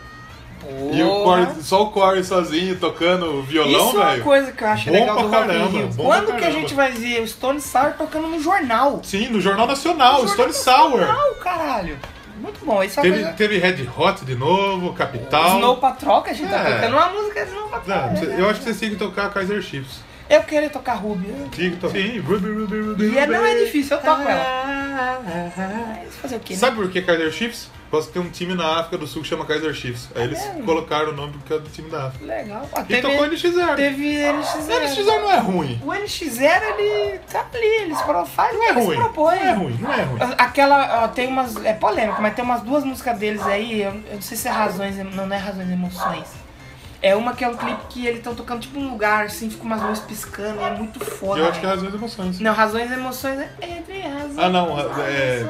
Speaker 2: E o Corey, só o Corey sozinho tocando violão,
Speaker 1: Isso é uma
Speaker 2: velho.
Speaker 1: coisa que eu acho
Speaker 2: Bom
Speaker 1: legal
Speaker 2: pra
Speaker 1: do Rock in
Speaker 2: caramba,
Speaker 1: Rio.
Speaker 2: bom pra
Speaker 1: Quando que a
Speaker 2: caramba.
Speaker 1: gente vai ver o Stone Sour tocando no jornal?
Speaker 2: Sim, no Jornal Nacional, Stone Sour.
Speaker 1: Não, caralho. Muito bom. Isso é uma
Speaker 2: Teve,
Speaker 1: coisa...
Speaker 2: teve Red Hot de novo, Capital.
Speaker 1: Snow Patrol, que a gente tá
Speaker 2: É.
Speaker 1: tocando uma música de Snow Patrol.
Speaker 2: Não,
Speaker 1: né?
Speaker 2: eu acho que vocês tinham que tocar Kaiser Chiefs.
Speaker 1: Eu queria tocar Ruby.
Speaker 2: Tinha que tocar. Sim, Ruby, Ruby, Ruby.
Speaker 1: E é-
Speaker 2: Ruby.
Speaker 1: não é difícil, eu toco ela. Mas fazer o quê? né?
Speaker 2: Sabe por que Kaiser Chiefs? Por causa que tem um time na África do Sul que chama Kaiser Chiefs. Aí eles
Speaker 1: É.
Speaker 2: colocaram o nome por causa do time da África.
Speaker 1: Legal. Ah,
Speaker 2: E tocou NX0.
Speaker 1: Teve NX0.
Speaker 2: NX0 não é ruim.
Speaker 1: O NX0, ele tá ali, eles pro- faz
Speaker 2: Não é
Speaker 1: o que eles
Speaker 2: ruim.
Speaker 1: propõem. Ah,
Speaker 2: Não é ruim, não é ruim.
Speaker 1: Aquela, ó, tem umas, é polêmico, mas tem umas duas músicas deles aí, eu, eu não sei se é Razões, não, não é Razões, é Emoções. É uma que é um clipe que eles estão tocando tipo um lugar, assim, fica umas luzes piscando, e é muito foda.
Speaker 2: Eu acho que é
Speaker 1: velho.
Speaker 2: razões e emoções.
Speaker 1: Não, Razões e Emoções é entre razões.
Speaker 2: Ah, não, é.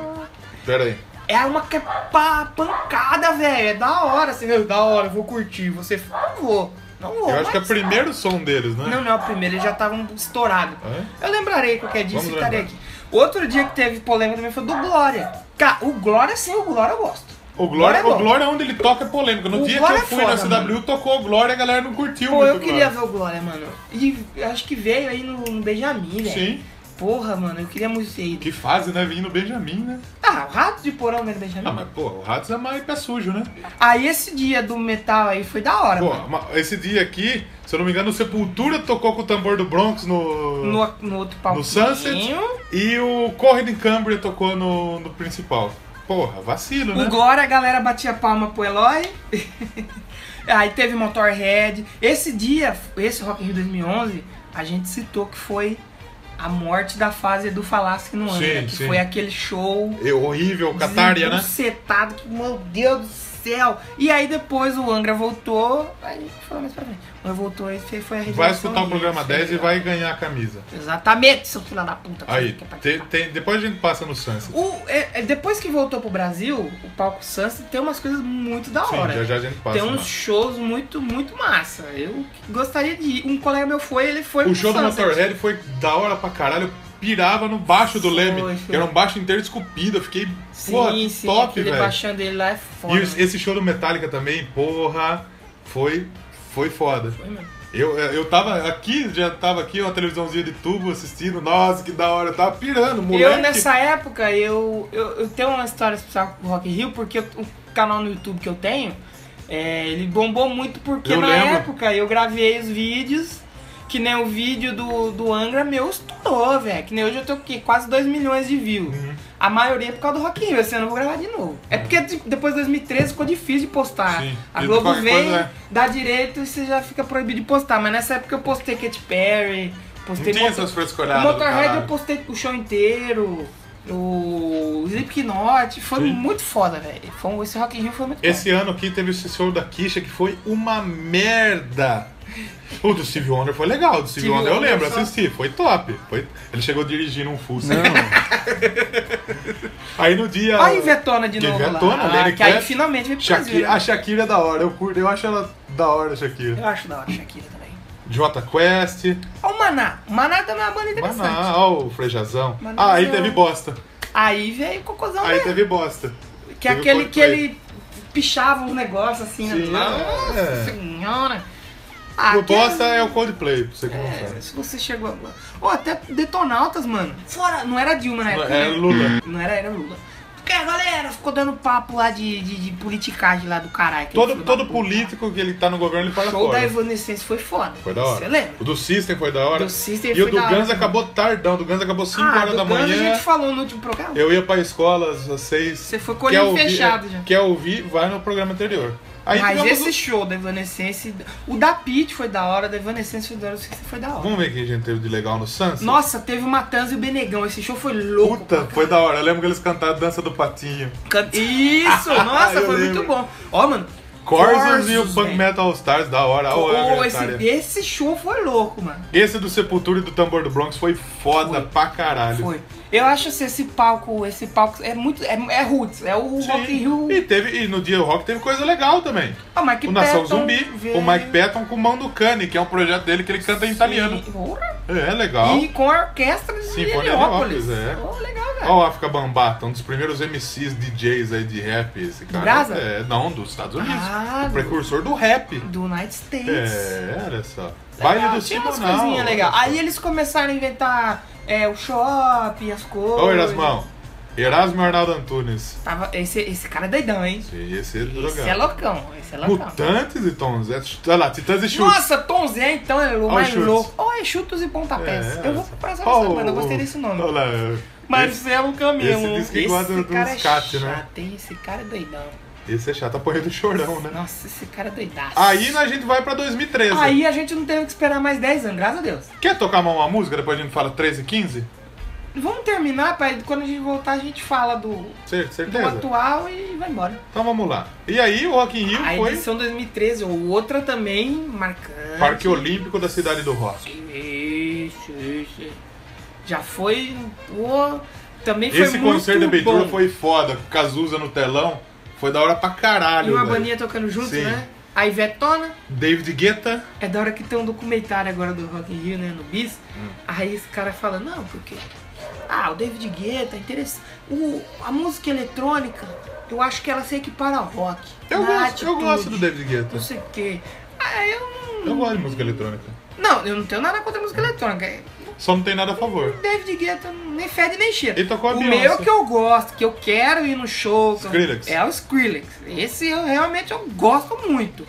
Speaker 2: Pera aí.
Speaker 1: É uma que é pá, pancada, velho, é da hora, assim, eu, da hora, eu vou curtir, você, não vou, não vou.
Speaker 2: Eu acho que é o
Speaker 1: mas-
Speaker 2: primeiro som deles, né?
Speaker 1: Não, não, é o primeiro, eles já estavam estourados.
Speaker 2: É?
Speaker 1: Eu lembrarei qualquer dia,
Speaker 2: Vamos
Speaker 1: citarei
Speaker 2: lembrar.
Speaker 1: aqui. Outro dia que teve polêmica também foi do Glória. Cara, o Glória sim, o Glória eu gosto.
Speaker 2: O Glória,
Speaker 1: bom.
Speaker 2: o Glória onde ele toca é polêmica. No
Speaker 1: O
Speaker 2: dia
Speaker 1: Glória
Speaker 2: que eu fui
Speaker 1: é
Speaker 2: na
Speaker 1: foda,
Speaker 2: CW, tocou o Glória e a galera não curtiu
Speaker 1: Pô,
Speaker 2: muito
Speaker 1: eu
Speaker 2: o
Speaker 1: queria
Speaker 2: Glória.
Speaker 1: ver o Glória, mano. E acho que veio aí no, no Benjamin, velho.
Speaker 2: Sim.
Speaker 1: Porra, mano, eu queria muito ter ido.
Speaker 2: Que fase, né? Vindo Benjamin, né?
Speaker 1: Ah, o rato de porão veio no Benjamin.
Speaker 2: Ah, mas pô, o Ratos é mais pé sujo, né?
Speaker 1: Aí esse dia do metal aí foi da hora,
Speaker 2: Pô,
Speaker 1: mano.
Speaker 2: ma- esse dia aqui, se eu não me engano, o Sepultura tocou com o tambor do Bronx no.
Speaker 1: No, no outro palco.
Speaker 2: no Sunset e o Corre de Cambria tocou no, no principal. Porra, vacilo, né?
Speaker 1: O Glória, a galera batia palma pro Eloy. Aí teve Motorhead. Esse dia, esse Rock in Rio 2011, a gente citou que foi a morte da fase do Falasse que não anda.
Speaker 2: Sim,
Speaker 1: né? que
Speaker 2: sim.
Speaker 1: foi aquele show
Speaker 2: É horrível, Catária, né?
Speaker 1: setado que, meu Deus do céu. E aí depois o Angra voltou. Aí foi mais pra frente. O Angra voltou e foi foi a
Speaker 2: Vai
Speaker 1: revolução
Speaker 2: escutar o
Speaker 1: e
Speaker 2: programa
Speaker 1: foi
Speaker 2: 10 e
Speaker 1: legal.
Speaker 2: vai ganhar a camisa.
Speaker 1: Exatamente, seu filho da puta.
Speaker 2: Aí,
Speaker 1: Que é pra-
Speaker 2: tem, tem- depois a gente passa no Sunset.
Speaker 1: o- é- é, depois que voltou pro Brasil, o palco Sunset tem umas coisas muito da
Speaker 2: Sim,
Speaker 1: hora.
Speaker 2: já é já a gente passa.
Speaker 1: Tem um uns
Speaker 2: lá.
Speaker 1: shows muito, muito massa. Eu gostaria de ir. Um colega meu foi, ele foi
Speaker 2: O
Speaker 1: pro
Speaker 2: show do
Speaker 1: Sunset.
Speaker 2: Motorhead foi da hora pra caralho. Eu pirava no baixo do
Speaker 1: Foi,
Speaker 2: Leme,
Speaker 1: foi.
Speaker 2: que era um baixo inteiro esculpido. Eu fiquei,
Speaker 1: Sim,
Speaker 2: porra,
Speaker 1: sim,
Speaker 2: top,
Speaker 1: aquele
Speaker 2: velho.
Speaker 1: baixão dele lá é foda.
Speaker 2: E
Speaker 1: né?
Speaker 2: os- esse show do Metallica também, porra, foi, foi foda.
Speaker 1: Foi mesmo.
Speaker 2: Eu, é, eu tava aqui, já tava aqui, uma televisãozinha de tubo assistindo. Nossa, que da hora, eu tava pirando, moleque.
Speaker 1: Eu, nessa época, eu, eu, eu tenho uma história especial com o Rock in Rio, porque eu- o canal no YouTube que eu tenho, é, ele bombou muito porque
Speaker 2: Eu
Speaker 1: na
Speaker 2: lembro.
Speaker 1: época eu gravei os vídeos, que nem o vídeo do, do Angra meu estourou, velho. Que nem hoje eu tô aqui, quase 2 milhões de views.
Speaker 2: Uhum.
Speaker 1: A maioria é por causa do Rock in Rio, esse ano eu vou gravar de novo. É porque de- depois de 2013 ficou difícil de postar.
Speaker 2: Sim.
Speaker 1: A
Speaker 2: E
Speaker 1: Globo
Speaker 2: qualquer
Speaker 1: vem,
Speaker 2: coisa, é.
Speaker 1: dá direito e você já fica proibido de postar. Mas nessa época eu postei Katy Perry,
Speaker 2: Não
Speaker 1: postei
Speaker 2: tinha
Speaker 1: Motor-
Speaker 2: essas
Speaker 1: o
Speaker 2: frescoradas. do
Speaker 1: Motorhead eu
Speaker 2: Tá caralho.
Speaker 1: postei o show inteiro, o Slipknot, foi
Speaker 2: Sim.
Speaker 1: muito foda, velho. Foi um- Esse Rock in Rio foi muito
Speaker 2: Esse ano aqui teve esse show da Kisha que foi uma merda. O do Steve Wonder foi legal, o do Steve
Speaker 1: Steve
Speaker 2: Wonder eu
Speaker 1: Wonder
Speaker 2: lembro,
Speaker 1: só-
Speaker 2: assisti, foi top. Foi... Ele chegou dirigindo um Fusca.
Speaker 4: Não,
Speaker 2: Aí no dia.
Speaker 1: foda. Aí Vetona de
Speaker 2: é Que
Speaker 1: novo
Speaker 2: Vetona,
Speaker 1: lá. ah,
Speaker 2: Lenny
Speaker 1: que aí
Speaker 2: Kravitz,
Speaker 1: finalmente veio pro Brasil.
Speaker 2: Shakira...
Speaker 1: né?
Speaker 2: A Shakira é da hora, eu curto, eu acho ela da hora, a Shakira.
Speaker 1: Eu acho da hora a Shakira também.
Speaker 2: Jota Quest,
Speaker 1: Olha o Maná. O Maná também é uma banda interessante. é um-
Speaker 2: Maná, ó, o Frejazão.
Speaker 1: Manazão.
Speaker 2: Ah, aí teve bosta.
Speaker 1: Aí veio o Cocôzão
Speaker 2: Aí
Speaker 1: mesmo.
Speaker 2: teve bosta.
Speaker 1: Que é
Speaker 2: teve
Speaker 1: aquele que
Speaker 2: Coldplay.
Speaker 1: ele pichava um negócio assim. né?
Speaker 2: Sim,
Speaker 1: Nossa
Speaker 2: é.
Speaker 1: senhora. Ah,
Speaker 2: O
Speaker 1: aquele-
Speaker 2: bosta é o Coldplay, pra você que não
Speaker 1: É,
Speaker 2: sabe.
Speaker 1: se você chegou agora. Ou até detonautas, mano. Fora, não era Dilma na época.
Speaker 2: Era
Speaker 1: né?
Speaker 2: É Lula.
Speaker 1: Não era, era Lula. Porque a galera ficou dando papo lá de, de, de politicagem lá do caralho. aquele
Speaker 2: Todo,
Speaker 1: filho
Speaker 2: todo
Speaker 1: da puta lá.
Speaker 2: político que ele tá no governo, ele
Speaker 1: O
Speaker 2: fala
Speaker 1: show da
Speaker 2: fora.
Speaker 1: Evanescence foi foda.
Speaker 2: Foi da hora.
Speaker 1: Você lembra?
Speaker 2: O do System foi da hora.
Speaker 1: Do System
Speaker 2: e o
Speaker 1: foi
Speaker 2: do
Speaker 1: da
Speaker 2: Guns
Speaker 1: hora.
Speaker 2: acabou tardão. Do Guns acabou 5
Speaker 1: ah,
Speaker 2: horas
Speaker 1: do
Speaker 2: da
Speaker 1: Guns
Speaker 2: manhã.
Speaker 1: a gente falou no último programa.
Speaker 2: Eu ia pra escola às 6.
Speaker 1: Você foi com o olhinho fechado já.
Speaker 2: Quer ouvir, vai no programa anterior. Aí
Speaker 1: Mas
Speaker 2: tivemos
Speaker 1: esse show da Evanescence, o da Pete foi da hora, o da Evanescence foi da hora, o System foi da
Speaker 2: o-
Speaker 1: hora.
Speaker 2: um- Vamos ver o que a gente teve de legal no Sunset?
Speaker 1: Nossa, teve o Matanza e o Benegão, esse show foi louco.
Speaker 2: Puta, foi da hora. Eu lembro que eles cantaram a Dança do Patinho.
Speaker 1: Can- Isso, nossa,
Speaker 2: Eu
Speaker 1: foi muito
Speaker 2: lembro.
Speaker 1: bom. Ó, mano.
Speaker 2: Corsers e o Punk
Speaker 1: velho.
Speaker 2: Metal All Stars, da hora.
Speaker 1: Pô,
Speaker 2: Ó, a
Speaker 1: esse,
Speaker 2: Gretária.
Speaker 1: esse show foi louco, mano.
Speaker 2: Esse do Sepultura e do Tambor do Bronx foi foda
Speaker 1: Foi.
Speaker 2: pra caralho.
Speaker 1: Foi. Eu acho assim, esse palco, esse palco é muito. É, é roots, é o
Speaker 2: Sim.
Speaker 1: Rock in Rio.
Speaker 2: E, teve, e no dia do rock teve coisa legal também.
Speaker 1: Ah, Mike
Speaker 2: o Nação
Speaker 1: Patton
Speaker 2: Zumbi,
Speaker 1: veio.
Speaker 2: o Mike Patton com Mão do Cane, que é um projeto dele que ele canta em italiano.
Speaker 1: E, Ora,
Speaker 2: É, legal.
Speaker 1: e com a orquestra de
Speaker 2: Sinfonia de
Speaker 1: Heliópolis.
Speaker 2: Heliópolis, é.
Speaker 1: Oh, legal,
Speaker 2: Ó o África Bambata, um dos primeiros MCs DJs aí de rap. Esse cara.
Speaker 1: Brasa?
Speaker 2: É, não, dos Estados Unidos.
Speaker 1: Ah,
Speaker 2: o precursor do rap.
Speaker 1: Do United States.
Speaker 2: É, olha só.
Speaker 1: Legal,
Speaker 2: Baile do
Speaker 1: tinha umas
Speaker 2: Simonal. né?
Speaker 1: coisinhas legais. Aí eles começaram a inventar é, o shopping, as coisas.
Speaker 2: Ô, Erasmão. Erasmo Arnaldo Antunes.
Speaker 1: Tava, esse, esse cara é doidão, hein?
Speaker 2: Esse é drogado.
Speaker 1: Esse é loucão, esse é loucão.
Speaker 2: Mutantes e Tom Zé. Olha lá, Titãs e Chutes.
Speaker 1: Nossa, Tom Zé então é o
Speaker 2: Olha
Speaker 1: mais
Speaker 2: os chutes.
Speaker 1: louco. Ou é chutos e pontapés. eu vou comprar essa
Speaker 2: É, Ó,
Speaker 1: oh, banda, eu gostei desse nome.
Speaker 2: Olha lá. Esse,
Speaker 1: Marcelo Camelo.
Speaker 2: esse diz que gosta do
Speaker 1: cara é
Speaker 2: Scott, né?
Speaker 1: chato, hein? Esse cara é doidão.
Speaker 2: esse é chato, apanha do chorão, né?
Speaker 1: Nossa, esse cara é doidaço.
Speaker 2: Aí né, a gente vai pra 2013.
Speaker 1: Aí a gente não teve que esperar mais 10 anos, graças a Deus.
Speaker 2: Quer tocar mais uma música? Depois a gente fala 13 e 15?
Speaker 1: Vamos terminar, pai. Quando a gente voltar, a gente fala do,
Speaker 2: Cer-
Speaker 1: do
Speaker 2: Certeza?
Speaker 1: atual e vai embora.
Speaker 2: Então vamos lá. E aí o Rock in Rio
Speaker 1: A
Speaker 2: foi
Speaker 1: edição 2013, ou outra também marcante.
Speaker 2: Parque Olímpico da Cidade do Rock.
Speaker 1: Isso, isso. Já foi. Pô, também foi
Speaker 2: Esse
Speaker 1: muito
Speaker 2: concerto da Beitura
Speaker 1: bom.
Speaker 2: foi foda. com Cazuza no telão. Foi da hora pra
Speaker 1: E
Speaker 2: caralho,
Speaker 1: uma
Speaker 2: velho.
Speaker 1: bandinha tocando junto,
Speaker 2: Sim.
Speaker 1: né? A Ivetona.
Speaker 2: David Guetta.
Speaker 1: É da hora que tem um documentário agora do Rock in Rio, né? No Bis.
Speaker 2: Hum.
Speaker 1: Aí esse cara fala, não, porque... Ah, o David Guetta, interessante. O, a música eletrônica, eu acho que ela se equipara ao rock.
Speaker 2: Eu
Speaker 1: na
Speaker 2: gosto, eu
Speaker 1: atitude,
Speaker 2: gosto do David Guetta.
Speaker 1: Não sei o quê. Ah, eu não...
Speaker 2: Eu gosto de música eletrônica.
Speaker 1: Não, eu não tenho nada contra a música eletrônica.
Speaker 2: Só não tem nada a favor.
Speaker 1: David Guetta nem fede nem cheira.
Speaker 2: Ele tocou a
Speaker 1: o
Speaker 2: Beyoncé.
Speaker 1: meu é que eu gosto, que eu quero ir no show. que eu-
Speaker 2: Skrillex.
Speaker 1: É o Skrillex. Esse eu realmente eu gosto muito.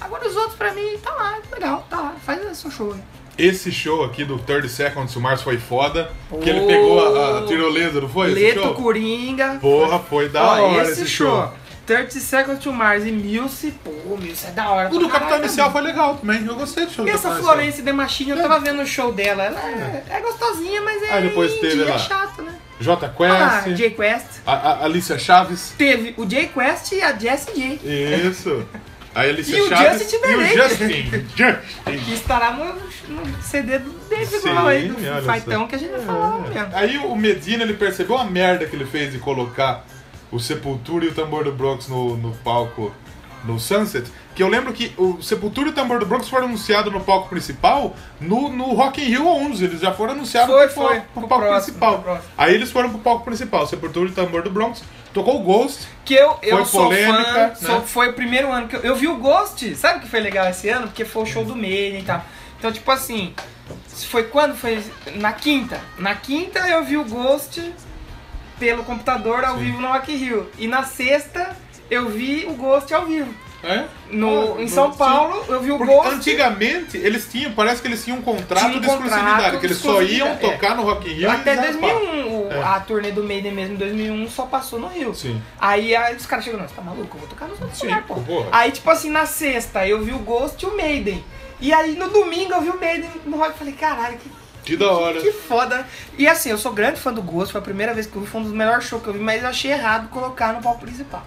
Speaker 1: Agora os outros pra mim tá lá, legal, tá lá, faz o seu show. aí.
Speaker 2: Esse show aqui do 30 Seconds to Mars foi foda. Que ele
Speaker 1: Pô.
Speaker 2: pegou a, a tirolesa, não foi? esse
Speaker 1: Oh, Leto
Speaker 2: show?
Speaker 1: Coringa.
Speaker 2: Porra, foi da
Speaker 1: Ó,
Speaker 2: hora esse show.
Speaker 1: 30 Seconds to Mars e Milce, pô, Milce é da hora.
Speaker 2: O do
Speaker 1: pra
Speaker 2: Capitão
Speaker 1: caralho
Speaker 2: Inicial
Speaker 1: também.
Speaker 2: foi legal também. Eu gostei do show
Speaker 1: E
Speaker 2: do
Speaker 1: essa
Speaker 2: Capitão Inicial.
Speaker 1: Florence The Machine, eu tava vendo o show dela. Ela é, é gostosinha, mas é,
Speaker 2: Aí depois
Speaker 1: indie,
Speaker 2: teve
Speaker 1: é
Speaker 2: lá.
Speaker 1: chato, né?
Speaker 2: J
Speaker 1: Ah,
Speaker 2: Quest,
Speaker 1: Jay Quest.
Speaker 2: a, a Alicia Chaves.
Speaker 1: Teve o Jay Quest e a Jessie J.
Speaker 2: Isso. A Alicia
Speaker 1: E o
Speaker 2: Chaves
Speaker 1: Justin
Speaker 2: e o
Speaker 1: Timberlake.
Speaker 2: Justin. Justin.
Speaker 1: que estará no, no CD do David
Speaker 2: Sim,
Speaker 1: Grohl aí,
Speaker 2: olha
Speaker 1: do Faitão,
Speaker 2: só. É.
Speaker 1: que a gente vai falar mesmo.
Speaker 2: Aí o Medina ele percebeu a merda que ele fez de colocar o Sepultura e o Tambor do Bronx no, no palco no Sunset. Que eu lembro que o Sepultura e o Tambor do Bronx foram anunciados no palco principal no, no Rock in Rio 11. Eles já foram anunciados
Speaker 1: Foi,
Speaker 2: pro, palco-
Speaker 1: foi,
Speaker 2: pro
Speaker 1: pro
Speaker 2: palco
Speaker 1: próximo,
Speaker 2: principal.
Speaker 1: pro próximo.
Speaker 2: Aí eles foram pro palco principal. Sepultura e o Tambor do Bronx tocou o Ghost.
Speaker 1: Que eu, eu
Speaker 2: Foi
Speaker 1: sou
Speaker 2: polêmica,
Speaker 1: fã,
Speaker 2: né?
Speaker 1: sou- foi o primeiro ano que eu, eu vi o Ghost, sabe o que foi legal esse ano? Porque foi o show do meio e tal. Então, tipo assim, foi quando? Foi na quinta. Na quinta eu vi o Ghost pelo computador ao vivo no Rock in Rio. E na sexta eu vi o Ghost ao vivo.
Speaker 2: É?
Speaker 1: No,
Speaker 2: Ah,
Speaker 1: em São
Speaker 2: sim.
Speaker 1: Paulo eu vi o
Speaker 2: Porque
Speaker 1: Ghost.
Speaker 2: antigamente eles tinham, parece que eles tinham um contrato
Speaker 1: Tinha um
Speaker 2: de
Speaker 1: contrato
Speaker 2: exclusividade, que eles
Speaker 1: de
Speaker 2: só iam
Speaker 1: exclusividade, é.
Speaker 2: tocar no Rock in Rio e
Speaker 1: Até
Speaker 2: eles
Speaker 1: 2001, o-
Speaker 2: É.
Speaker 1: a turnê do Maiden mesmo em 2001 só passou no Rio.
Speaker 2: Sim.
Speaker 1: Aí, aí os caras chegam, não, você tá maluco? Eu vou tocar nos outros
Speaker 2: Sim,
Speaker 1: lugares, pô.
Speaker 2: porra.
Speaker 1: Aí, tipo assim, na sexta eu vi o Ghost e o Maiden. E aí no domingo eu vi o Maiden no rock e falei, caralho, que,
Speaker 2: Que da hora.
Speaker 1: que foda. né? E assim, eu sou grande fã do Ghost, foi a primeira vez que eu vi, foi um dos melhores shows que eu vi, mas eu achei errado colocar no palco principal.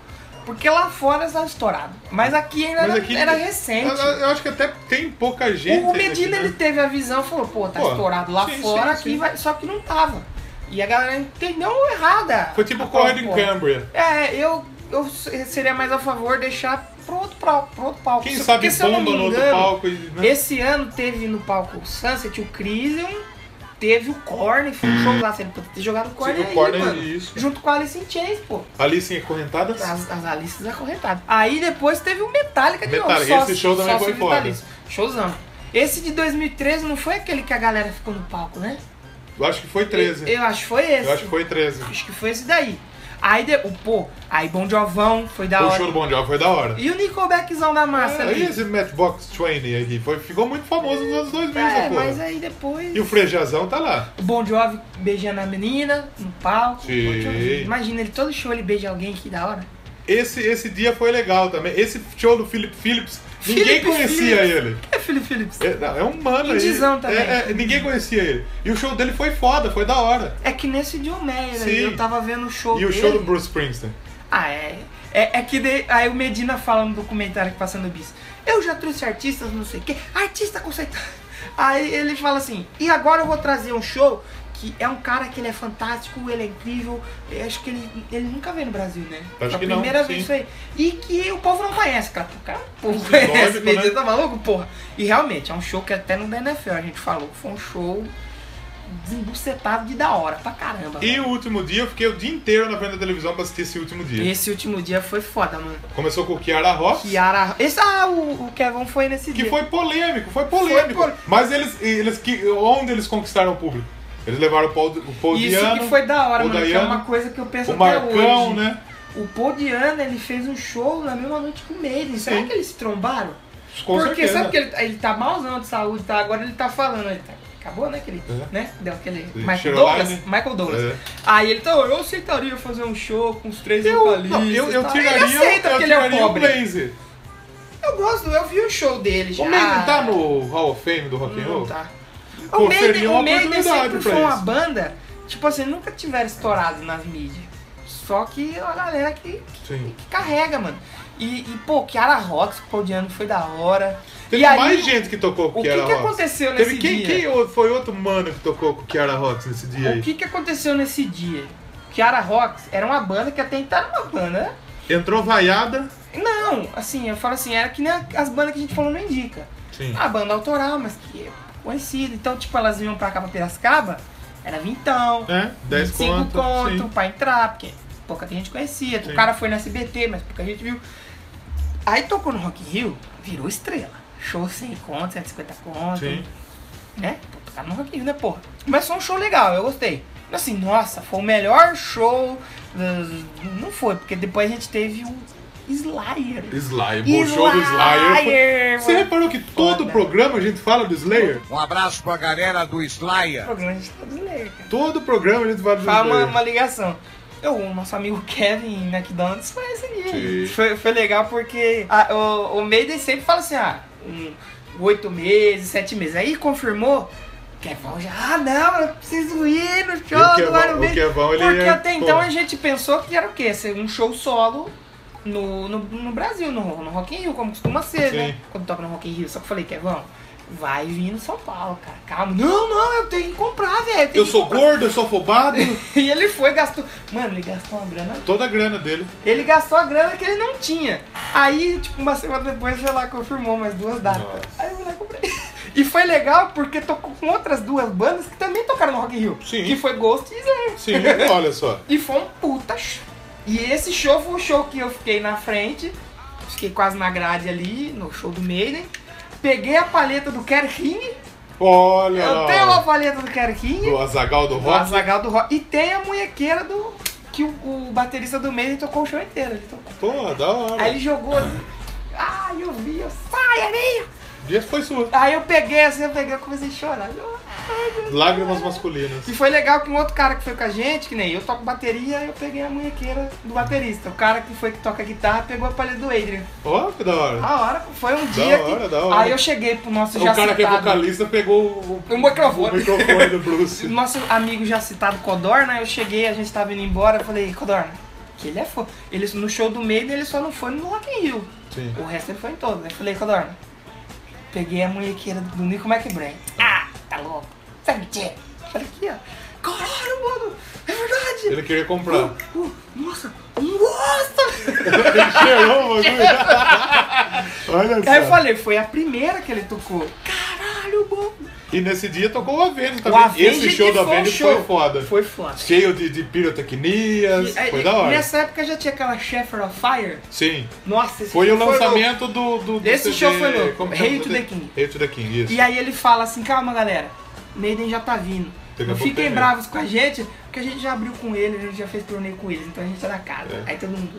Speaker 1: Porque lá fora estava estourado. Mas aqui ainda era, era
Speaker 2: é,
Speaker 1: recente.
Speaker 2: Eu, eu acho que até tem pouca gente.
Speaker 1: O
Speaker 2: ainda
Speaker 1: Medina,
Speaker 2: aqui, né?
Speaker 1: ele teve a visão, falou, pô, tá
Speaker 2: Pô,
Speaker 1: estourado lá
Speaker 2: sim,
Speaker 1: fora,
Speaker 2: sim,
Speaker 1: aqui
Speaker 2: sim.
Speaker 1: vai... Só que não tava. E a galera entendeu errada.
Speaker 2: Foi tipo
Speaker 1: a
Speaker 2: o Corrida em
Speaker 1: proposta.
Speaker 2: Cambria.
Speaker 1: É, eu, eu seria mais a favor deixar pro outro, pal- pro outro palco.
Speaker 2: Quem
Speaker 1: Porque
Speaker 2: sabe
Speaker 1: se eu não
Speaker 2: bomba
Speaker 1: me
Speaker 2: no outro
Speaker 1: engano,
Speaker 2: palco. E, né?
Speaker 1: Esse ano teve no palco o Sunset, o Crisium, teve o Korn, foi um show lá, você podia ter jogado o Korn
Speaker 2: Hum. Sim, o
Speaker 1: aí,
Speaker 2: Korn,
Speaker 1: mano. Tá.
Speaker 2: isso.
Speaker 1: Junto com a Alice in Chains, pô.
Speaker 2: Ali sim, é correntadas.
Speaker 1: As, as Alices acorretadas. Aí depois teve o Metallica de
Speaker 2: Metallica,
Speaker 1: novo.
Speaker 2: esse show também foi foda.
Speaker 1: vitalício. Showzão. Esse de 2013 não foi aquele que a galera ficou no palco, né?
Speaker 2: Eu acho que foi 13.
Speaker 1: Eu, eu acho que foi esse.
Speaker 2: Eu acho que foi 13.
Speaker 1: Acho que foi esse daí. Aí, de, o, pô, aí Bom Jovão foi da
Speaker 2: o
Speaker 1: hora.
Speaker 2: show do Bon Jovi foi da hora.
Speaker 1: E o Nickelbackzão da massa
Speaker 2: É,
Speaker 1: ali.
Speaker 2: E esse Matchbox 20 aqui foi, ficou muito famoso nos anos 2000,
Speaker 1: É,
Speaker 2: essa porra.
Speaker 1: mas aí depois...
Speaker 2: E o Frejazão tá lá.
Speaker 1: O Bon Jovi beijando a menina no palco.
Speaker 2: Sim.
Speaker 1: Bon Jovi. Imagina, ele todo show ele beija alguém, que da hora.
Speaker 2: Esse, esse dia foi legal também. Esse show do Philip Phillips, ninguém
Speaker 1: Philip
Speaker 2: conhecia
Speaker 1: Phillips.
Speaker 2: ele.
Speaker 1: É, Felipe Phillips.
Speaker 2: É, não, é um mano aí.
Speaker 1: Indizão também.
Speaker 2: É, é, ninguém conhecia ele. E o show dele foi foda, foi da hora.
Speaker 1: É que nesse John Mayer, aí,
Speaker 2: Sim.
Speaker 1: eu tava vendo o show
Speaker 2: E o
Speaker 1: dele.
Speaker 2: show do Bruce Springsteen.
Speaker 1: Ah, é. É, é que de- aí o Medina fala no documentário que passa no bis. Eu já trouxe artistas, não sei o quê. Artista conceitual. Aí ele fala assim, e agora eu vou trazer um show que é um cara que ele é fantástico, ele é incrível. Eu acho que ele, ele nunca veio no Brasil, né?
Speaker 2: Acho
Speaker 1: Foi a
Speaker 2: que não,
Speaker 1: primeira
Speaker 2: sim.
Speaker 1: vez isso aí. E que o povo não conhece, cara. O cara não povo
Speaker 2: Lógico,
Speaker 1: conhece, Medina
Speaker 2: né?
Speaker 1: tá maluco, porra. E realmente, é um show que até no da NFL a gente falou. Foi um show desembucetado de da hora pra caramba.
Speaker 2: E o último dia, eu fiquei o dia inteiro na frente da televisão pra assistir esse último dia.
Speaker 1: Esse último dia foi foda, mano.
Speaker 2: Começou com o Kiara Ross,
Speaker 1: Kiara. Esse, ah, o, o Kevin foi nesse
Speaker 2: que
Speaker 1: dia.
Speaker 2: foi polêmico, foi polêmico.
Speaker 1: Foi pol-
Speaker 2: Mas eles, eles que, onde eles conquistaram o público? Eles levaram o Paul, o Paul
Speaker 1: Isso
Speaker 2: Diano,
Speaker 1: que foi da hora,
Speaker 2: o
Speaker 1: mano. Que é
Speaker 2: Dayano,
Speaker 1: uma coisa que eu penso
Speaker 2: o
Speaker 1: até
Speaker 2: Marcão,
Speaker 1: hoje.
Speaker 2: né?
Speaker 1: O Podiano, ele fez um show na mesma noite com o Maiden. Será
Speaker 2: Sim.
Speaker 1: que eles se trombaram?
Speaker 2: Com
Speaker 1: Porque
Speaker 2: certeza.
Speaker 1: sabe que ele, ele tá malzão de saúde, tá? Agora ele tá falando, ele tá- acabou, né, aquele, né? Deu aquele Michael
Speaker 2: cheirou
Speaker 1: Douglas,
Speaker 2: É. lá, né?
Speaker 1: Michael Douglas.
Speaker 2: É.
Speaker 1: Aí ele, então, eu aceitaria fazer um show com os três
Speaker 2: Eu,
Speaker 1: vocalistas.
Speaker 2: não, eu, eu
Speaker 1: e tal.
Speaker 2: tiraria,
Speaker 1: ele aceita
Speaker 2: eu
Speaker 1: porque ele
Speaker 2: tiraria
Speaker 1: é
Speaker 2: o
Speaker 1: pobre.
Speaker 2: Blaze.
Speaker 1: Eu gosto, eu vi o show dele já.
Speaker 2: O Blaze não tá no Hall of Fame do Rock and Roll?
Speaker 1: Não tá.
Speaker 2: Pô,
Speaker 1: o Maiden,
Speaker 2: seria uma
Speaker 1: o Maiden
Speaker 2: oportunidade
Speaker 1: sempre
Speaker 2: pra
Speaker 1: foi uma
Speaker 2: isso.
Speaker 1: banda, tipo assim, nunca tiveram estourado nas mídias. Só que a galera que, que,
Speaker 2: Sim.
Speaker 1: que carrega, mano. E, e pô, Kiara Rocks, o Diano foi da hora.
Speaker 2: Teve
Speaker 1: e aí,
Speaker 2: mais gente que tocou com
Speaker 1: o que
Speaker 2: Kiara
Speaker 1: que
Speaker 2: Ross.
Speaker 1: aconteceu
Speaker 2: Teve
Speaker 1: nesse
Speaker 2: quem,
Speaker 1: dia?
Speaker 2: Quem o- foi outro mano que tocou com Kiara Ross nesse dia aí?
Speaker 1: O que, que aconteceu nesse dia? Kiara Rocks era uma banda que até então era uma banda.
Speaker 2: Entrou vaiada.
Speaker 1: Não, assim, eu falo assim, era que nem as bandas que a gente falou não indica.
Speaker 2: Sim.
Speaker 1: A banda autoral, mas que é conhecida. Então, tipo, elas vinham pra cá pra Piracicaba, era vintão,
Speaker 2: É, 10
Speaker 1: 25
Speaker 2: conto,
Speaker 1: conto
Speaker 2: sim.
Speaker 1: pra entrar, porque pouca gente conhecia.
Speaker 2: Sim.
Speaker 1: O cara foi na SBT, mas pouca gente viu. Aí tocou no Rock in Rio, virou estrela. Show 100 conto, 150 conto,
Speaker 2: Sim.
Speaker 1: né? Pô, tocar no Rock in Rio, né, porra? Mas foi um show legal, eu gostei. Assim, nossa, foi o melhor show. uh, Não foi, porque depois a gente teve o Slayer.
Speaker 2: Slayer, bom show do Slayer.
Speaker 1: Slayer,
Speaker 2: Você
Speaker 1: mano.
Speaker 2: reparou que todo
Speaker 1: Foda.
Speaker 2: programa a gente fala do Slayer?
Speaker 7: Um abraço pra galera do Slayer.
Speaker 1: programa a gente tá do Slayer, cara.
Speaker 2: Todo programa a gente fala do
Speaker 1: Faz uma,
Speaker 2: Slayer.
Speaker 1: uma ligação. Eu, o nosso amigo Kevin McDonald's foi esse dia.
Speaker 2: Sim.
Speaker 1: Foi, foi legal porque a- o, o Maiden sempre fala assim, ah, um, oito meses, sete meses. Aí confirmou, o Kevão já, ah não, eu preciso ir no
Speaker 2: E o
Speaker 1: show do
Speaker 2: Kevão-
Speaker 1: Iron
Speaker 2: o
Speaker 1: Maiden.
Speaker 2: Kevão, ele
Speaker 1: Porque
Speaker 2: é-
Speaker 1: até então
Speaker 2: pô.
Speaker 1: a gente pensou que era o quê? Ser um show solo no, no, no Brasil, no, no Rock in Rio, como costuma ser, né?
Speaker 2: Sim.
Speaker 1: Quando toca no Rock in Rio. Só que eu falei, Kevão, vai vir no São Paulo, cara, calma. Não, não, eu tenho que comprar, velho. tenho
Speaker 2: Eu
Speaker 1: que
Speaker 2: sou
Speaker 1: comprar.
Speaker 2: gordo, eu sou afobado.
Speaker 1: E ele foi, gastou. Mano, ele gastou uma grana.
Speaker 2: Toda a grana dele.
Speaker 1: Ele gastou a grana que ele não tinha. Aí, tipo, uma semana depois, sei lá, confirmou mais duas datas.
Speaker 2: Nossa.
Speaker 1: Aí eu fui lá e comprei. E foi legal porque tocou com outras duas bandas que também tocaram no Rock in Rio.
Speaker 2: Sim.
Speaker 1: Que foi Ghost e Slayer.
Speaker 2: Sim, olha só.
Speaker 1: E foi um puta show. E esse show foi o show que eu fiquei na frente. Fiquei quase na grade ali, no show do Maiden. Peguei a palheta do Kerking.
Speaker 2: Olha
Speaker 1: Eu tenho
Speaker 2: lá.
Speaker 1: a palheta do Kerking.
Speaker 2: Do Azagal do
Speaker 1: O
Speaker 2: Rock.
Speaker 1: Azagal do rock. E tem a munhequeira do. Que o, o baterista do Maiden tocou o show inteiro. Ele tocou.
Speaker 2: Pô, da hora.
Speaker 1: Aí ele jogou assim. Ai, eu vi, eu sai, Arinho!
Speaker 2: Dia foi sua.
Speaker 1: Aí eu peguei assim, eu peguei, eu comecei a chorar. Eu- ai, meu Deus.
Speaker 2: Lágrimas masculinas.
Speaker 1: E foi legal que um outro cara que foi com a gente, que nem eu toco bateria, eu peguei a munhequeira do baterista. O cara que foi que toca guitarra pegou a palha do Adrian.
Speaker 2: Ó, que da hora.
Speaker 1: A hora, foi um dia.
Speaker 2: hora,
Speaker 1: que...
Speaker 2: da hora.
Speaker 1: Aí eu cheguei pro nosso já
Speaker 2: o cara que é
Speaker 1: citado-
Speaker 2: vocalista pegou o,
Speaker 1: O microfone.
Speaker 2: o microfone do Bruce.
Speaker 1: Nosso amigo já citado, Codorna, né? eu cheguei, a gente tava indo embora, eu falei, Codorna, que ele é fã. Ele, no show do Maiden ele só não foi no Rock in Rio.
Speaker 2: Sim.
Speaker 1: O resto ele foi em todos. Aí eu falei, Codorna, peguei a munhequeira do Nico McBrain. Ah, tá louco. Sabe o que é? Olha aqui, ó. Caralho, mano, é verdade.
Speaker 2: Ele queria comprar.
Speaker 1: Uh, uh, nossa, nossa.
Speaker 2: Ele cheirou o bagulho. Olha só.
Speaker 1: Aí eu falei, foi a primeira que ele tocou. Caralho, mano.
Speaker 2: E nesse dia tocou o Avenged
Speaker 1: O
Speaker 2: também.
Speaker 1: Avenged
Speaker 2: Esse show do
Speaker 1: foi um
Speaker 2: Avenged
Speaker 1: show.
Speaker 2: foi foda.
Speaker 1: Foi foda.
Speaker 2: Cheio de, de pirotecnias.
Speaker 1: E- é,
Speaker 2: foi
Speaker 1: e-
Speaker 2: da hora.
Speaker 1: Nessa época já tinha aquela Sheffer of Fire.
Speaker 2: Sim.
Speaker 1: Nossa, esse
Speaker 2: Foi o
Speaker 1: show louco.
Speaker 2: lançamento do, do, do
Speaker 1: Esse
Speaker 2: CD,
Speaker 1: show foi louco.
Speaker 2: como
Speaker 1: Hail
Speaker 2: chama?
Speaker 1: to the King.
Speaker 2: Hail to the King, isso.
Speaker 1: E aí ele fala assim, calma galera, Maiden já tá vindo.
Speaker 2: Daqui
Speaker 1: Não
Speaker 2: a pouco é.
Speaker 1: fiquem
Speaker 2: tem
Speaker 1: bravos com a gente, porque a gente já abriu com ele, a gente já fez turnê com eles, então a gente tá na casa.
Speaker 2: É.
Speaker 1: Aí todo mundo.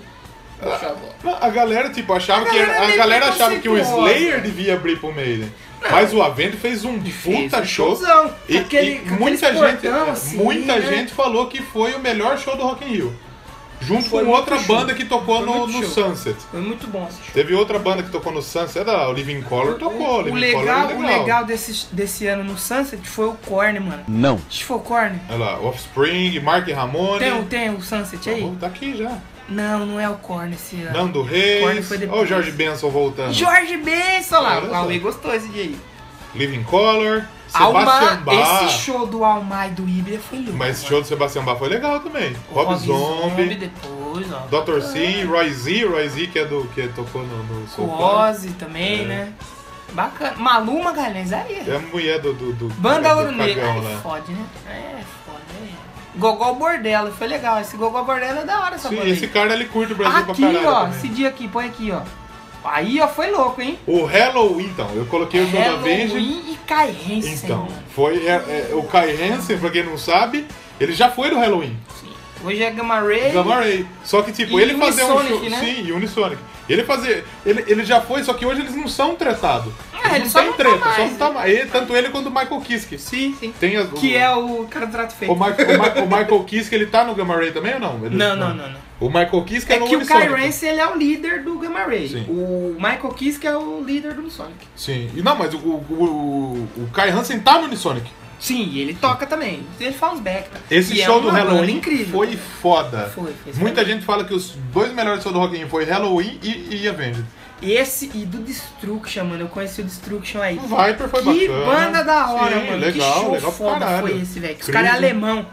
Speaker 2: Ah,
Speaker 1: Poxa, avó.
Speaker 2: Não, A galera, tipo, achava
Speaker 1: A
Speaker 2: que
Speaker 1: galera
Speaker 2: a
Speaker 1: meio
Speaker 2: galera achava que o
Speaker 1: preconceituosa.
Speaker 2: Slayer devia abrir pro Maiden. Mas o Avenged fez um puta
Speaker 1: um
Speaker 2: show.
Speaker 1: showzão.
Speaker 2: E,
Speaker 1: Aquele-
Speaker 2: e
Speaker 1: aqueles
Speaker 2: muita gente, é,
Speaker 1: portão, assim,
Speaker 2: muita
Speaker 1: né?
Speaker 2: gente falou que foi o melhor show do Rock in Rio. Junto
Speaker 1: Foi
Speaker 2: com
Speaker 1: muito
Speaker 2: outra
Speaker 1: show.
Speaker 2: banda que tocou
Speaker 1: Foi
Speaker 2: no,
Speaker 1: muito
Speaker 2: no
Speaker 1: show.
Speaker 2: Sunset.
Speaker 1: Foi muito bom esse show.
Speaker 2: Teve outra banda que tocou no Sunset, a Living Color tocou.
Speaker 1: O
Speaker 2: Living
Speaker 1: legal,
Speaker 2: Color é
Speaker 1: o legal desse, desse ano no Sunset foi o Korn, mano.
Speaker 7: Não.
Speaker 1: Acho que foi o Korn.
Speaker 2: Olha lá, Offspring, Mark Ramone.
Speaker 1: Tem, um o- tem o Sunset aí?
Speaker 2: Tá aqui já.
Speaker 1: Não, não é o Korn esse ano.
Speaker 2: Nando
Speaker 1: Korn
Speaker 2: Reis.
Speaker 1: foi
Speaker 2: Olha
Speaker 1: depois.
Speaker 2: o Jorge Benson voltando.
Speaker 1: Jorge Benson lá.
Speaker 2: Olha
Speaker 1: O
Speaker 2: só.
Speaker 1: Huawei gostou esse dia aí.
Speaker 2: Living Color. Sebastian
Speaker 1: Alma,
Speaker 2: Bach.
Speaker 1: esse show do Alma e do Ibra foi louco.
Speaker 2: Mas esse
Speaker 1: mano.
Speaker 2: show do Sebastião Bach foi legal também. Rob, Zombie,
Speaker 1: depois, ó.
Speaker 2: Dr. C, Roy Z, Roy Z que é do que tocou no, no
Speaker 1: Ah. O
Speaker 2: Soul Fly.
Speaker 1: Ozzy também, né? Bacana. Malu Magalhães, aí.
Speaker 2: É a mulher do. do, do
Speaker 1: Banda
Speaker 2: do
Speaker 1: Ouro Negro.
Speaker 2: cagão
Speaker 1: Aí
Speaker 2: lá.
Speaker 1: fode, né? É, fode. né? Gogol Bordello, foi legal. Esse Gogol Bordello é da hora essa
Speaker 2: Sim,
Speaker 1: banda aí.
Speaker 2: esse cara ele curte o Brasil
Speaker 1: Aqui,
Speaker 2: pra caralho.
Speaker 1: ó.
Speaker 2: também.
Speaker 1: Esse dia aqui, põe aqui, ó. Aí, ó, foi louco, hein?
Speaker 2: O Halloween, então, eu coloquei o show da Virgem.
Speaker 1: Halloween e Kai Hansen.
Speaker 2: Então, foi é, é, o Kai Hansen, pra quem não sabe, ele já foi do Halloween.
Speaker 1: Sim. Hoje é Gamma Ray.
Speaker 2: Gamma Ray. Só que, tipo,
Speaker 1: E
Speaker 2: ele fazer
Speaker 1: Unisonic,
Speaker 2: um show.
Speaker 1: né?
Speaker 2: Sim, e Unisonic. Ele fazer. Ele, ele já foi, só que hoje eles não são tretados.
Speaker 1: É, ele
Speaker 2: não
Speaker 1: só
Speaker 2: tem
Speaker 1: não tá
Speaker 2: treta, só
Speaker 1: mais,
Speaker 2: não tá mais. Ele- Tanto ele quanto o Michael Kiske.
Speaker 1: Sim, sim.
Speaker 2: Tem as-
Speaker 1: Que é o cara do trato feito.
Speaker 2: O, Mi- o Mi- o Michael Kiske, ele tá no Gamma Ray também ou não? Ele-
Speaker 1: Não, não, não, não.
Speaker 2: O Michael Kiske é,
Speaker 1: É
Speaker 2: no
Speaker 1: que o
Speaker 2: Unisonic.
Speaker 1: Kai Hansen, ele é o líder do Gamma Ray.
Speaker 2: Sim.
Speaker 1: O Michael Kiske é o líder do Sonic.
Speaker 2: Sim. E não, mas o, o, o, o Kai Hansen tá no Unisonic.
Speaker 1: Sim, e ele toca também. Ele faz uns back.
Speaker 2: Esse
Speaker 1: E é
Speaker 2: show do
Speaker 1: uma banda
Speaker 2: Halloween
Speaker 1: incrível.
Speaker 2: foi foda.
Speaker 1: Foi, foi
Speaker 2: Muita
Speaker 1: foda.
Speaker 2: gente fala que os dois melhores shows do Rock in Rio foi Halloween e, e Avenged.
Speaker 1: Esse e do Destruction, mano. Eu conheci o Destruction aí.
Speaker 2: O Viper foi
Speaker 1: que
Speaker 2: bacana.
Speaker 1: banda da hora,
Speaker 2: Sim,
Speaker 1: mano.
Speaker 2: Legal,
Speaker 1: que show
Speaker 2: legal pra
Speaker 1: foda
Speaker 2: caralho.
Speaker 1: foi esse, velho. Os
Speaker 2: Incrível.
Speaker 1: caras é alemão.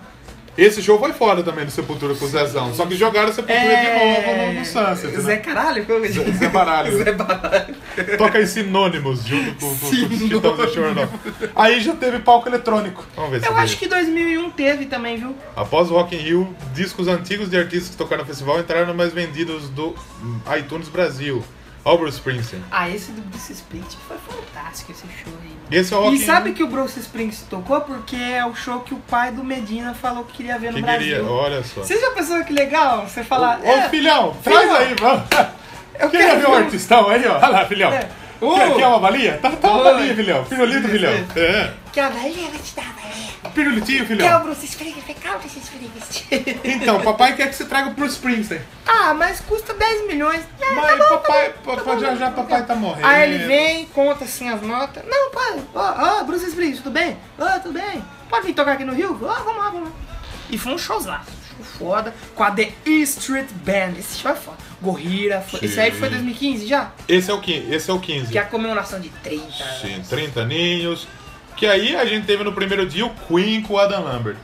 Speaker 2: Esse show foi foda também do Sepultura com o Zezão. Só que jogaram o Sepultura de novo no, no Sunset. né?
Speaker 1: É. Zé Caralho, foi o
Speaker 2: Zé- Zé Baralho.
Speaker 1: é? Zé Baralho.
Speaker 2: Toca aí Sinônimos junto com, com, com os
Speaker 1: Sinônimos.
Speaker 2: Titãs da Shore, não. Aí já teve palco eletrônico. Vamos ver se
Speaker 1: Eu
Speaker 2: veio.
Speaker 1: acho que 2001 teve também, viu?
Speaker 2: Após o Rock in Rio, discos antigos de artistas que tocaram no festival entraram nos mais vendidos do hum, iTunes Brasil. Albert Springsteen.
Speaker 1: Ah, esse do Bruce Springsteen foi fantástico, esse show aí.
Speaker 2: Esse é o
Speaker 1: E
Speaker 2: Rock in
Speaker 1: sabe
Speaker 2: Rio
Speaker 1: que o Bruce Springsteen tocou? Porque é o show que o pai do Medina falou que queria ver no
Speaker 2: que
Speaker 1: Brasil.
Speaker 2: queria. Olha só.
Speaker 1: Vocês já pensaram que legal? Você falar...
Speaker 2: Ô,
Speaker 1: é,
Speaker 2: filhão, traz
Speaker 1: filhão.
Speaker 2: aí, vamos.
Speaker 1: Eu
Speaker 2: Queria
Speaker 1: quero
Speaker 2: ver o
Speaker 1: ver um-
Speaker 2: artistão aí, ó. Olha lá, filhão.
Speaker 1: É.
Speaker 2: Quer,
Speaker 1: Uh.
Speaker 2: quer uma balinha? Tá, tá uma
Speaker 1: Oi.
Speaker 2: balinha, filhão. Pirulito,
Speaker 1: Sim,
Speaker 2: filhão.
Speaker 1: sim.
Speaker 2: É.
Speaker 1: Que a velhinha vai te dar, velhinha.
Speaker 2: Pirulitinho,
Speaker 1: Que é o
Speaker 2: filhão.
Speaker 1: Bruce Springsteen, calma esse Springsteen.
Speaker 2: Então, papai quer que você traga pro Springsteen.
Speaker 1: ah, mas custa 10 milhões. Ah, tá
Speaker 2: Mas
Speaker 1: bom,
Speaker 2: papai,
Speaker 1: tá bom,
Speaker 2: papai,
Speaker 1: tá bom,
Speaker 2: já já
Speaker 1: tá bom.
Speaker 2: papai tá morrendo.
Speaker 1: Aí ele vem, conta assim as notas. Não, pai, ó, ó, Bruce Springsteen, tudo bem? Ó, tudo bem? Pode vir tocar aqui no Rio? Ó, vamos lá, vamos lá. E foi um showzaço, show foda, com a The E Street Band. Esse show é foda. Gorrira, foi-
Speaker 2: Sim.
Speaker 1: esse aí foi 2015 já?
Speaker 2: Esse é o 15. Esse é o 15.
Speaker 1: Que é a comemoração de 30.
Speaker 2: Sim, 30 aninhos. Que aí a gente teve no primeiro dia o Queen com o Adam Lambert.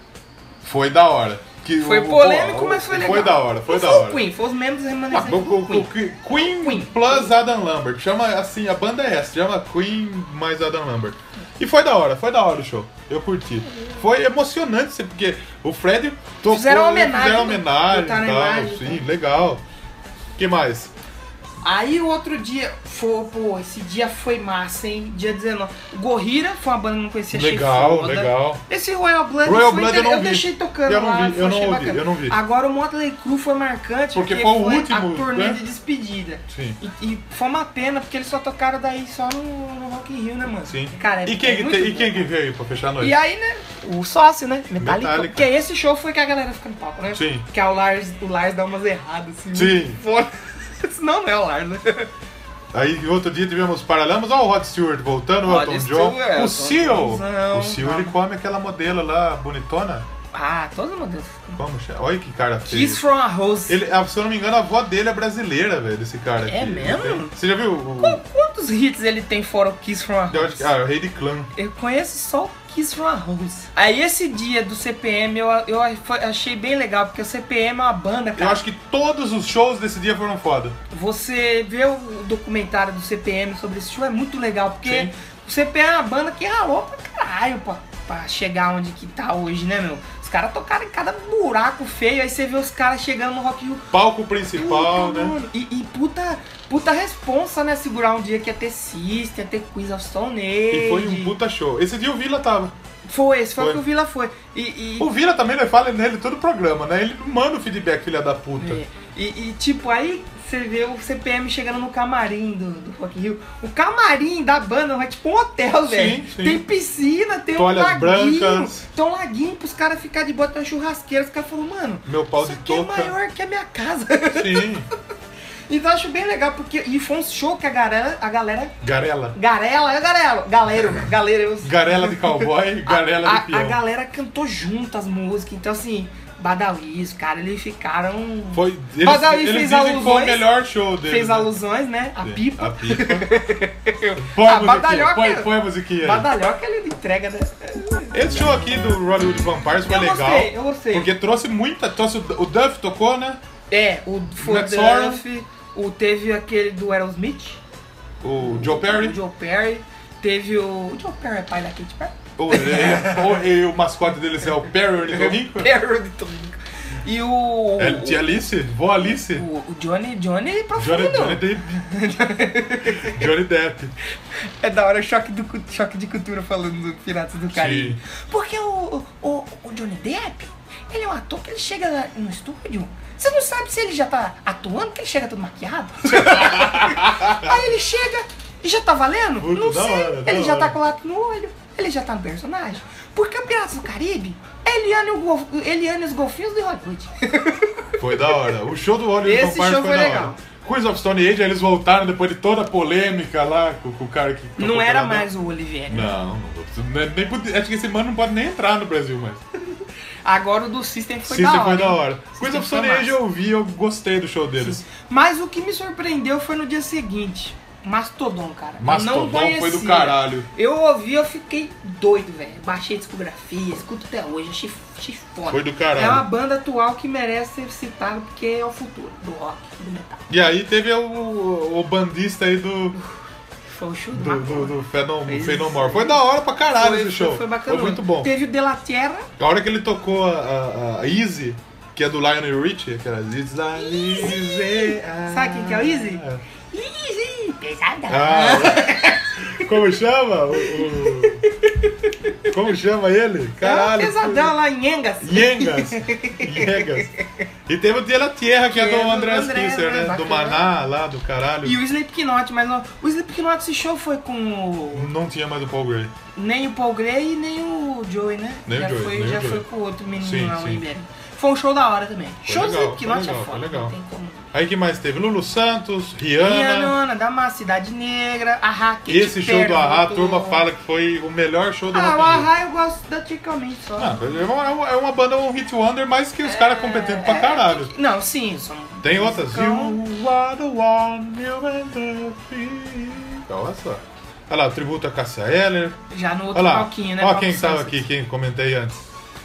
Speaker 2: Foi da hora. Que
Speaker 1: Foi
Speaker 2: o- o-
Speaker 1: polêmico,
Speaker 2: o-
Speaker 1: mas foi legal.
Speaker 2: Foi da hora, foi
Speaker 1: Não
Speaker 2: da
Speaker 1: foi
Speaker 2: hora.
Speaker 1: o Queen, foi os membros
Speaker 2: Ah,
Speaker 1: remanescentes
Speaker 2: o,
Speaker 1: do
Speaker 2: o-
Speaker 1: Queen.
Speaker 2: o Queen, Queen
Speaker 1: Queen.
Speaker 2: plus Adam Lambert. Chama assim, a banda é essa. Chama Queen mais Adam Lambert. E foi da hora, foi da hora o show. Eu curti. Foi emocionante, assim, porque o Fred tocou...
Speaker 1: Fizeram uma homenagem, né?
Speaker 2: Fizeram homenagem e
Speaker 1: botaram a
Speaker 2: tal.
Speaker 1: imagem, né?
Speaker 2: Sim, legal. que mais?
Speaker 1: Aí o outro dia, foi, pô, esse dia foi massa, hein? Dia 19. Gorrira foi uma banda que eu não conhecia, achei
Speaker 2: Legal,
Speaker 1: foda.
Speaker 2: legal.
Speaker 1: Esse Royal Blood,
Speaker 2: Royal
Speaker 1: foi
Speaker 2: Blood
Speaker 1: inter-
Speaker 2: eu não vi.
Speaker 1: deixei tocando
Speaker 2: Eu não
Speaker 1: lá,
Speaker 2: vi,
Speaker 1: foi-
Speaker 2: eu não
Speaker 1: achei
Speaker 2: ouvi,
Speaker 1: bacana.
Speaker 2: eu não vi.
Speaker 1: Agora o Motley Crue foi marcante,
Speaker 2: Porque foi o
Speaker 1: a
Speaker 2: último,
Speaker 1: turnê
Speaker 2: né?
Speaker 1: de despedida.
Speaker 2: Sim.
Speaker 1: E, e foi uma pena, porque eles só tocaram daí só no, no Rock in Rio, né, mano?
Speaker 2: Sim.
Speaker 1: Cara, é-
Speaker 2: e quem,
Speaker 1: é
Speaker 2: que
Speaker 1: muito
Speaker 2: te- e
Speaker 1: bom.
Speaker 2: quem que veio aí pra fechar a noite?
Speaker 1: E aí, né? O sócio, né? Metallica.
Speaker 2: Metallica.
Speaker 1: Porque esse show foi que a galera fica no palco, né?
Speaker 2: Sim.
Speaker 1: Que é o Lars, o Lars dá umas erradas, assim.
Speaker 2: Sim.
Speaker 1: muito Foda. Senão não é o Lars, né?
Speaker 2: Aí outro dia tivemos Paralamas, ó o Rod Stewart voltando, o
Speaker 1: Rod
Speaker 2: Elton
Speaker 1: Stewart, é,
Speaker 2: John.
Speaker 1: Elton
Speaker 2: o Seal!
Speaker 1: Johnzão,
Speaker 2: O Seal ele
Speaker 1: tá.
Speaker 2: come aquela modelo lá bonitona.
Speaker 1: Ah, todo mundo.
Speaker 2: Como chama? Olha que cara feio.
Speaker 1: Kiss from a Rose.
Speaker 2: Ele, ah, se eu não me engano, a avó dele é brasileira, velho, esse cara aqui.
Speaker 1: É mesmo?
Speaker 2: Ele tem- Você já viu? O,
Speaker 1: Qu- Quantos hits ele tem fora o Kiss from a
Speaker 2: eu acho
Speaker 1: Rose?
Speaker 2: que- ah, o Rei de Clã.
Speaker 1: Eu conheço só o Kiss from a Rose. Aí esse dia do CPM eu, eu foi- achei bem legal, porque o CPM é uma banda,
Speaker 2: Eu
Speaker 1: cara.
Speaker 2: acho que todos os shows desse dia foram foda.
Speaker 1: Você vê o documentário do CPM sobre esse show é muito legal, porque
Speaker 2: Sim.
Speaker 1: o CPM é uma banda que ralou pra caralho pra, pra chegar onde que tá hoje, né, meu? Os caras tocaram em cada buraco feio, aí você vê os caras chegando no Rock in Rio.
Speaker 2: Palco
Speaker 1: Puta,
Speaker 2: principal, né?
Speaker 1: mano. E, e puta, puta responsa, né? Segurar um dia que ia ter Sister, ia ter Quiz of Stone Age.
Speaker 2: E foi um puta show. Esse dia o Vila tava.
Speaker 1: Foi, esse foi,
Speaker 2: Foi.
Speaker 1: o que o Vila foi. E, e,
Speaker 2: O Vila também ele fala nele todo o programa, né? Ele não manda o feedback, filha da puta.
Speaker 1: é, e- e, tipo, aí você vê o CPM chegando no camarim do, do Rock in Rio. O camarim da banda é tipo um hotel, velho.
Speaker 2: sim.
Speaker 1: Tem piscina, tem
Speaker 2: Toalhas
Speaker 1: um laguinho.
Speaker 2: brancas.
Speaker 1: Tem um laguinho pros caras ficar de bota na churrasqueira. Os caras falam, mano,
Speaker 2: Meu pau
Speaker 1: isso
Speaker 2: de
Speaker 1: aqui
Speaker 2: touca.
Speaker 1: é maior que a minha casa.
Speaker 2: Sim.
Speaker 1: então eu acho bem legal, porque. E foi um show que a galera. A galera
Speaker 2: Garela.
Speaker 1: Garela, é Garelo. Galeiro, galeiro. Eu...
Speaker 2: Garela de cowboy, garela
Speaker 1: a,
Speaker 2: de peão.
Speaker 1: a galera cantou junto as músicas, então assim, Badawi, os caras, eles ficaram.
Speaker 2: Foi, eles,
Speaker 1: Badawi
Speaker 2: eles
Speaker 1: fez
Speaker 2: dizem que foi
Speaker 1: alusões.
Speaker 2: o melhor show dele.
Speaker 1: Fez alusões, né? A pipa.
Speaker 2: É, A pipa. põe
Speaker 1: Ah,
Speaker 2: a musiquinha,
Speaker 1: badalhoca.
Speaker 2: põe, põe a musiquinha aí.
Speaker 1: Badalhoca ele entrega, né?
Speaker 2: Esse show aqui do Hollywood Vampires foi
Speaker 1: Eu
Speaker 2: legal.
Speaker 1: gostei, eu gostei.
Speaker 2: Porque trouxe muita. Trouxe o, o Duff tocou, né?
Speaker 1: É, o
Speaker 2: Matt Sorum.
Speaker 1: Fodorf, o teve aquele do Aerosmith.
Speaker 2: o Joe
Speaker 1: O
Speaker 2: Perry,
Speaker 1: Joe Perry. Teve o. O Joe Perry é pai da Katy Perry?
Speaker 2: ou, ele, ele- ou ele- o mascote deles é o Perry Ornitorrinco.
Speaker 1: Perry de Torinco. E o.
Speaker 2: Ele tinha Alice, vó Alice.
Speaker 1: O, o Johnny, Johnny profundo.
Speaker 2: Johnny, Johnny Depp. Johnny Depp.
Speaker 1: É da hora o choque, do, cu- choque de cultura falando do Piratas do Caribe.
Speaker 2: Sim.
Speaker 1: Porque o, o, o Johnny Depp, ele é um ator que ele chega na- no estúdio. Você não sabe se ele já tá atuando, porque ele chega todo maquiado. Aí ele chega e já tá valendo?
Speaker 2: Muito
Speaker 1: não
Speaker 2: da
Speaker 1: sei.
Speaker 2: hora, da
Speaker 1: ele já tá
Speaker 2: hora.
Speaker 1: com lápis no olho, ele já tá no personagem. Porque o Piratas do Caribe é Eliane, e o Golf- Eliane e os golfinhos de Hollywood.
Speaker 2: Foi da hora. O show do Oliver
Speaker 1: Esse
Speaker 2: Compars
Speaker 1: show
Speaker 2: foi
Speaker 1: foi
Speaker 2: da
Speaker 1: legal.
Speaker 2: hora. Queens of Stone Age, eles voltaram depois de toda a polêmica lá com, com o cara que. tocou
Speaker 1: não era
Speaker 2: peladão.
Speaker 1: mais o Olivier.
Speaker 2: Não, não é nem- nem podia- acho que esse mano não pode nem entrar no Brasil mais.
Speaker 1: Agora o do System foi
Speaker 2: Sim,
Speaker 1: da hora.
Speaker 2: foi da
Speaker 1: hein?
Speaker 2: hora. Queens
Speaker 1: System
Speaker 2: of
Speaker 1: foi
Speaker 2: Stone
Speaker 1: massa.
Speaker 2: Age eu vi, eu gostei do show deles.
Speaker 1: Mas o que me surpreendeu foi no dia seguinte. Mastodon, cara. Eu
Speaker 2: Mastodon
Speaker 1: não conhecia.
Speaker 2: foi do caralho.
Speaker 1: Eu ouvi, eu fiquei doido, velho. Baixei a discografia, escuto até hoje, achei, achei foda.
Speaker 2: Foi do caralho.
Speaker 1: É uma banda atual que merece ser citada porque é o futuro do rock, do metal.
Speaker 2: E aí teve o, o bandista aí do,
Speaker 1: Foi o show do,
Speaker 2: do, do,
Speaker 1: Mastodon.
Speaker 2: do Fenom-
Speaker 1: Fez-
Speaker 2: Fenomore. Foi da hora pra caralho
Speaker 1: Foi-
Speaker 2: esse show.
Speaker 1: Foi bacana.
Speaker 2: Foi muito bom.
Speaker 1: Teve o De La Tierra.
Speaker 2: A hora que ele tocou a, a, a Easy, que é do Lionel Richie, aquela It's a Easy.
Speaker 1: Sabe quem que é o Easy? Easy, pesadão.
Speaker 2: Ah, o- como chama? O, o- como chama ele? Caralho.
Speaker 1: é um pesadão lá em Engas.
Speaker 2: Yengas. Yengas. E teve o De La Tierra, que é
Speaker 1: Que é
Speaker 2: do
Speaker 1: do
Speaker 2: André
Speaker 1: André,
Speaker 2: Kisser,
Speaker 1: né?
Speaker 2: né? Do
Speaker 1: Bacana.
Speaker 2: Maná, lá do caralho.
Speaker 1: E o Slipknot, mas não, o Slipknot esse show foi com o-
Speaker 2: Não tinha mais o Paul Gray.
Speaker 1: nem o Paul Gray e nem o Joey, né?
Speaker 2: Nem o
Speaker 1: já
Speaker 2: Joey,
Speaker 1: foi,
Speaker 2: nem o
Speaker 1: já
Speaker 2: Joey.
Speaker 1: foi com o outro menino
Speaker 2: Sim,
Speaker 1: lá, o
Speaker 2: sim.
Speaker 1: Iberi. Foi um show da hora também. show
Speaker 2: legal,
Speaker 1: do Slipknot
Speaker 2: foi legal,
Speaker 1: é foda,
Speaker 2: foi legal.
Speaker 1: não tem como.
Speaker 2: Aí que mais teve? Lulu Santos,
Speaker 1: E
Speaker 2: Rihanna.
Speaker 1: a Nona, da Massa, Cidade Negra, a Hack.
Speaker 2: Esse show do Arra, a turma fala que foi o melhor show do
Speaker 1: Ah, o
Speaker 2: Rock in Rio.
Speaker 1: Arra eu gosto da Ticamente só.
Speaker 2: Ah, é uma, é uma- é uma banda um hit wonder, mas
Speaker 1: É,
Speaker 2: que os caras competentes pra caralho.
Speaker 1: Não, sim, são.
Speaker 2: Tem outras.
Speaker 1: Então-
Speaker 2: You are the one, you are the free. Então, Olha só. Olha lá, o tributo a Cassia Eller.
Speaker 1: Já no
Speaker 2: Olha
Speaker 1: outro
Speaker 2: lá.
Speaker 1: palquinho, né?
Speaker 2: Olha
Speaker 1: Palco
Speaker 2: quem estava
Speaker 1: Sunset.
Speaker 2: aqui, quem comentei antes.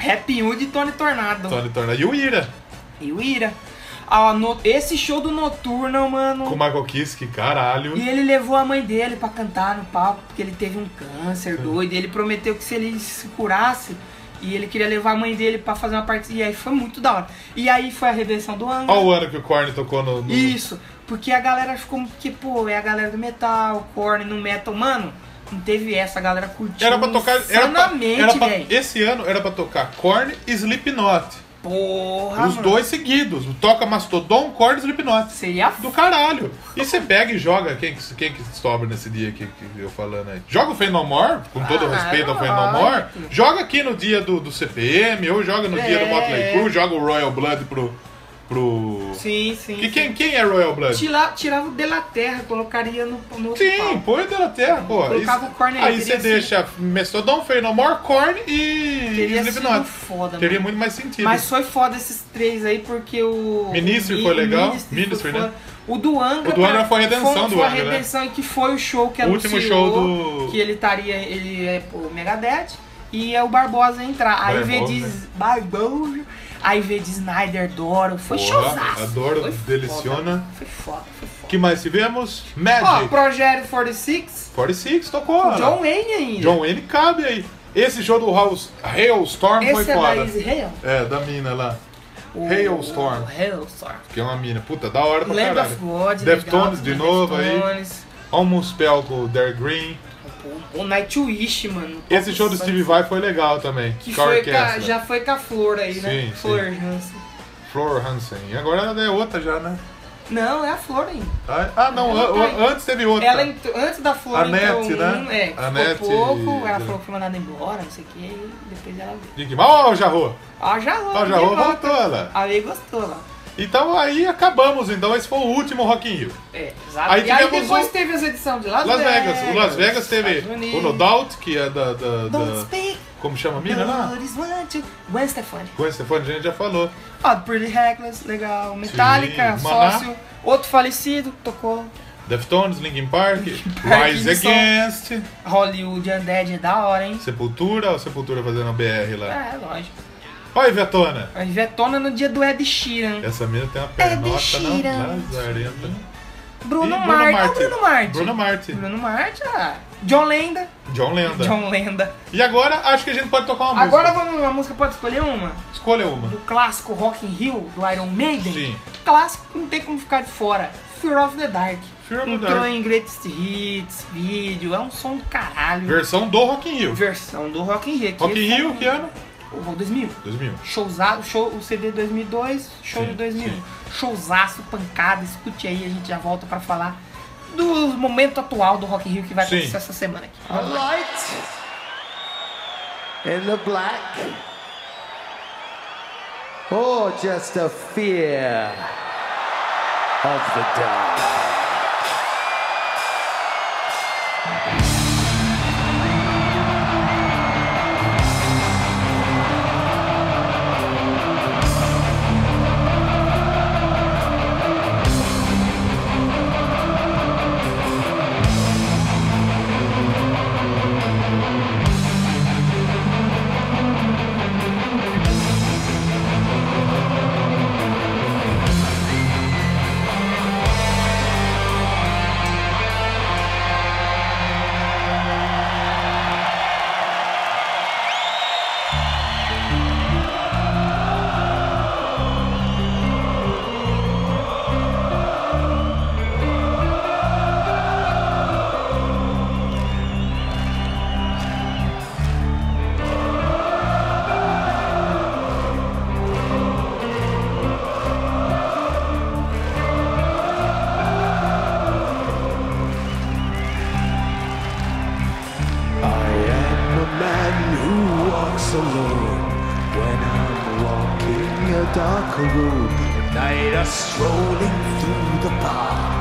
Speaker 1: Happy Hood e Tony Tornado.
Speaker 2: Tony Torna. E o Ira,
Speaker 1: E o Ira. Ah, no- Esse show do Noturno, mano.
Speaker 2: com o Michael Kiss, que caralho.
Speaker 1: E ele levou a mãe dele pra cantar no palco, porque ele teve um câncer doido. E ele prometeu que se ele se curasse, e ele queria levar a mãe dele pra fazer uma parte. E aí foi muito da hora. E aí foi a redenção do ano.
Speaker 2: Olha o ano que o Korn tocou no. no-
Speaker 1: Isso, porque a galera ficou muito que, pô, é a galera do metal, corne no metal, mano. Não teve essa, a galera curtiu.
Speaker 2: Era pra tocar. Era pra,
Speaker 1: insanamente,
Speaker 2: era pra-
Speaker 1: velho.
Speaker 2: esse ano era pra tocar Korn e Slipknot.
Speaker 1: Porra,
Speaker 2: os
Speaker 1: Ah, mano.
Speaker 2: dois seguidos. Toca Mastodon, Korn e Slipknot.
Speaker 1: Seria
Speaker 2: do caralho. E você pega e joga. Quem, que- quem que sobra nesse dia aqui que eu falando aí? Joga o Fenomore, com todo
Speaker 1: Ah,
Speaker 2: respeito ao
Speaker 1: lógico.
Speaker 2: Fenomore. Joga aqui no dia do, do CPM, ou joga no dia do
Speaker 1: É.
Speaker 2: Motley Crue, joga o Royal Blood pro. pro...
Speaker 1: Sim, sim.
Speaker 2: Que,
Speaker 1: sim.
Speaker 2: quem, quem é Royal Blood?
Speaker 1: Tira- tirava o de la terra, colocaria no, no outro
Speaker 2: Sim,
Speaker 1: palco.
Speaker 2: põe pela terra, pô.
Speaker 1: Colocava
Speaker 2: Isso-
Speaker 1: o assim. Korn aí,
Speaker 2: aí
Speaker 1: teria
Speaker 2: você deixa Mastodon, Fenomore, Korn e
Speaker 1: Teria sido
Speaker 2: Slipknot.
Speaker 1: foda,
Speaker 2: Teria
Speaker 1: mano.
Speaker 2: muito mais sentido.
Speaker 1: Mas foi foda esses três aí, porque o.
Speaker 2: Ministry
Speaker 1: o Mi-
Speaker 2: foi legal.
Speaker 1: Ministry
Speaker 2: Ministry,
Speaker 1: foi
Speaker 2: né?
Speaker 1: foda. O do Angra.
Speaker 2: O do Angra
Speaker 1: pra-
Speaker 2: foi a redenção
Speaker 1: foi,
Speaker 2: do
Speaker 1: foi a
Speaker 2: Angra, né?
Speaker 1: redenção e que foi o show que
Speaker 2: O
Speaker 1: anunciou
Speaker 2: último show do-
Speaker 1: Que ele estaria. Ele é o Megadeth e é o Barbosa entrar. Aí veio de.
Speaker 2: Barbosa.
Speaker 1: Barbosa. Aí veio de Snyder Doro. Foi
Speaker 2: Porra,
Speaker 1: showzaço.
Speaker 2: adoro,
Speaker 1: foi
Speaker 2: deliciona. É,
Speaker 1: Foda. Foi foda, foi foda.
Speaker 2: que mais tivemos?
Speaker 1: Ó,
Speaker 2: Magic.
Speaker 1: Projeto 46.
Speaker 2: 46 tocou.
Speaker 1: O
Speaker 2: né?
Speaker 1: John Wayne ainda.
Speaker 2: John Wayne cabe aí. Esse show do House, Hailstorm
Speaker 1: Esse
Speaker 2: foi
Speaker 1: é da
Speaker 2: foda.
Speaker 1: Israel.
Speaker 2: É, da mina lá. Hailstorm.
Speaker 1: Hailstorm.
Speaker 2: Que é uma mina. Puta, da hora pra
Speaker 1: Lamb
Speaker 2: caralho.
Speaker 1: of God.
Speaker 2: Deftones
Speaker 1: legal,
Speaker 2: de novo aí.
Speaker 1: Deftones.
Speaker 2: Almost Spell com o Dare Green.
Speaker 1: O Nightwish, mano.
Speaker 2: Esse show do Steve Vai foi legal também.
Speaker 1: Que
Speaker 2: com a
Speaker 1: foi com a-
Speaker 2: orquestra.
Speaker 1: já foi com a Flor aí, né?
Speaker 2: Sim, sim.
Speaker 1: Flor Hansen.
Speaker 2: Flor Hansen. E agora ela é outra já, né?
Speaker 1: Não, é a Flor ainda.
Speaker 2: Ah, ah, não.
Speaker 1: Ela
Speaker 2: an-
Speaker 1: tá aí.
Speaker 2: antes teve outra.
Speaker 1: Ela entrou- antes da Flor
Speaker 2: A
Speaker 1: entrou
Speaker 2: Nete,
Speaker 1: um,
Speaker 2: né?
Speaker 1: é,
Speaker 2: A
Speaker 1: ficou
Speaker 2: Nete-
Speaker 1: pouco, ela falou que foi mandada embora, não sei o que, e depois ela veio.
Speaker 2: De que- Ó, o Jarro.
Speaker 1: Ah, já rolou.
Speaker 2: Ó, o
Speaker 1: de
Speaker 2: Jarro
Speaker 1: volta.
Speaker 2: voltou ela.
Speaker 1: Aí gostou lá.
Speaker 2: Então aí acabamos. Então esse foi o último Rock in Rio.
Speaker 1: É, exato.
Speaker 2: Aí
Speaker 1: e aí
Speaker 2: tivemos
Speaker 1: depois
Speaker 2: o-
Speaker 1: teve as edições de Las,
Speaker 2: Las Vegas. O Las Vegas teve
Speaker 1: Estados Unidos.
Speaker 2: o No Doubt, que é da... da,
Speaker 1: Don't
Speaker 2: da
Speaker 1: speak,
Speaker 2: como chama a mina lá?
Speaker 1: nobody's want you. Gwen Stefani.
Speaker 2: Com esse fone a gente já falou.
Speaker 1: Ó, Pretty Reckless, legal. Metallica,
Speaker 2: Maná.
Speaker 1: Sócio. Outro falecido, tocou.
Speaker 2: Deftones, Linkin Park,
Speaker 1: Park,
Speaker 2: Rise
Speaker 1: Linkin
Speaker 2: Against,
Speaker 1: Hollywood Undead é da hora, hein?
Speaker 2: Sepultura, ou Sepultura fazendo a BR lá.
Speaker 1: É, lógico.
Speaker 2: Olha, Viatona.
Speaker 1: A Ivetona no dia do Ed Sheeran.
Speaker 2: Essa mina tem uma
Speaker 1: É
Speaker 2: pernota na
Speaker 1: bichira.
Speaker 2: lazarenta.
Speaker 1: Bruno,
Speaker 2: E Bruno
Speaker 1: Mars.
Speaker 2: Marte.
Speaker 1: Bruno Marte.
Speaker 2: Bruno Marte. É.
Speaker 1: Bruno Marte, ah. John Lenda.
Speaker 2: John Lenda.
Speaker 1: John Lenda.
Speaker 2: E agora acho que a gente pode tocar uma
Speaker 1: Agora
Speaker 2: música.
Speaker 1: vamos, a música pode escolher uma.
Speaker 2: Escolha uma.
Speaker 1: Do clássico Rock in Rio, do Iron Maiden.
Speaker 2: Sim.
Speaker 1: Clássico, não tem como ficar de fora. Fear of the Dark.
Speaker 2: Fear of the
Speaker 1: Entrou
Speaker 2: Dark.
Speaker 1: em Greatest Hits, vídeo, é um som do caralho.
Speaker 2: Versão do Rock in Rio.
Speaker 1: Versão do Rock in Rio. que
Speaker 2: Rock in
Speaker 1: foi-
Speaker 2: Rio, que ano?
Speaker 1: O 2000.
Speaker 2: 2000.
Speaker 1: Showzado, show, o CD 2002, show
Speaker 2: Sim,
Speaker 1: de 2001.
Speaker 2: sim.
Speaker 1: Showzaço, pancada, escute aí, a gente já volta pra falar do momento atual do Rock in Rio que vai
Speaker 2: Sim.
Speaker 1: acontecer essa semana aqui.
Speaker 4: a light in the black, or Oh, just a fear of the dark. I am a man who walks alone when I'm walking a dark road. At night, I'm strolling through the park.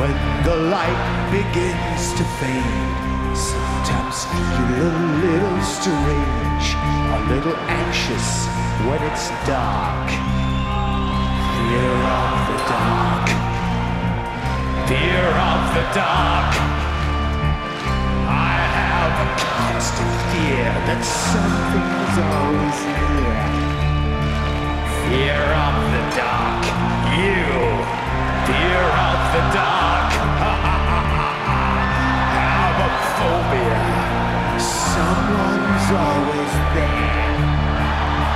Speaker 4: When the light begins to fade, sometimes feel a little strange, a little anxious when it's dark. Fear of the dark. Fear of the dark. I have a constant fear that something is always near. Fear of the dark. You. Fear of the dark. have a phobia. Someone's always there.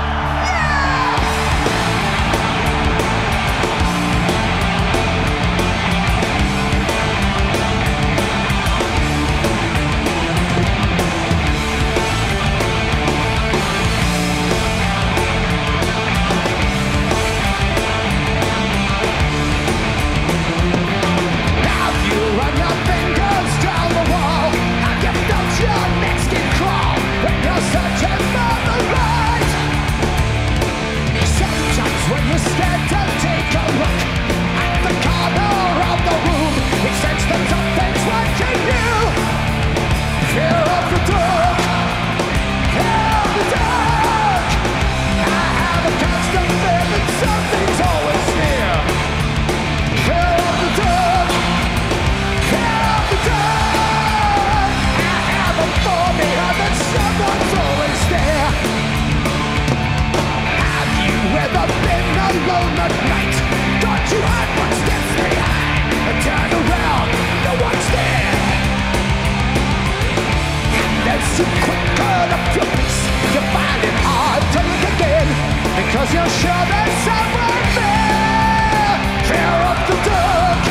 Speaker 4: Something's always near. Fear of the dark. Because you're sure there's someone there Fear of the dark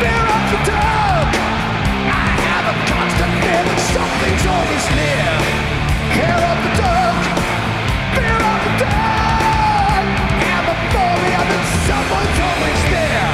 Speaker 4: Fear of the dark I have a constant fear that something's always near Fear of the dark Fear of the dark Have a phobia that someone's always there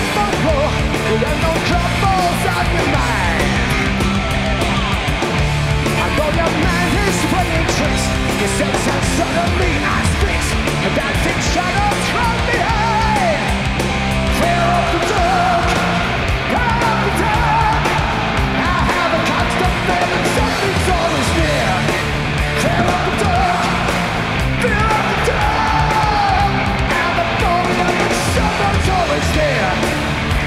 Speaker 8: and no troubles on your mind. I know your man is playing tricks. He sits and suddenly I speaks, and I think shadows from behind. Clear up the dark, clear up the dark. I have a constant feeling something's always near. Clear up the dark, clear up the dark. I have a feeling that something's always near.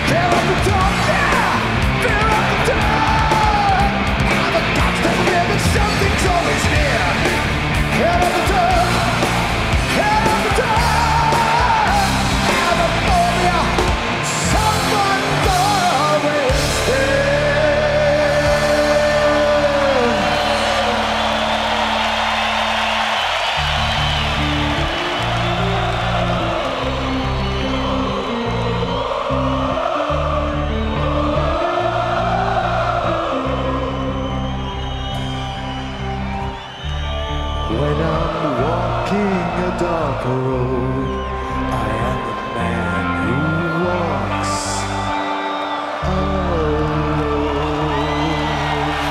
Speaker 8: Clear up the dark, yeah. Clear up the dark. I have a constant feeling something's always near. Clear up the dark, clear up the dark. I have a feeling someone's always there. When I'm walking a dark road, I am the man who walks alone.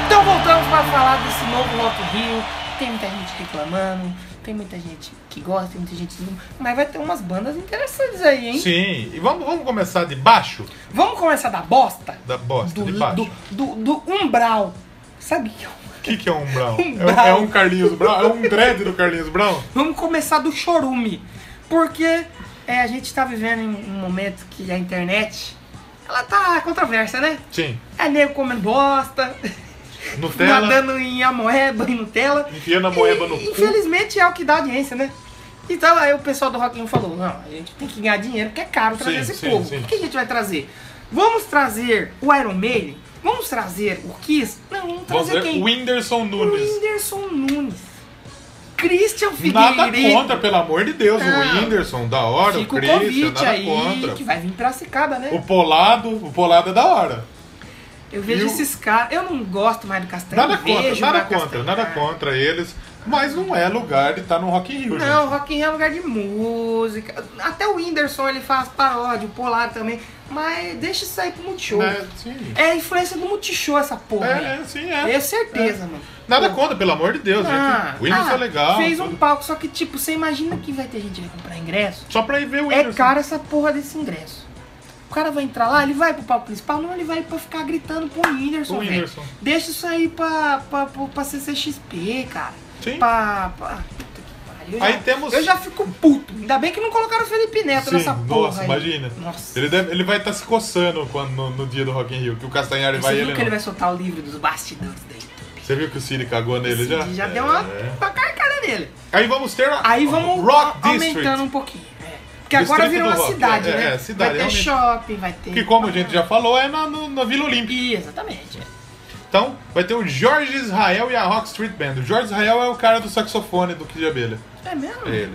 Speaker 1: Então voltamos para falar desse novo Rock in Rio. Tem muita gente reclamando, tem muita gente que gosta, tem muita gente que não. Mas vai ter umas bandas interessantes aí, hein?
Speaker 2: Sim, e vamos, vamos começar de baixo
Speaker 1: Vamos começar da bosta?
Speaker 2: da bosta,
Speaker 1: do,
Speaker 2: de baixo.
Speaker 1: do, do, do umbral. Sabe que eu-
Speaker 2: O que, que é um Brown?
Speaker 1: Um
Speaker 2: É um- É,
Speaker 1: Brown.
Speaker 2: um Carlinhos Brown? É um dread do Carlinhos Brown?
Speaker 1: Vamos começar do chorume. Porque é, a gente tá vivendo em um momento que a internet. Ela tá controversa, né?
Speaker 2: Sim.
Speaker 1: É nego comendo bosta,
Speaker 2: Nutella.
Speaker 1: nadando em amoeba e Nutella.
Speaker 2: Enfiando a moeba no cu.
Speaker 1: Infelizmente é o que dá audiência, né? Então aí o pessoal do Rockinho falou, não, a gente tem que ganhar dinheiro porque é caro trazer
Speaker 2: Sim,
Speaker 1: esse
Speaker 2: sim,
Speaker 1: povo.
Speaker 2: sim.
Speaker 1: O que a gente vai trazer? Vamos trazer o Iron Maiden? Vamos trazer o Kiss? Não, vamos
Speaker 2: Vamos
Speaker 1: trazer
Speaker 2: ver.
Speaker 1: quem?
Speaker 2: Whindersson Nunes.
Speaker 1: Whindersson Nunes. Christian Figueiredo.
Speaker 2: Nada contra, pelo amor de Deus.
Speaker 1: Não.
Speaker 2: O Whindersson, da hora.
Speaker 1: Fica
Speaker 2: o
Speaker 1: o
Speaker 2: Christian,
Speaker 1: convite
Speaker 2: nada
Speaker 1: aí,
Speaker 2: contra.
Speaker 1: que vai vir pra cicada, né?
Speaker 2: O Polado, o Polado é da hora.
Speaker 1: Eu vejo
Speaker 2: e o-
Speaker 1: esses caras... Eu não gosto mais do Castanho.
Speaker 2: Nada contra,
Speaker 1: vejo
Speaker 2: nada
Speaker 1: mais do
Speaker 2: contra,
Speaker 1: Castanho.
Speaker 2: nada contra eles. Mas não é lugar de estar no Rock in Rio,
Speaker 1: Não,
Speaker 2: gente.
Speaker 1: Rock in Rio é lugar de música. Até o Whindersson ele faz paródia, o Polar também. Mas deixa isso aí pro Multishow.
Speaker 2: É, sim.
Speaker 1: É a influência do Multishow essa porra.
Speaker 2: É, é,
Speaker 1: né?
Speaker 2: sim,
Speaker 1: Tenho
Speaker 2: é.
Speaker 1: certeza, mano.
Speaker 2: Nada
Speaker 1: Pô.
Speaker 2: contra, pelo amor de Deus,
Speaker 1: Ah,
Speaker 2: gente. O Whindersson
Speaker 1: ah,
Speaker 2: é legal.
Speaker 1: Fez um
Speaker 2: tudo.
Speaker 1: palco, só que tipo, você imagina que vai ter gente que vai comprar ingresso?
Speaker 2: Só pra ir ver o
Speaker 1: É
Speaker 2: Whindersson.
Speaker 1: caro essa porra desse ingresso. O cara vai entrar lá, ele vai pro palco principal, não, ele vai pra ficar gritando pro Whindersson,
Speaker 2: Pro
Speaker 1: velho.
Speaker 2: Whindersson.
Speaker 1: Deixa isso aí pra, pra, pra, pra CCXP, cara.
Speaker 2: Sim.
Speaker 1: Pra, pra- ah, Puta que pariu. Eu
Speaker 2: Aí
Speaker 1: já,
Speaker 2: temos-
Speaker 1: Eu já fico puto. Ainda bem que não colocaram o Felipe Neto
Speaker 2: Sim,
Speaker 1: nessa porra
Speaker 2: nossa,
Speaker 1: aí.
Speaker 2: imagina.
Speaker 1: Nossa.
Speaker 2: Ele, deve- ele vai estar se coçando quando, no, no dia do Rock in Rio, que o Castanhari
Speaker 1: Você
Speaker 2: vai e
Speaker 1: viu
Speaker 2: ele,
Speaker 1: que ele
Speaker 2: não.
Speaker 1: vai soltar o livro dos bastidores daí?
Speaker 2: Você viu que o Siri cagou nele já?
Speaker 1: Já
Speaker 2: É.
Speaker 1: deu uma, uma carcada nele.
Speaker 2: Aí vamos ter a
Speaker 1: Aí vamos
Speaker 2: Rock
Speaker 1: a-
Speaker 2: District.
Speaker 1: aumentando um pouquinho. é. Porque agora
Speaker 2: Distrito
Speaker 1: virou
Speaker 2: do
Speaker 1: uma
Speaker 2: Rock,
Speaker 1: cidade,
Speaker 2: é,
Speaker 1: né?
Speaker 2: é, cidade,
Speaker 1: vai ter
Speaker 2: realmente.
Speaker 1: shopping, vai ter...
Speaker 2: Que como a gente já falou, é na, no- na Vila Olímpia.
Speaker 1: Ih, Exatamente. é.
Speaker 2: Então, vai ter o Jorge Israel e a Rock Street Band. O Jorge Israel é o cara do saxofone do Kid de Abelha.
Speaker 1: É mesmo?
Speaker 2: É ele.
Speaker 1: Ele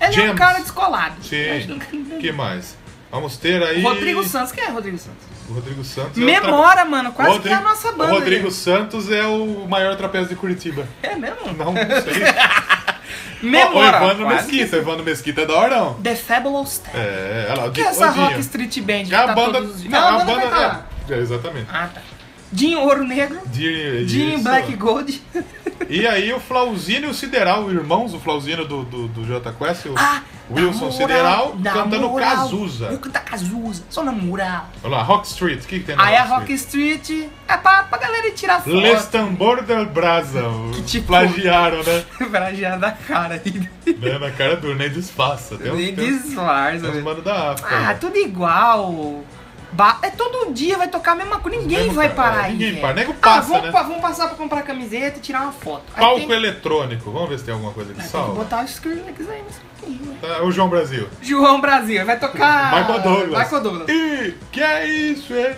Speaker 1: é um
Speaker 2: James.
Speaker 1: cara descolado.
Speaker 2: Sim. que mais? Vamos ter aí...
Speaker 1: Rodrigo Santos, quem é Rodrigo Santos?
Speaker 2: O Rodrigo Santos. é outra-
Speaker 1: Memora, mano, quase
Speaker 2: Rodrigo-
Speaker 1: que é a nossa banda.
Speaker 2: O Rodrigo
Speaker 1: né?
Speaker 2: Santos é o maior trapézio de Curitiba.
Speaker 1: É mesmo?
Speaker 2: Não sei. Ó,
Speaker 1: Memora.
Speaker 2: o Evandro
Speaker 1: quase.
Speaker 2: Mesquita. O Evandro Mesquita é da horão.
Speaker 1: The Fabulous Ten.
Speaker 2: É, olha lá. O
Speaker 1: que é essa
Speaker 2: Dinho.
Speaker 1: Rock Street Band que
Speaker 2: É a
Speaker 1: tá
Speaker 2: banda.
Speaker 1: todos os dias?
Speaker 2: Não,
Speaker 1: Não,
Speaker 2: a banda.
Speaker 1: vai tá lá.
Speaker 2: é, é, exatamente.
Speaker 1: Ah, tá. Dinho Ouro Negro.
Speaker 2: Dinho,
Speaker 1: Dinho
Speaker 2: isso.
Speaker 1: Black Gold.
Speaker 2: E aí o Flauzino e o Sideral, irmãos, o Flauzino do, do, do Jota Quest, o
Speaker 1: Ah,
Speaker 2: Wilson
Speaker 1: namorado,
Speaker 2: Sideral, cantando
Speaker 1: namorado. Eu
Speaker 2: Cazuza.
Speaker 1: cantar Cazuza, só na mural.
Speaker 2: Olha lá, Rock Street, o que, que tem É na
Speaker 1: Aí a Rock
Speaker 2: Rock Street?
Speaker 1: Street é pra, pra galera tirar foto.
Speaker 2: Les Tambor del Brasa.
Speaker 1: Que
Speaker 2: Que
Speaker 1: tipo-
Speaker 2: plagiaram, né?
Speaker 1: pra girar da cara aí.
Speaker 2: né? Na cara do nem disfarça. Tem, uns-
Speaker 1: Nem
Speaker 2: tem, uns-
Speaker 1: disfarça,
Speaker 2: tem uns
Speaker 1: velho.
Speaker 2: mano da África.
Speaker 1: Ah,
Speaker 2: aí.
Speaker 1: tudo igual. Ba- é todo dia vai tocar a mesma coisa. Ninguém
Speaker 2: mesmo
Speaker 1: vai
Speaker 2: cara,
Speaker 1: parar aí.
Speaker 2: ninguém
Speaker 1: velho.
Speaker 2: para, nego
Speaker 1: ah,
Speaker 2: passa,
Speaker 1: vamos,
Speaker 2: né?
Speaker 1: pa- vamos passar pra comprar camiseta e tirar uma foto. Aí
Speaker 2: Palco é
Speaker 1: tem-
Speaker 2: eletrônico, vamos ver se tem alguma coisa que
Speaker 1: Aí tem um que
Speaker 2: salva.
Speaker 1: botar os Skrillex aí, mas que isso?
Speaker 2: Tá, o João Brasil.
Speaker 1: João Brasil, vai tocar.
Speaker 2: Michael Douglas.
Speaker 1: Michael Douglas.
Speaker 2: Ih, que é isso, hein?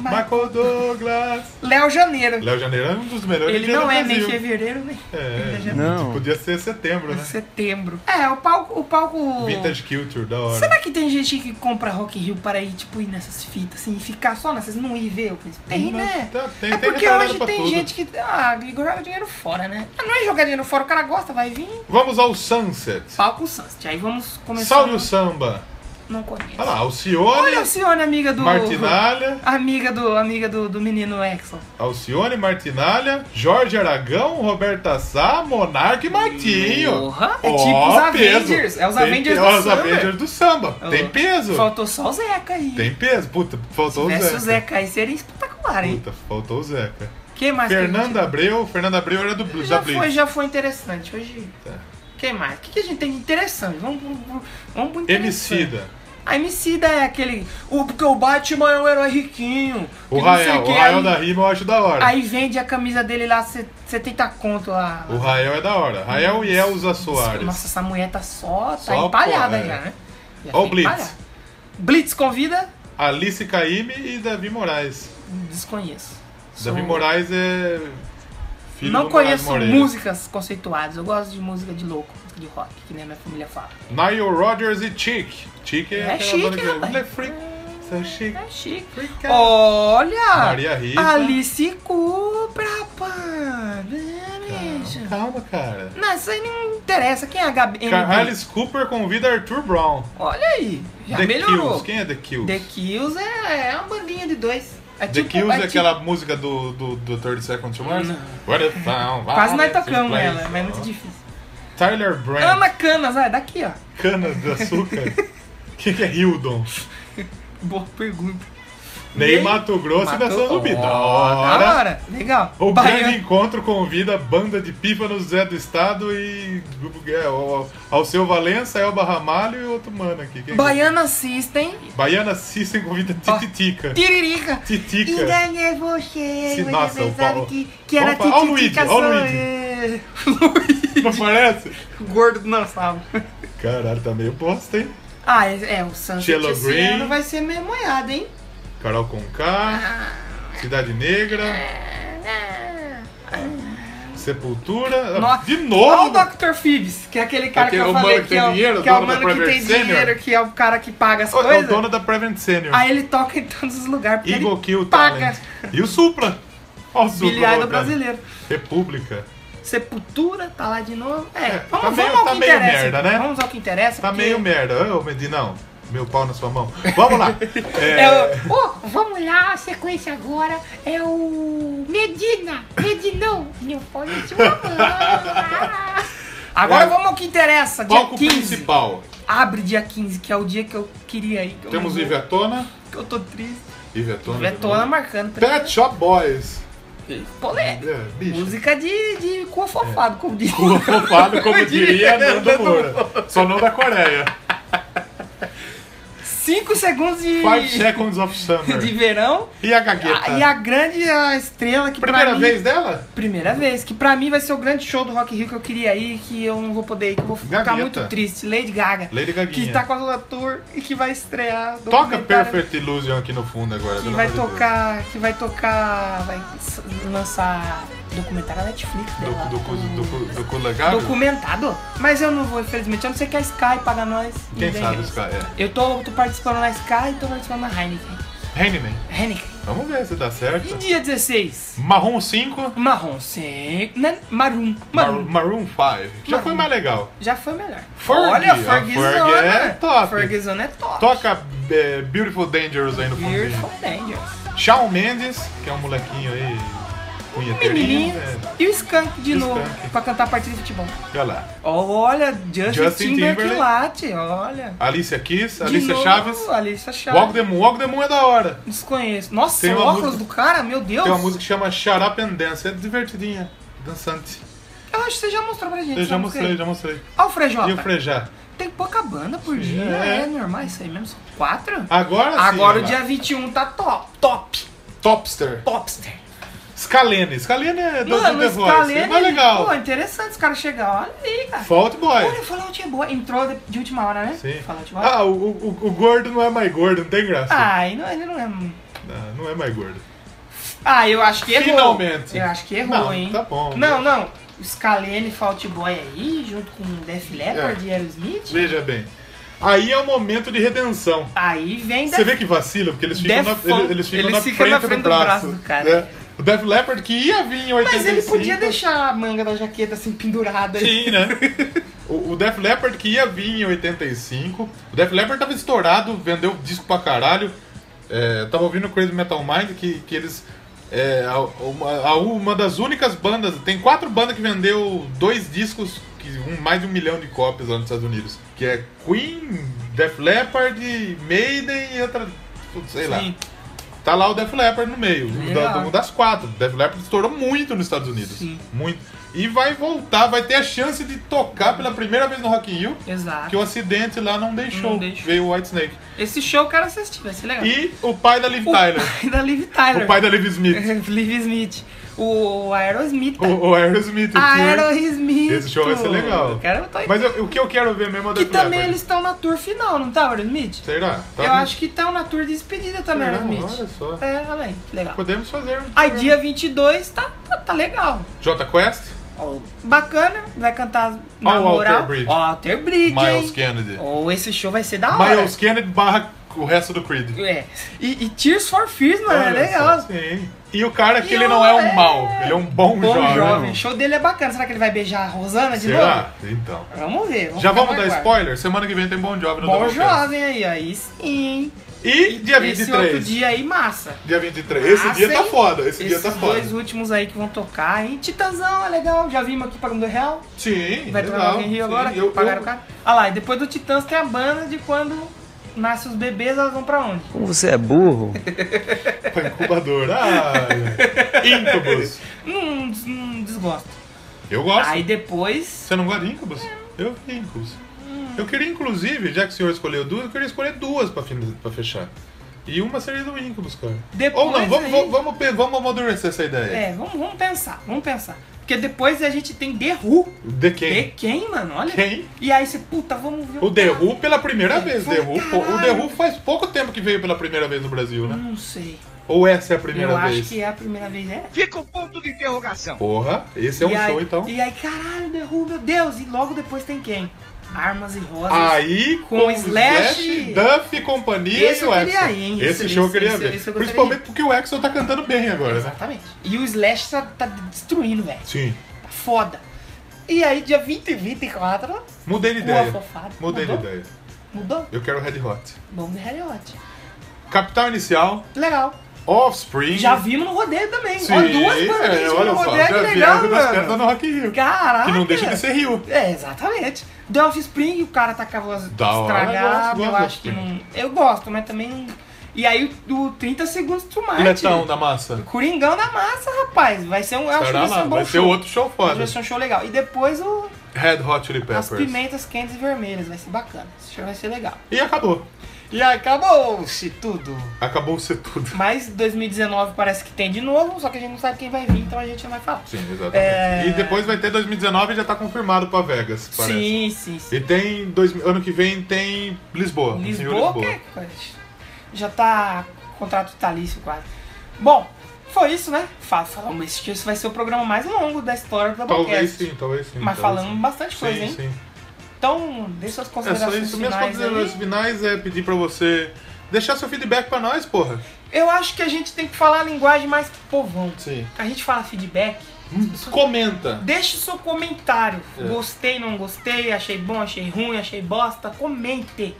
Speaker 1: Ma-
Speaker 2: Michael Douglas.
Speaker 1: Léo Janeiro.
Speaker 2: Léo Janeiro é um dos melhores
Speaker 1: Ele
Speaker 2: dias do
Speaker 1: não é nem
Speaker 2: Brasil.
Speaker 1: fevereiro, nem
Speaker 2: É,
Speaker 4: Não.
Speaker 2: podia ser setembro, né?
Speaker 1: setembro. É, o palco. O palco...
Speaker 2: Vintage Culture, da hora.
Speaker 1: Será que tem gente que compra Rock in Rio para ir, tipo, ir nessas fitas, assim, e ficar só nessas, não ir ver o principal? Tem,
Speaker 2: Não,
Speaker 1: né?
Speaker 2: tá- tem-
Speaker 1: é
Speaker 2: tem
Speaker 1: porque
Speaker 2: retardado
Speaker 1: hoje
Speaker 2: pra
Speaker 1: tem
Speaker 2: tudo.
Speaker 1: gente que, ah, joga dinheiro fora, né? Ah, Não é jogar dinheiro fora, o cara gosta, vai vir,
Speaker 2: Vamos ao Sunset.
Speaker 1: palco Sunset. Aí vamos começar...
Speaker 2: Salve o samba.
Speaker 1: Não conheço.
Speaker 2: Olha lá, Alcione,
Speaker 1: Olha a Alcione, amiga do.
Speaker 2: Martinalha,
Speaker 1: Amiga do, amiga do, do menino Exxon.
Speaker 2: Alcione, Martinalha, Jorge Aragão, Roberta Sá, Monarca e Martinho.
Speaker 1: Porra, é
Speaker 2: Ó,
Speaker 1: tipo os
Speaker 2: peso.
Speaker 1: Avengers, é os
Speaker 2: Tem
Speaker 1: Avengers
Speaker 2: pe-
Speaker 1: do
Speaker 2: ó, os
Speaker 1: samba.
Speaker 2: Avengers do samba. Tem peso.
Speaker 1: Faltou só o Zeca aí.
Speaker 2: Tem peso. Puta, faltou o
Speaker 1: Tivesse
Speaker 2: Zeca.
Speaker 1: o Zeca aí seria espetacular, hein?
Speaker 2: Puta, faltou o Zeca.
Speaker 1: Quem mais? que a gente-
Speaker 2: Fernanda Abreu, Fernanda Abreu era do Blues, da
Speaker 1: Já
Speaker 2: Blitz.
Speaker 1: foi, já foi interessante. Hoje.
Speaker 2: Tá.
Speaker 1: Quem mais? O que, que a gente tem de interessante? Vamos, vamos, vamos, vamos pro interessante.
Speaker 2: Emicida.
Speaker 1: A Emicida é aquele. O, porque o Batman é um herói riquinho.
Speaker 2: O
Speaker 1: que não sei
Speaker 2: Rael,
Speaker 1: quê.
Speaker 2: o Rael
Speaker 1: aí,
Speaker 2: da Rima eu acho da hora.
Speaker 1: aí vende a camisa dele lá, 70 conto lá.
Speaker 2: O Rael é da hora. Rael e Elza Soares.
Speaker 1: Nossa, essa mulher tá só. Tá
Speaker 2: Só,
Speaker 1: empalhada
Speaker 2: pô, é.
Speaker 1: já, né? Já
Speaker 2: Ó o
Speaker 1: tá
Speaker 2: Blitz.
Speaker 1: empalhada. Blitz convida?
Speaker 2: Alice Caime e Davi Moraes.
Speaker 1: Desconheço.
Speaker 2: Davi
Speaker 1: Sou-
Speaker 2: Moraes é. Filho
Speaker 1: Não
Speaker 2: do Moraes
Speaker 1: conheço
Speaker 2: Moreira.
Speaker 1: músicas conceituadas. Eu gosto de música de louco, música de rock, que nem a minha família fala.
Speaker 2: Nile Rodgers e Chick. Chick é,
Speaker 1: É
Speaker 2: aquela
Speaker 1: chique,
Speaker 2: banda que
Speaker 1: rapaz.
Speaker 2: Ele é freak. So chic.
Speaker 1: É chique.
Speaker 2: Freak out.
Speaker 1: Olha!
Speaker 2: Maria Rita.
Speaker 1: Alice Cooper, rapaz! É, bicho.
Speaker 2: Calma, cara.
Speaker 1: Não, isso aí não interessa. Quem é a Gabi?
Speaker 2: Car-
Speaker 1: MB?
Speaker 2: Alice Cooper convida Arthur Brown.
Speaker 1: Olha aí, já
Speaker 2: The
Speaker 1: melhorou.
Speaker 2: Kills. Quem é The Kills?
Speaker 1: The Kills é, é uma bandinha de dois. É
Speaker 2: The
Speaker 1: tipo-
Speaker 2: Kills é
Speaker 1: tipo-
Speaker 2: aquela música do, do, do 30 Seconds to Mars? What a sound,
Speaker 1: Quase nós
Speaker 2: violence
Speaker 1: tocamos
Speaker 2: in
Speaker 1: ela,
Speaker 2: place.
Speaker 1: mas é muito difícil.
Speaker 2: Tyler Brand.
Speaker 1: Ana Canas, é daqui, ó.
Speaker 2: Cana de açúcar. O que, que é Hildon?
Speaker 1: Boa pergunta.
Speaker 2: Ney
Speaker 1: Ney
Speaker 2: Mato Grosso e Nação Zumbi. Da
Speaker 1: Da
Speaker 2: hora.
Speaker 1: hora, legal.
Speaker 2: O
Speaker 1: Baiano.
Speaker 2: grande encontro convida a banda de pífanos Zé do Estado e é, o- ao seu Valença, Elba Ramalho e outro mano aqui. Quem é?
Speaker 1: Baiana System.
Speaker 2: Baiana System convida
Speaker 1: Ah.
Speaker 2: Tititica.
Speaker 1: Tiririca.
Speaker 2: Titica.
Speaker 1: Enganhei você.
Speaker 2: Se-
Speaker 1: você
Speaker 2: nossa,
Speaker 1: bem
Speaker 2: o
Speaker 1: sabe
Speaker 2: Paulo-
Speaker 1: que, que era
Speaker 2: Vamos falar- ó o
Speaker 1: Titica
Speaker 2: Luigi, ó o
Speaker 1: só
Speaker 2: Luigi.
Speaker 1: eu.
Speaker 2: Não parece?
Speaker 1: Gordo do Nassau.
Speaker 2: Caralho, tá meio bosta, hein?
Speaker 1: Ah, é, é, o Sunset
Speaker 2: Cielo
Speaker 1: esse
Speaker 2: Green.
Speaker 1: ano vai ser meio moiado, hein?
Speaker 2: Carol Conká, Cidade Negra, Sepultura. Ah,
Speaker 1: Nossa.
Speaker 2: De
Speaker 1: Olha o
Speaker 2: novo!
Speaker 1: Dr. Phoebs, que é aquele cara
Speaker 2: Aquele-
Speaker 1: que
Speaker 2: o
Speaker 1: eu
Speaker 2: mano
Speaker 1: falei
Speaker 2: que
Speaker 1: que
Speaker 2: tem
Speaker 1: é o,
Speaker 2: dinheiro,
Speaker 1: que é o
Speaker 2: dono da
Speaker 1: mano que
Speaker 2: Private
Speaker 1: tem
Speaker 2: Senior.
Speaker 1: dinheiro, que é o cara que paga as
Speaker 2: É o
Speaker 1: coisas.
Speaker 2: dono da Prevent Senior.
Speaker 1: Aí ele toca em todos os lugares, porque
Speaker 2: Eagle
Speaker 1: ele
Speaker 2: Kill
Speaker 1: paga.
Speaker 2: Talent. E o Supla. Ó, o Supla.
Speaker 1: Bilhar do
Speaker 2: voltando.
Speaker 1: brasileiro.
Speaker 2: República.
Speaker 1: Sepultura, tá lá de novo. É,
Speaker 2: É,
Speaker 1: vamos,
Speaker 2: tá
Speaker 1: vamos
Speaker 2: meio-
Speaker 1: ao
Speaker 2: tá
Speaker 1: que
Speaker 2: meio
Speaker 1: interessa.
Speaker 2: merda, né?
Speaker 1: Vamos ao que interessa.
Speaker 2: Tá
Speaker 1: porque é
Speaker 2: meio merda. Ô, Medinão. Meu pau na sua mão. Vamos lá. É,
Speaker 1: é o-
Speaker 6: Ô, vamos lá, a sequência agora é o Medina. Medinão, meu pau de sua mão.
Speaker 1: Agora
Speaker 2: É.
Speaker 1: vamos ao que interessa. Dia
Speaker 2: palco
Speaker 1: 15.
Speaker 2: principal.
Speaker 1: Abre dia 15, que é o dia que eu queria ir. que eu
Speaker 2: Temos
Speaker 1: não vou,
Speaker 2: Ivetona.
Speaker 1: Que eu tô triste.
Speaker 2: Ivetona.
Speaker 1: Vetona marcando.
Speaker 2: Pet Shop Boys.
Speaker 1: Polêmica.
Speaker 2: É, bicho.
Speaker 1: Música de, de cu afofado, como diz.
Speaker 2: Pula fofado, como diria Nando
Speaker 1: Nando
Speaker 2: Moura. Só não da Coreia.
Speaker 1: 5 segundos de,
Speaker 2: Five Seconds of Summer.
Speaker 1: de verão.
Speaker 2: E a gagueta?
Speaker 1: Ah, E a grande a estrela que
Speaker 2: Primeira
Speaker 1: pra mim,
Speaker 2: vez dela?
Speaker 1: Primeira vez, que pra mim vai ser o grande show do Rock in Rio que eu queria ir, que eu não vou poder ir, que eu vou ficar
Speaker 2: Gagueta.
Speaker 1: muito triste. Lady Gaga.
Speaker 2: Lady Gaguinha.
Speaker 1: Que tá com a sua tour e que vai estrear.
Speaker 2: Toca
Speaker 1: documentário
Speaker 2: Perfect Illusion aqui no fundo agora.
Speaker 1: Que
Speaker 2: pelo
Speaker 1: vai
Speaker 2: amor de Deus.
Speaker 1: tocar. Que vai tocar. Vai s- lançar documentário na Netflix dela.
Speaker 2: Do, do, do, do, do, Kulagabi?
Speaker 1: Documentado? Mas eu não vou, infelizmente. A não ser que a Sky paga nós.
Speaker 2: Quem
Speaker 1: Não tem
Speaker 2: sabe
Speaker 1: jeito.
Speaker 2: os caras? É.
Speaker 1: Eu tô, tô participando na Sky e tô participando na Heineken.
Speaker 2: Handyman.
Speaker 1: Heineken.
Speaker 2: Vamos ver se dá
Speaker 1: E
Speaker 2: certo.
Speaker 1: dia 16?
Speaker 2: Marrom 5,
Speaker 1: Marrom 5. Né? Marum.
Speaker 2: Mar
Speaker 1: Marum.
Speaker 2: Maroon 5. Já foi mais legal.
Speaker 1: Já foi melhor.
Speaker 2: Fergie,
Speaker 1: Olha,
Speaker 2: a
Speaker 1: Fergizona.
Speaker 2: Fergie é top.
Speaker 1: Fergizona é top.
Speaker 2: Toca é, Beautiful Dangerous aí no
Speaker 1: Beautiful
Speaker 2: fundinho.
Speaker 1: Dangerous.
Speaker 2: Shawn Mendes, que é um molequinho aí punheteirinho.
Speaker 1: Menininho.
Speaker 2: né?
Speaker 1: E o Skank de
Speaker 2: E o
Speaker 1: novo,
Speaker 2: Skank.
Speaker 1: pra cantar partida de futebol.
Speaker 2: Olha lá.
Speaker 1: Olha, Justin,
Speaker 2: Justin
Speaker 1: Timberlake
Speaker 2: Timberlake.
Speaker 1: late, olha.
Speaker 2: Alicia Keys,
Speaker 1: De
Speaker 2: Alicia
Speaker 1: novo,
Speaker 2: Chaves.
Speaker 1: Alicia Chaves.
Speaker 2: Walk the Moon. Walk the Moon é da hora.
Speaker 1: Desconheço. Nossa,
Speaker 2: Tem
Speaker 1: o
Speaker 2: uma
Speaker 1: óculos
Speaker 2: música-
Speaker 1: do cara, meu Deus.
Speaker 2: Tem uma música que chama Shut Up and Dance. É divertidinha. Dançante.
Speaker 1: Eu acho que você já mostrou pra gente.
Speaker 2: Eu já
Speaker 1: essa música
Speaker 2: mostrei,
Speaker 1: aí.
Speaker 2: já mostrei.
Speaker 1: Olha o Frejota.
Speaker 2: E o Frejá.
Speaker 1: Tem pouca banda por dia,
Speaker 2: é.
Speaker 1: é, normal isso aí mesmo. São quatro?
Speaker 2: Agora sim. é
Speaker 1: Agora
Speaker 2: olha
Speaker 1: o
Speaker 2: lá.
Speaker 1: dia 21 tá top, top,
Speaker 2: Topster.
Speaker 1: topster.
Speaker 2: Scalene. Scalene é do
Speaker 1: Mano,
Speaker 2: The
Speaker 1: esse
Speaker 2: Voice. É
Speaker 1: talento,
Speaker 2: mais legal.
Speaker 1: Pô, interessante os caras chegar. Olha aí, cara.
Speaker 2: Fault Boy.
Speaker 1: Olha, o Fallout é boa. Entrou de, de última hora, né?
Speaker 2: Sim.
Speaker 1: Fallout boa.
Speaker 2: Ah, o, o, o gordo não é mais gordo, não tem graça.
Speaker 1: Ah, ele não, ele não é.
Speaker 2: Não, não é mais gordo.
Speaker 1: Ah, eu acho que errou.
Speaker 2: Finalmente.
Speaker 1: Eu acho que errou,
Speaker 2: Não,
Speaker 1: hein?
Speaker 2: tá bom.
Speaker 1: Não, não. Scalene, Fault Boy aí, junto com Def Leppard
Speaker 2: É.
Speaker 1: e Aerosmith.
Speaker 2: Veja bem. Aí é o momento de redenção.
Speaker 1: Aí vem
Speaker 2: Você vê que vacila, porque eles ficam,
Speaker 1: Def
Speaker 2: na,
Speaker 1: Funk.
Speaker 2: eles, eles ficam
Speaker 1: Eles
Speaker 2: na,
Speaker 1: ficam
Speaker 2: frente
Speaker 1: na frente
Speaker 2: do
Speaker 1: do
Speaker 2: braço.
Speaker 1: braço do cara.
Speaker 2: né? O Def Leppard que ia vir em 85.
Speaker 1: Mas ele podia deixar a manga da jaqueta assim pendurada. aí.
Speaker 2: Sim, né? O, o Def Leppard que ia vir em 85. O Def Leppard tava estourado, vendeu disco pra caralho. É, eu tava ouvindo o Crazy Metal Mind que, que eles. É, a- uma, a- uma das únicas bandas. Tem quatro bandas que vendeu dois discos, que um, mais de um milhão de cópias lá nos Estados Unidos. Que é Queen, Def Leppard, Maiden e outra. putz, Sei lá.
Speaker 1: Sim.
Speaker 2: Tá lá o Def Leppard no meio.
Speaker 1: Legal.
Speaker 2: Da, da- das quatro. O Def Leppard estourou muito nos Estados Unidos.
Speaker 1: Sim.
Speaker 2: Muito. E vai voltar, vai ter a chance de tocar pela primeira vez no Rock in Rio.
Speaker 1: Exato.
Speaker 2: Que o acidente lá não deixou.
Speaker 1: Não deixou.
Speaker 2: Veio o White Snake.
Speaker 1: Esse show eu quero assistir, vai ser legal.
Speaker 2: E o pai da Liv
Speaker 1: o
Speaker 2: Tyler.
Speaker 1: pai da Liv Tyler.
Speaker 2: O pai da Liv Smith.
Speaker 1: Liv Smith. O Aerosmith. tá?
Speaker 2: O, o Aerosmith. o Tyler.
Speaker 1: Aerosmith.
Speaker 2: Esse show vai ser legal.
Speaker 1: Cara, eu tô...
Speaker 2: Mas eu- o que eu quero ver mesmo é o
Speaker 1: Que
Speaker 2: Def
Speaker 1: também
Speaker 2: Leppard.
Speaker 1: eles estão na tour final, não tá, Aerosmith?
Speaker 2: Será? Tá
Speaker 1: eu
Speaker 2: no-
Speaker 1: acho que estão na tour de despedida também,
Speaker 2: Não,
Speaker 1: Aerosmith.
Speaker 2: olha só.
Speaker 1: É, olha aí, que legal.
Speaker 2: Podemos fazer. um-
Speaker 1: Aí dia 22 tá, tá, tá legal.
Speaker 2: Jota Quest,
Speaker 1: Ó, Bacana, vai cantar na
Speaker 2: Ó o Walter
Speaker 1: moral.
Speaker 2: Bridge.
Speaker 1: Ó, Walter Bridge,
Speaker 2: Miles
Speaker 1: hein?
Speaker 2: Kennedy.
Speaker 1: Ou esse show vai ser da hora.
Speaker 2: Miles Kennedy barra o resto do Creed.
Speaker 1: É. E, e Tears for Fears, mano, é
Speaker 2: Olha
Speaker 1: legal.
Speaker 2: só, sim. E o cara que
Speaker 1: E
Speaker 2: ele
Speaker 1: o-
Speaker 2: não é
Speaker 1: é.
Speaker 2: um mal, ele é um bom,
Speaker 1: Bom
Speaker 2: jovem.
Speaker 1: jovem. O show dele é bacana. Será que ele vai beijar a Rosana de novo?
Speaker 2: Será? Então.
Speaker 1: Vamos ver.
Speaker 2: Já
Speaker 1: ficar
Speaker 2: vamos
Speaker 1: no
Speaker 2: dar
Speaker 1: aguardo.
Speaker 2: spoiler? Semana que vem tem Bom Jovem no
Speaker 1: Bom
Speaker 2: Doublecast.
Speaker 1: jovem aí, aí sim.
Speaker 2: E dia
Speaker 1: Esse outro
Speaker 2: 23.
Speaker 1: dia aí, massa.
Speaker 2: Dia 23. Esse
Speaker 1: Massa,
Speaker 2: dia tá
Speaker 1: hein?
Speaker 2: foda, esse dia
Speaker 1: Esses
Speaker 2: tá foda.
Speaker 1: dois últimos aí que vão tocar, hein? Titãzão é legal, já vimos aqui pagando real.
Speaker 2: Sim,
Speaker 1: Vai tocar
Speaker 2: É legal.
Speaker 1: Rock in Rio
Speaker 2: Sim,
Speaker 1: agora,
Speaker 2: eu-
Speaker 1: pagaram
Speaker 2: eu-
Speaker 1: o cara. Ah lá, e depois do Titãs tem a banda de quando nascem os bebês, elas vão pra onde?
Speaker 2: Pra incubador. Ah, Incubus.
Speaker 1: Não, des- não desgosto.
Speaker 2: Eu gosto.
Speaker 1: Aí depois...
Speaker 2: Você não gosta de Incubus? Eu vi Incubus.
Speaker 1: Hum.
Speaker 2: Eu queria, inclusive, já que o senhor escolheu duas, eu queria escolher duas pra, fin- pra fechar. E uma seria do Incubus, cara.
Speaker 1: Depois
Speaker 2: Ou não, vamos,
Speaker 1: aí-
Speaker 2: vamos, vamos, pe- vamos amadurecer essa ideia.
Speaker 1: É, vamos, vamos pensar, vamos pensar. Porque depois a gente tem The Who.
Speaker 2: De quem?
Speaker 1: The quem, mano? Olha.
Speaker 2: Quem?
Speaker 1: E aí você, puta, vamos ver
Speaker 2: O The Who pela primeira vez.
Speaker 1: É, Foi
Speaker 2: The Who, pô, o The
Speaker 1: caralho.
Speaker 2: Who faz pouco tempo que veio pela primeira vez no Brasil, né?
Speaker 1: Não sei.
Speaker 2: Ou essa é a
Speaker 1: Eu
Speaker 2: primeira
Speaker 1: acho
Speaker 2: vez?
Speaker 1: que é a primeira vez, é?
Speaker 7: Fica o ponto de interrogação.
Speaker 2: Porra, esse é um
Speaker 1: e aí,
Speaker 2: show então.
Speaker 1: E aí, caralho, derruba, meu Deus. E logo depois tem quem? Armas e Rosas.
Speaker 2: Aí
Speaker 1: Com
Speaker 2: com,
Speaker 1: Slash,
Speaker 2: Slash, Duff e companhia
Speaker 1: Esse
Speaker 2: e o
Speaker 1: eu queria
Speaker 2: Exxon.
Speaker 1: ir, hein?
Speaker 2: Esse
Speaker 1: Esse-
Speaker 2: show eu
Speaker 1: esse-
Speaker 2: queria
Speaker 1: esse-
Speaker 2: ver.
Speaker 1: esse eu gostaria.
Speaker 2: Principalmente porque o Exxon tá cantando bem agora, né?
Speaker 1: Exatamente. E o Slash tá, tá destruindo, velho.
Speaker 2: Sim.
Speaker 1: Tá foda. E aí, dia 20 e 24,
Speaker 2: Mudei de
Speaker 1: Uma
Speaker 2: ideia.
Speaker 1: fofada.
Speaker 2: Mudei de
Speaker 1: Mudou?
Speaker 2: ideia.
Speaker 1: mudou.
Speaker 2: Eu quero Red Hot.
Speaker 1: Vamos de Harry Hot.
Speaker 2: Capital Inicial,
Speaker 1: Legal.
Speaker 2: Offspring.
Speaker 1: Já vimos no rodeio também.
Speaker 2: Sim,
Speaker 1: ó, duas bandas
Speaker 2: é,
Speaker 1: que
Speaker 2: olha
Speaker 1: no
Speaker 2: só.
Speaker 1: rodeio, que
Speaker 2: Já
Speaker 1: legal,
Speaker 2: vieram das
Speaker 1: mano.
Speaker 2: caras no Rock in Rio.
Speaker 1: Caraca.
Speaker 2: Que não deixa de ser Rio.
Speaker 1: É, exatamente. The Offspring, o cara tá com a voz
Speaker 2: Da hora,
Speaker 1: estragada,
Speaker 2: eu gosto,
Speaker 1: eu
Speaker 2: gosto
Speaker 1: acho que
Speaker 2: do
Speaker 1: não... Eu gosto, mas também... não- E aí, o 30 Segundos to Marte.
Speaker 2: Letão da massa.
Speaker 1: Coringão da massa, rapaz. Vai ser um... Eu acho que
Speaker 2: Estará
Speaker 1: vai ser
Speaker 2: lá.
Speaker 1: um bom
Speaker 2: Vai ser
Speaker 1: show.
Speaker 2: outro show foda.
Speaker 1: Vai ser um show legal. E depois o...
Speaker 2: Red Hot Chili
Speaker 1: as
Speaker 2: Peppers.
Speaker 1: pimentas quentes e vermelhas. Vai ser bacana. Esse show vai ser legal.
Speaker 2: E acabou.
Speaker 1: E acabou-se tudo.
Speaker 2: Acabou ser tudo.
Speaker 1: Mas 2019 parece que tem de novo, só que a gente não sabe quem vai vir, então a gente não vai falar.
Speaker 2: Sim, exatamente.
Speaker 1: É.
Speaker 2: E depois vai ter 2019 e já tá confirmado pra Vegas, parece.
Speaker 1: Sim, sim, sim.
Speaker 2: E tem. Dois, ano que vem tem Lisboa. Rock in Rio
Speaker 1: Lisboa, é que coisa. já tá contrato talício quase. Bom, foi isso, né? Fala, falamos, esse esse vai ser o programa mais longo da história do
Speaker 2: Talvez
Speaker 1: Doublecast.
Speaker 2: sim, talvez sim.
Speaker 1: Mas
Speaker 2: talvez
Speaker 1: falamos
Speaker 2: sim.
Speaker 1: bastante coisa,
Speaker 2: sim,
Speaker 1: hein?
Speaker 2: Sim.
Speaker 1: Então, deixa suas
Speaker 2: É só
Speaker 1: considerações
Speaker 2: isso. Minhas
Speaker 1: finais
Speaker 2: considerações
Speaker 1: aí.
Speaker 2: finais é pedir pra você deixar seu feedback pra nós, porra.
Speaker 1: Eu acho que a gente tem que falar a linguagem mais pro povão.
Speaker 2: Sim.
Speaker 1: A gente fala feedback,
Speaker 2: Comenta.
Speaker 1: Deixe seu comentário.
Speaker 2: É.
Speaker 1: Gostei, não gostei, achei bom, achei ruim, achei bosta. Comente.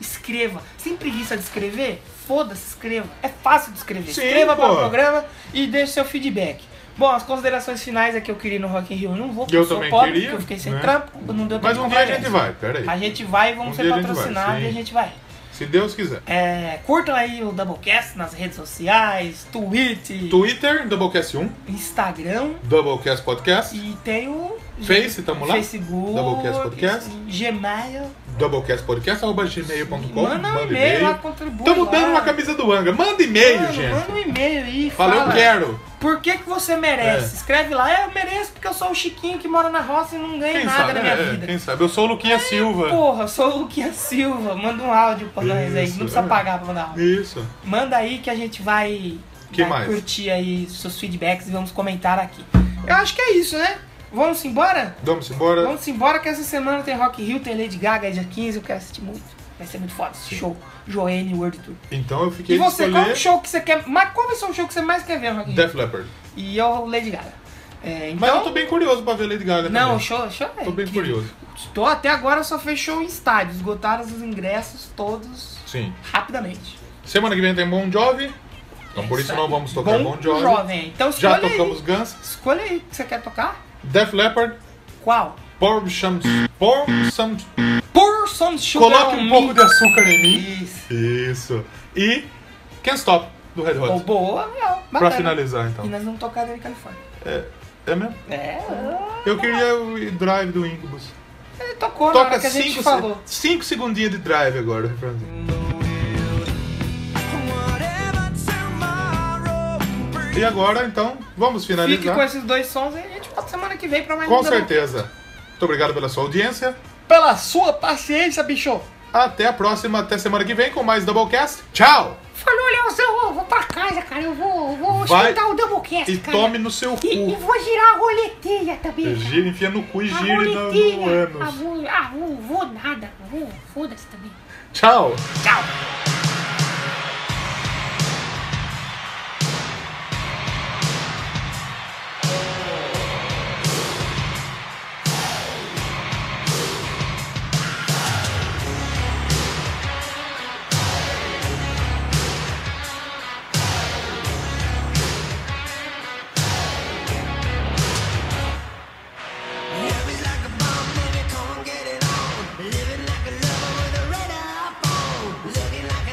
Speaker 1: Escreva. Sem preguiça de escrever? Foda-se, escreva. É fácil de escrever.
Speaker 2: Sim,
Speaker 1: escreva para o
Speaker 2: pô.
Speaker 1: programa e deixe seu feedback. Bom, as considerações finais é que eu queria ir no Rock in Rio. Eu não vou, porque
Speaker 2: Eu
Speaker 1: sou
Speaker 2: também
Speaker 1: pobre,
Speaker 2: queria,
Speaker 1: porque eu fiquei sem
Speaker 2: né?
Speaker 1: trampo, não deu tempo
Speaker 2: Mas
Speaker 1: de
Speaker 2: um dia
Speaker 1: comprar
Speaker 2: a gente
Speaker 1: ingresso.
Speaker 2: vai, pera aí.
Speaker 1: A gente vai, vamos
Speaker 2: Um
Speaker 1: ser
Speaker 2: dia a gente vai,
Speaker 1: patrocinados e a
Speaker 2: sim.
Speaker 1: gente vai.
Speaker 2: Se Deus quiser.
Speaker 1: É, curtam aí o Doublecast nas redes sociais, Twitch,
Speaker 2: Twitter, Doublecast 1,
Speaker 1: Instagram.
Speaker 2: Doublecast Podcast,
Speaker 1: E tem o.
Speaker 2: Face, tamo lá?
Speaker 1: Facebook.
Speaker 2: Doublecast Podcast.
Speaker 1: Gmail.
Speaker 2: Doublecast Podcast, arroba gmail.com.
Speaker 1: Manda um e-mail lá, contribui.
Speaker 2: Tamo
Speaker 1: lá.
Speaker 2: dando uma camisa do Anga. Manda e-mail,
Speaker 1: Mano,
Speaker 2: gente.
Speaker 1: Manda um e-mail aí.
Speaker 2: Fala, eu quero.
Speaker 1: Por que, que você merece?
Speaker 2: É.
Speaker 1: Escreve lá. "É, Eu mereço porque eu sou o Chiquinho que mora na roça e não ganha
Speaker 2: Quem
Speaker 1: nada
Speaker 2: sabe,
Speaker 1: na minha
Speaker 2: é,
Speaker 1: vida.
Speaker 2: quem sabe? Eu sou o Luquinha Silva.
Speaker 1: Porra, eu sou o Luquinha Silva. Manda um áudio pra nós aí. Não
Speaker 2: Isso,
Speaker 1: precisa
Speaker 2: é.
Speaker 1: pagar pra mandar um áudio.
Speaker 2: Isso.
Speaker 1: Manda aí que a gente vai,
Speaker 2: Que
Speaker 1: vai
Speaker 2: mais?
Speaker 1: curtir aí seus feedbacks e vamos comentar aqui. Eu acho que é isso, né? Vamos embora?
Speaker 2: Vamos embora.
Speaker 1: Vamos embora que essa semana tem Rock in Rio, tem Lady Gaga dia 15, eu quero assistir muito. Vai ser muito foda esse show. Joanne World Tour.
Speaker 2: Então eu fiquei
Speaker 1: E você,
Speaker 2: de
Speaker 1: qual é o
Speaker 2: escolher
Speaker 1: show que você quer. Mas qual vai ser o show que você mais quer ver no Rock in Rio?
Speaker 2: Def Leppard.
Speaker 1: E eu, Lady Gaga. É,
Speaker 2: Mas eu
Speaker 1: então,
Speaker 2: tô bem curioso pra ver Lady Gaga também.
Speaker 1: não, show, show. é
Speaker 2: Tô bem
Speaker 1: que-
Speaker 2: curioso.
Speaker 1: Estou até agora só fez show em estádio. Esgotaram os ingressos todos
Speaker 2: Sim.
Speaker 1: rapidamente.
Speaker 2: Semana que vem tem Bon Jovi. Então por isso não vamos tocar Bon, Jovi.
Speaker 1: jovem. Então
Speaker 2: Já
Speaker 1: escolha
Speaker 2: tocamos
Speaker 1: aí.
Speaker 2: Guns,
Speaker 1: Escolha aí o que você quer tocar.
Speaker 2: Def Leppard,
Speaker 1: Qual?
Speaker 2: Porn Some... Porn Some...
Speaker 1: Pour some sugar
Speaker 2: Coloque
Speaker 1: on
Speaker 2: um
Speaker 1: me.
Speaker 2: pouco de açúcar em mim.
Speaker 1: Isso.
Speaker 2: Isso. E Can't Stop, do Red
Speaker 1: Oh,
Speaker 2: Hot.
Speaker 1: boa, legal.
Speaker 2: Pra
Speaker 1: Bacana.
Speaker 2: finalizar, então.
Speaker 1: E nós vamos tocar na Califórnia.
Speaker 2: É mesmo?
Speaker 1: É,
Speaker 2: Eu queria o Drive do Incubus.
Speaker 1: ele tocou na
Speaker 2: Toca
Speaker 1: hora que a gente falou.
Speaker 2: 5 segundinhos de Drive agora, o refrãozinho. E agora, então, vamos
Speaker 1: Fique com
Speaker 2: finalizar.
Speaker 1: esses dois sons e a gente volta semana que vem pra mais
Speaker 2: Com
Speaker 1: um Double-
Speaker 2: certeza. Muito obrigado pela sua audiência.
Speaker 1: Pela sua paciência, bicho.
Speaker 2: Até a próxima, até semana que vem com mais Doublecast. Tchau!
Speaker 6: Falou, Leozão, eu vou pra casa, cara. Eu vou, eu vou
Speaker 2: Vai
Speaker 6: escutar o Doublecast,
Speaker 2: E
Speaker 6: cara.
Speaker 2: tome no seu
Speaker 6: E, e
Speaker 2: cu.
Speaker 6: vou girar a roleteia também. cara.
Speaker 2: Gira, enfia no cu e
Speaker 1: Tá
Speaker 6: A
Speaker 2: gire no, no
Speaker 6: roleteia. Ah,
Speaker 2: ânus.
Speaker 6: vou, ah, vou, vou nada. Vou, foda-se também.
Speaker 2: Tchau!
Speaker 6: Tchau.
Speaker 9: Living like a lover with a red eye phone. Looking like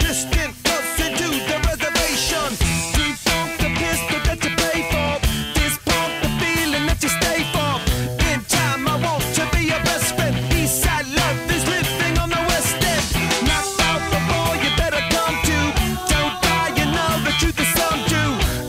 Speaker 8: distant us into the reservation. Deep on the pistol that you pay for. This pump the feeling that you stay for. In time, I want to be your best friend. Eastside love is living on the west end. Not far from all you better come to. Don't die, you know the truth is some do.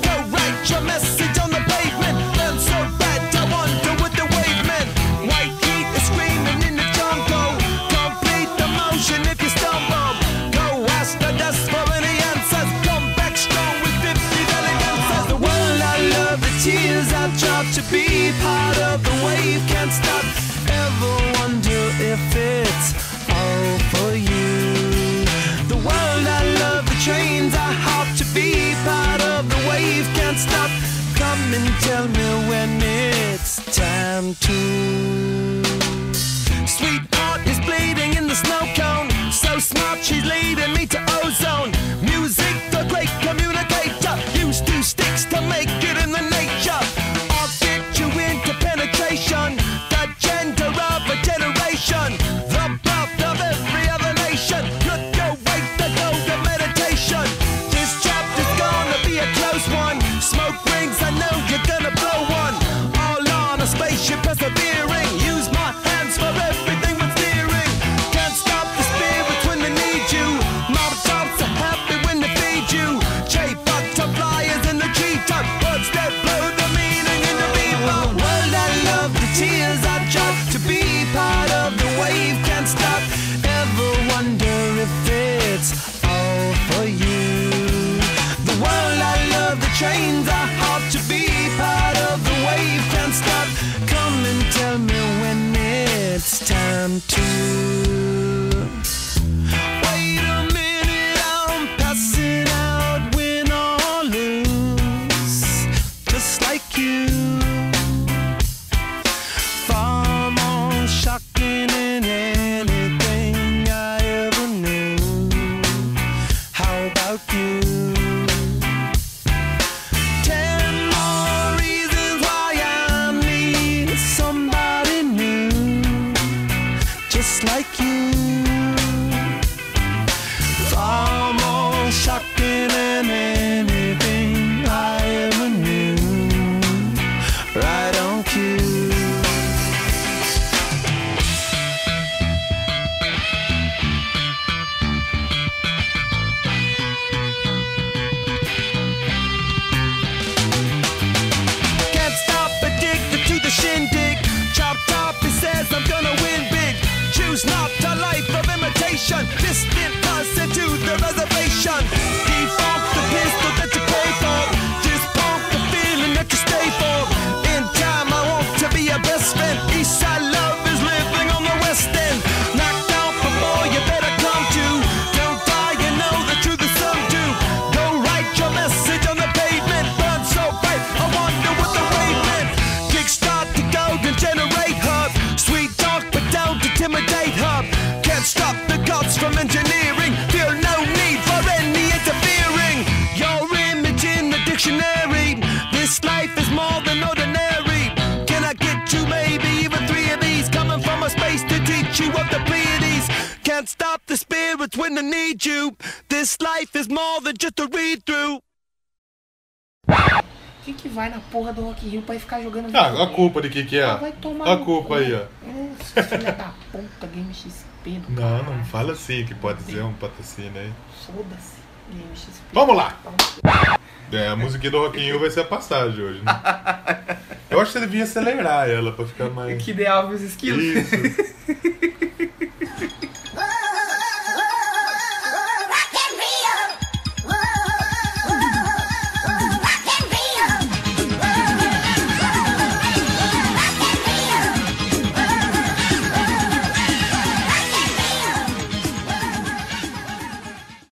Speaker 8: Go write your message on the pavement. I'm so bad, I wonder what the wavemen. White heat is screaming in the jungle. Complete the motion if you stumble. Go ask the dust for any answers. Come back strong with 50 elegances. The world I love, the tears I drop to be part of the wave can't stop. Ever wonder if it's all for you? The world I love, the trains I hop to be part of the wave can't stop. Come and tell me when it's time to. Sweetheart is bleeding in the snow cone. So smart, she's leading me to ozone. Music, the great communicator. Used two sticks to make it in the nature. I'll get you into penetration. The gender of a generation. The birth of every other nation. Look your way to go to meditation. This chapter's gonna be a close one. Smoke rings, I know you're gonna blow one. All on a spaceship persevering. Use my hands for everything we're steering. Can't stop the spirits when they need you. Mob are happy when they feed you. J-Buck to flyers in the treetop. Words that blow the meaning in the people. World I love, the tears I drop. To be part of the wave can't stop. Ever wonder if it's all for you? The world I love, the trains I hop to be part of the wave can't stop. Come and tell me when it's time to. Wait a minute, I'm passing out, win or lose, just like you. Far more shocking than anything I ever knew. How about you? Ten more reasons why I need somebody new, just like you. Far more shocking than anything I ever knew. Right on cue. Can't stop, addicted to the shindig. Chopped off, he says I'm gonna win big. Choose not a life of imitation. Distant us into the reservation. Defunct the pistol that you pay for. Dysfunct the feeling that you stay for. In time, I want to be your best friend. Eastside love is living on the west end. Knocked out before you better come to. Don't die, you know the truth is some do. Go write your message on the pavement. Burn so bright, I wonder what the wave meant. Kickstart the golden generate hub. Sweet talk, but don't intimidate hub. Can't stop the gods from engineering. Feel no need for any interfering. Your image in the dictionary. This life is more than ordinary. Can I get you maybe even three of these? Coming from a space to teach you of the Pleiades. Can't stop the spirits when they need you. This life is more than just a read through.
Speaker 1: Quem que vai na porra do Rock in Rio pra ir ficar jogando
Speaker 2: Ah, a culpa de que que é?
Speaker 1: Ah, vai tomar
Speaker 2: a
Speaker 1: no
Speaker 2: culpa
Speaker 1: cu.
Speaker 2: aí, ó.
Speaker 1: Nossa, filha da puta, Game XP do
Speaker 2: Não, não
Speaker 1: caralho.
Speaker 2: fala assim que pode ser um patrocínio aí.
Speaker 1: Foda-se, Game XP.
Speaker 2: Vamos lá! É, a musiquinha do Rock in Rio vai ser a passagem hoje, né? Eu acho que você devia acelerar ela pra ficar mais...
Speaker 1: Que ideal os esquilos.
Speaker 2: Isso.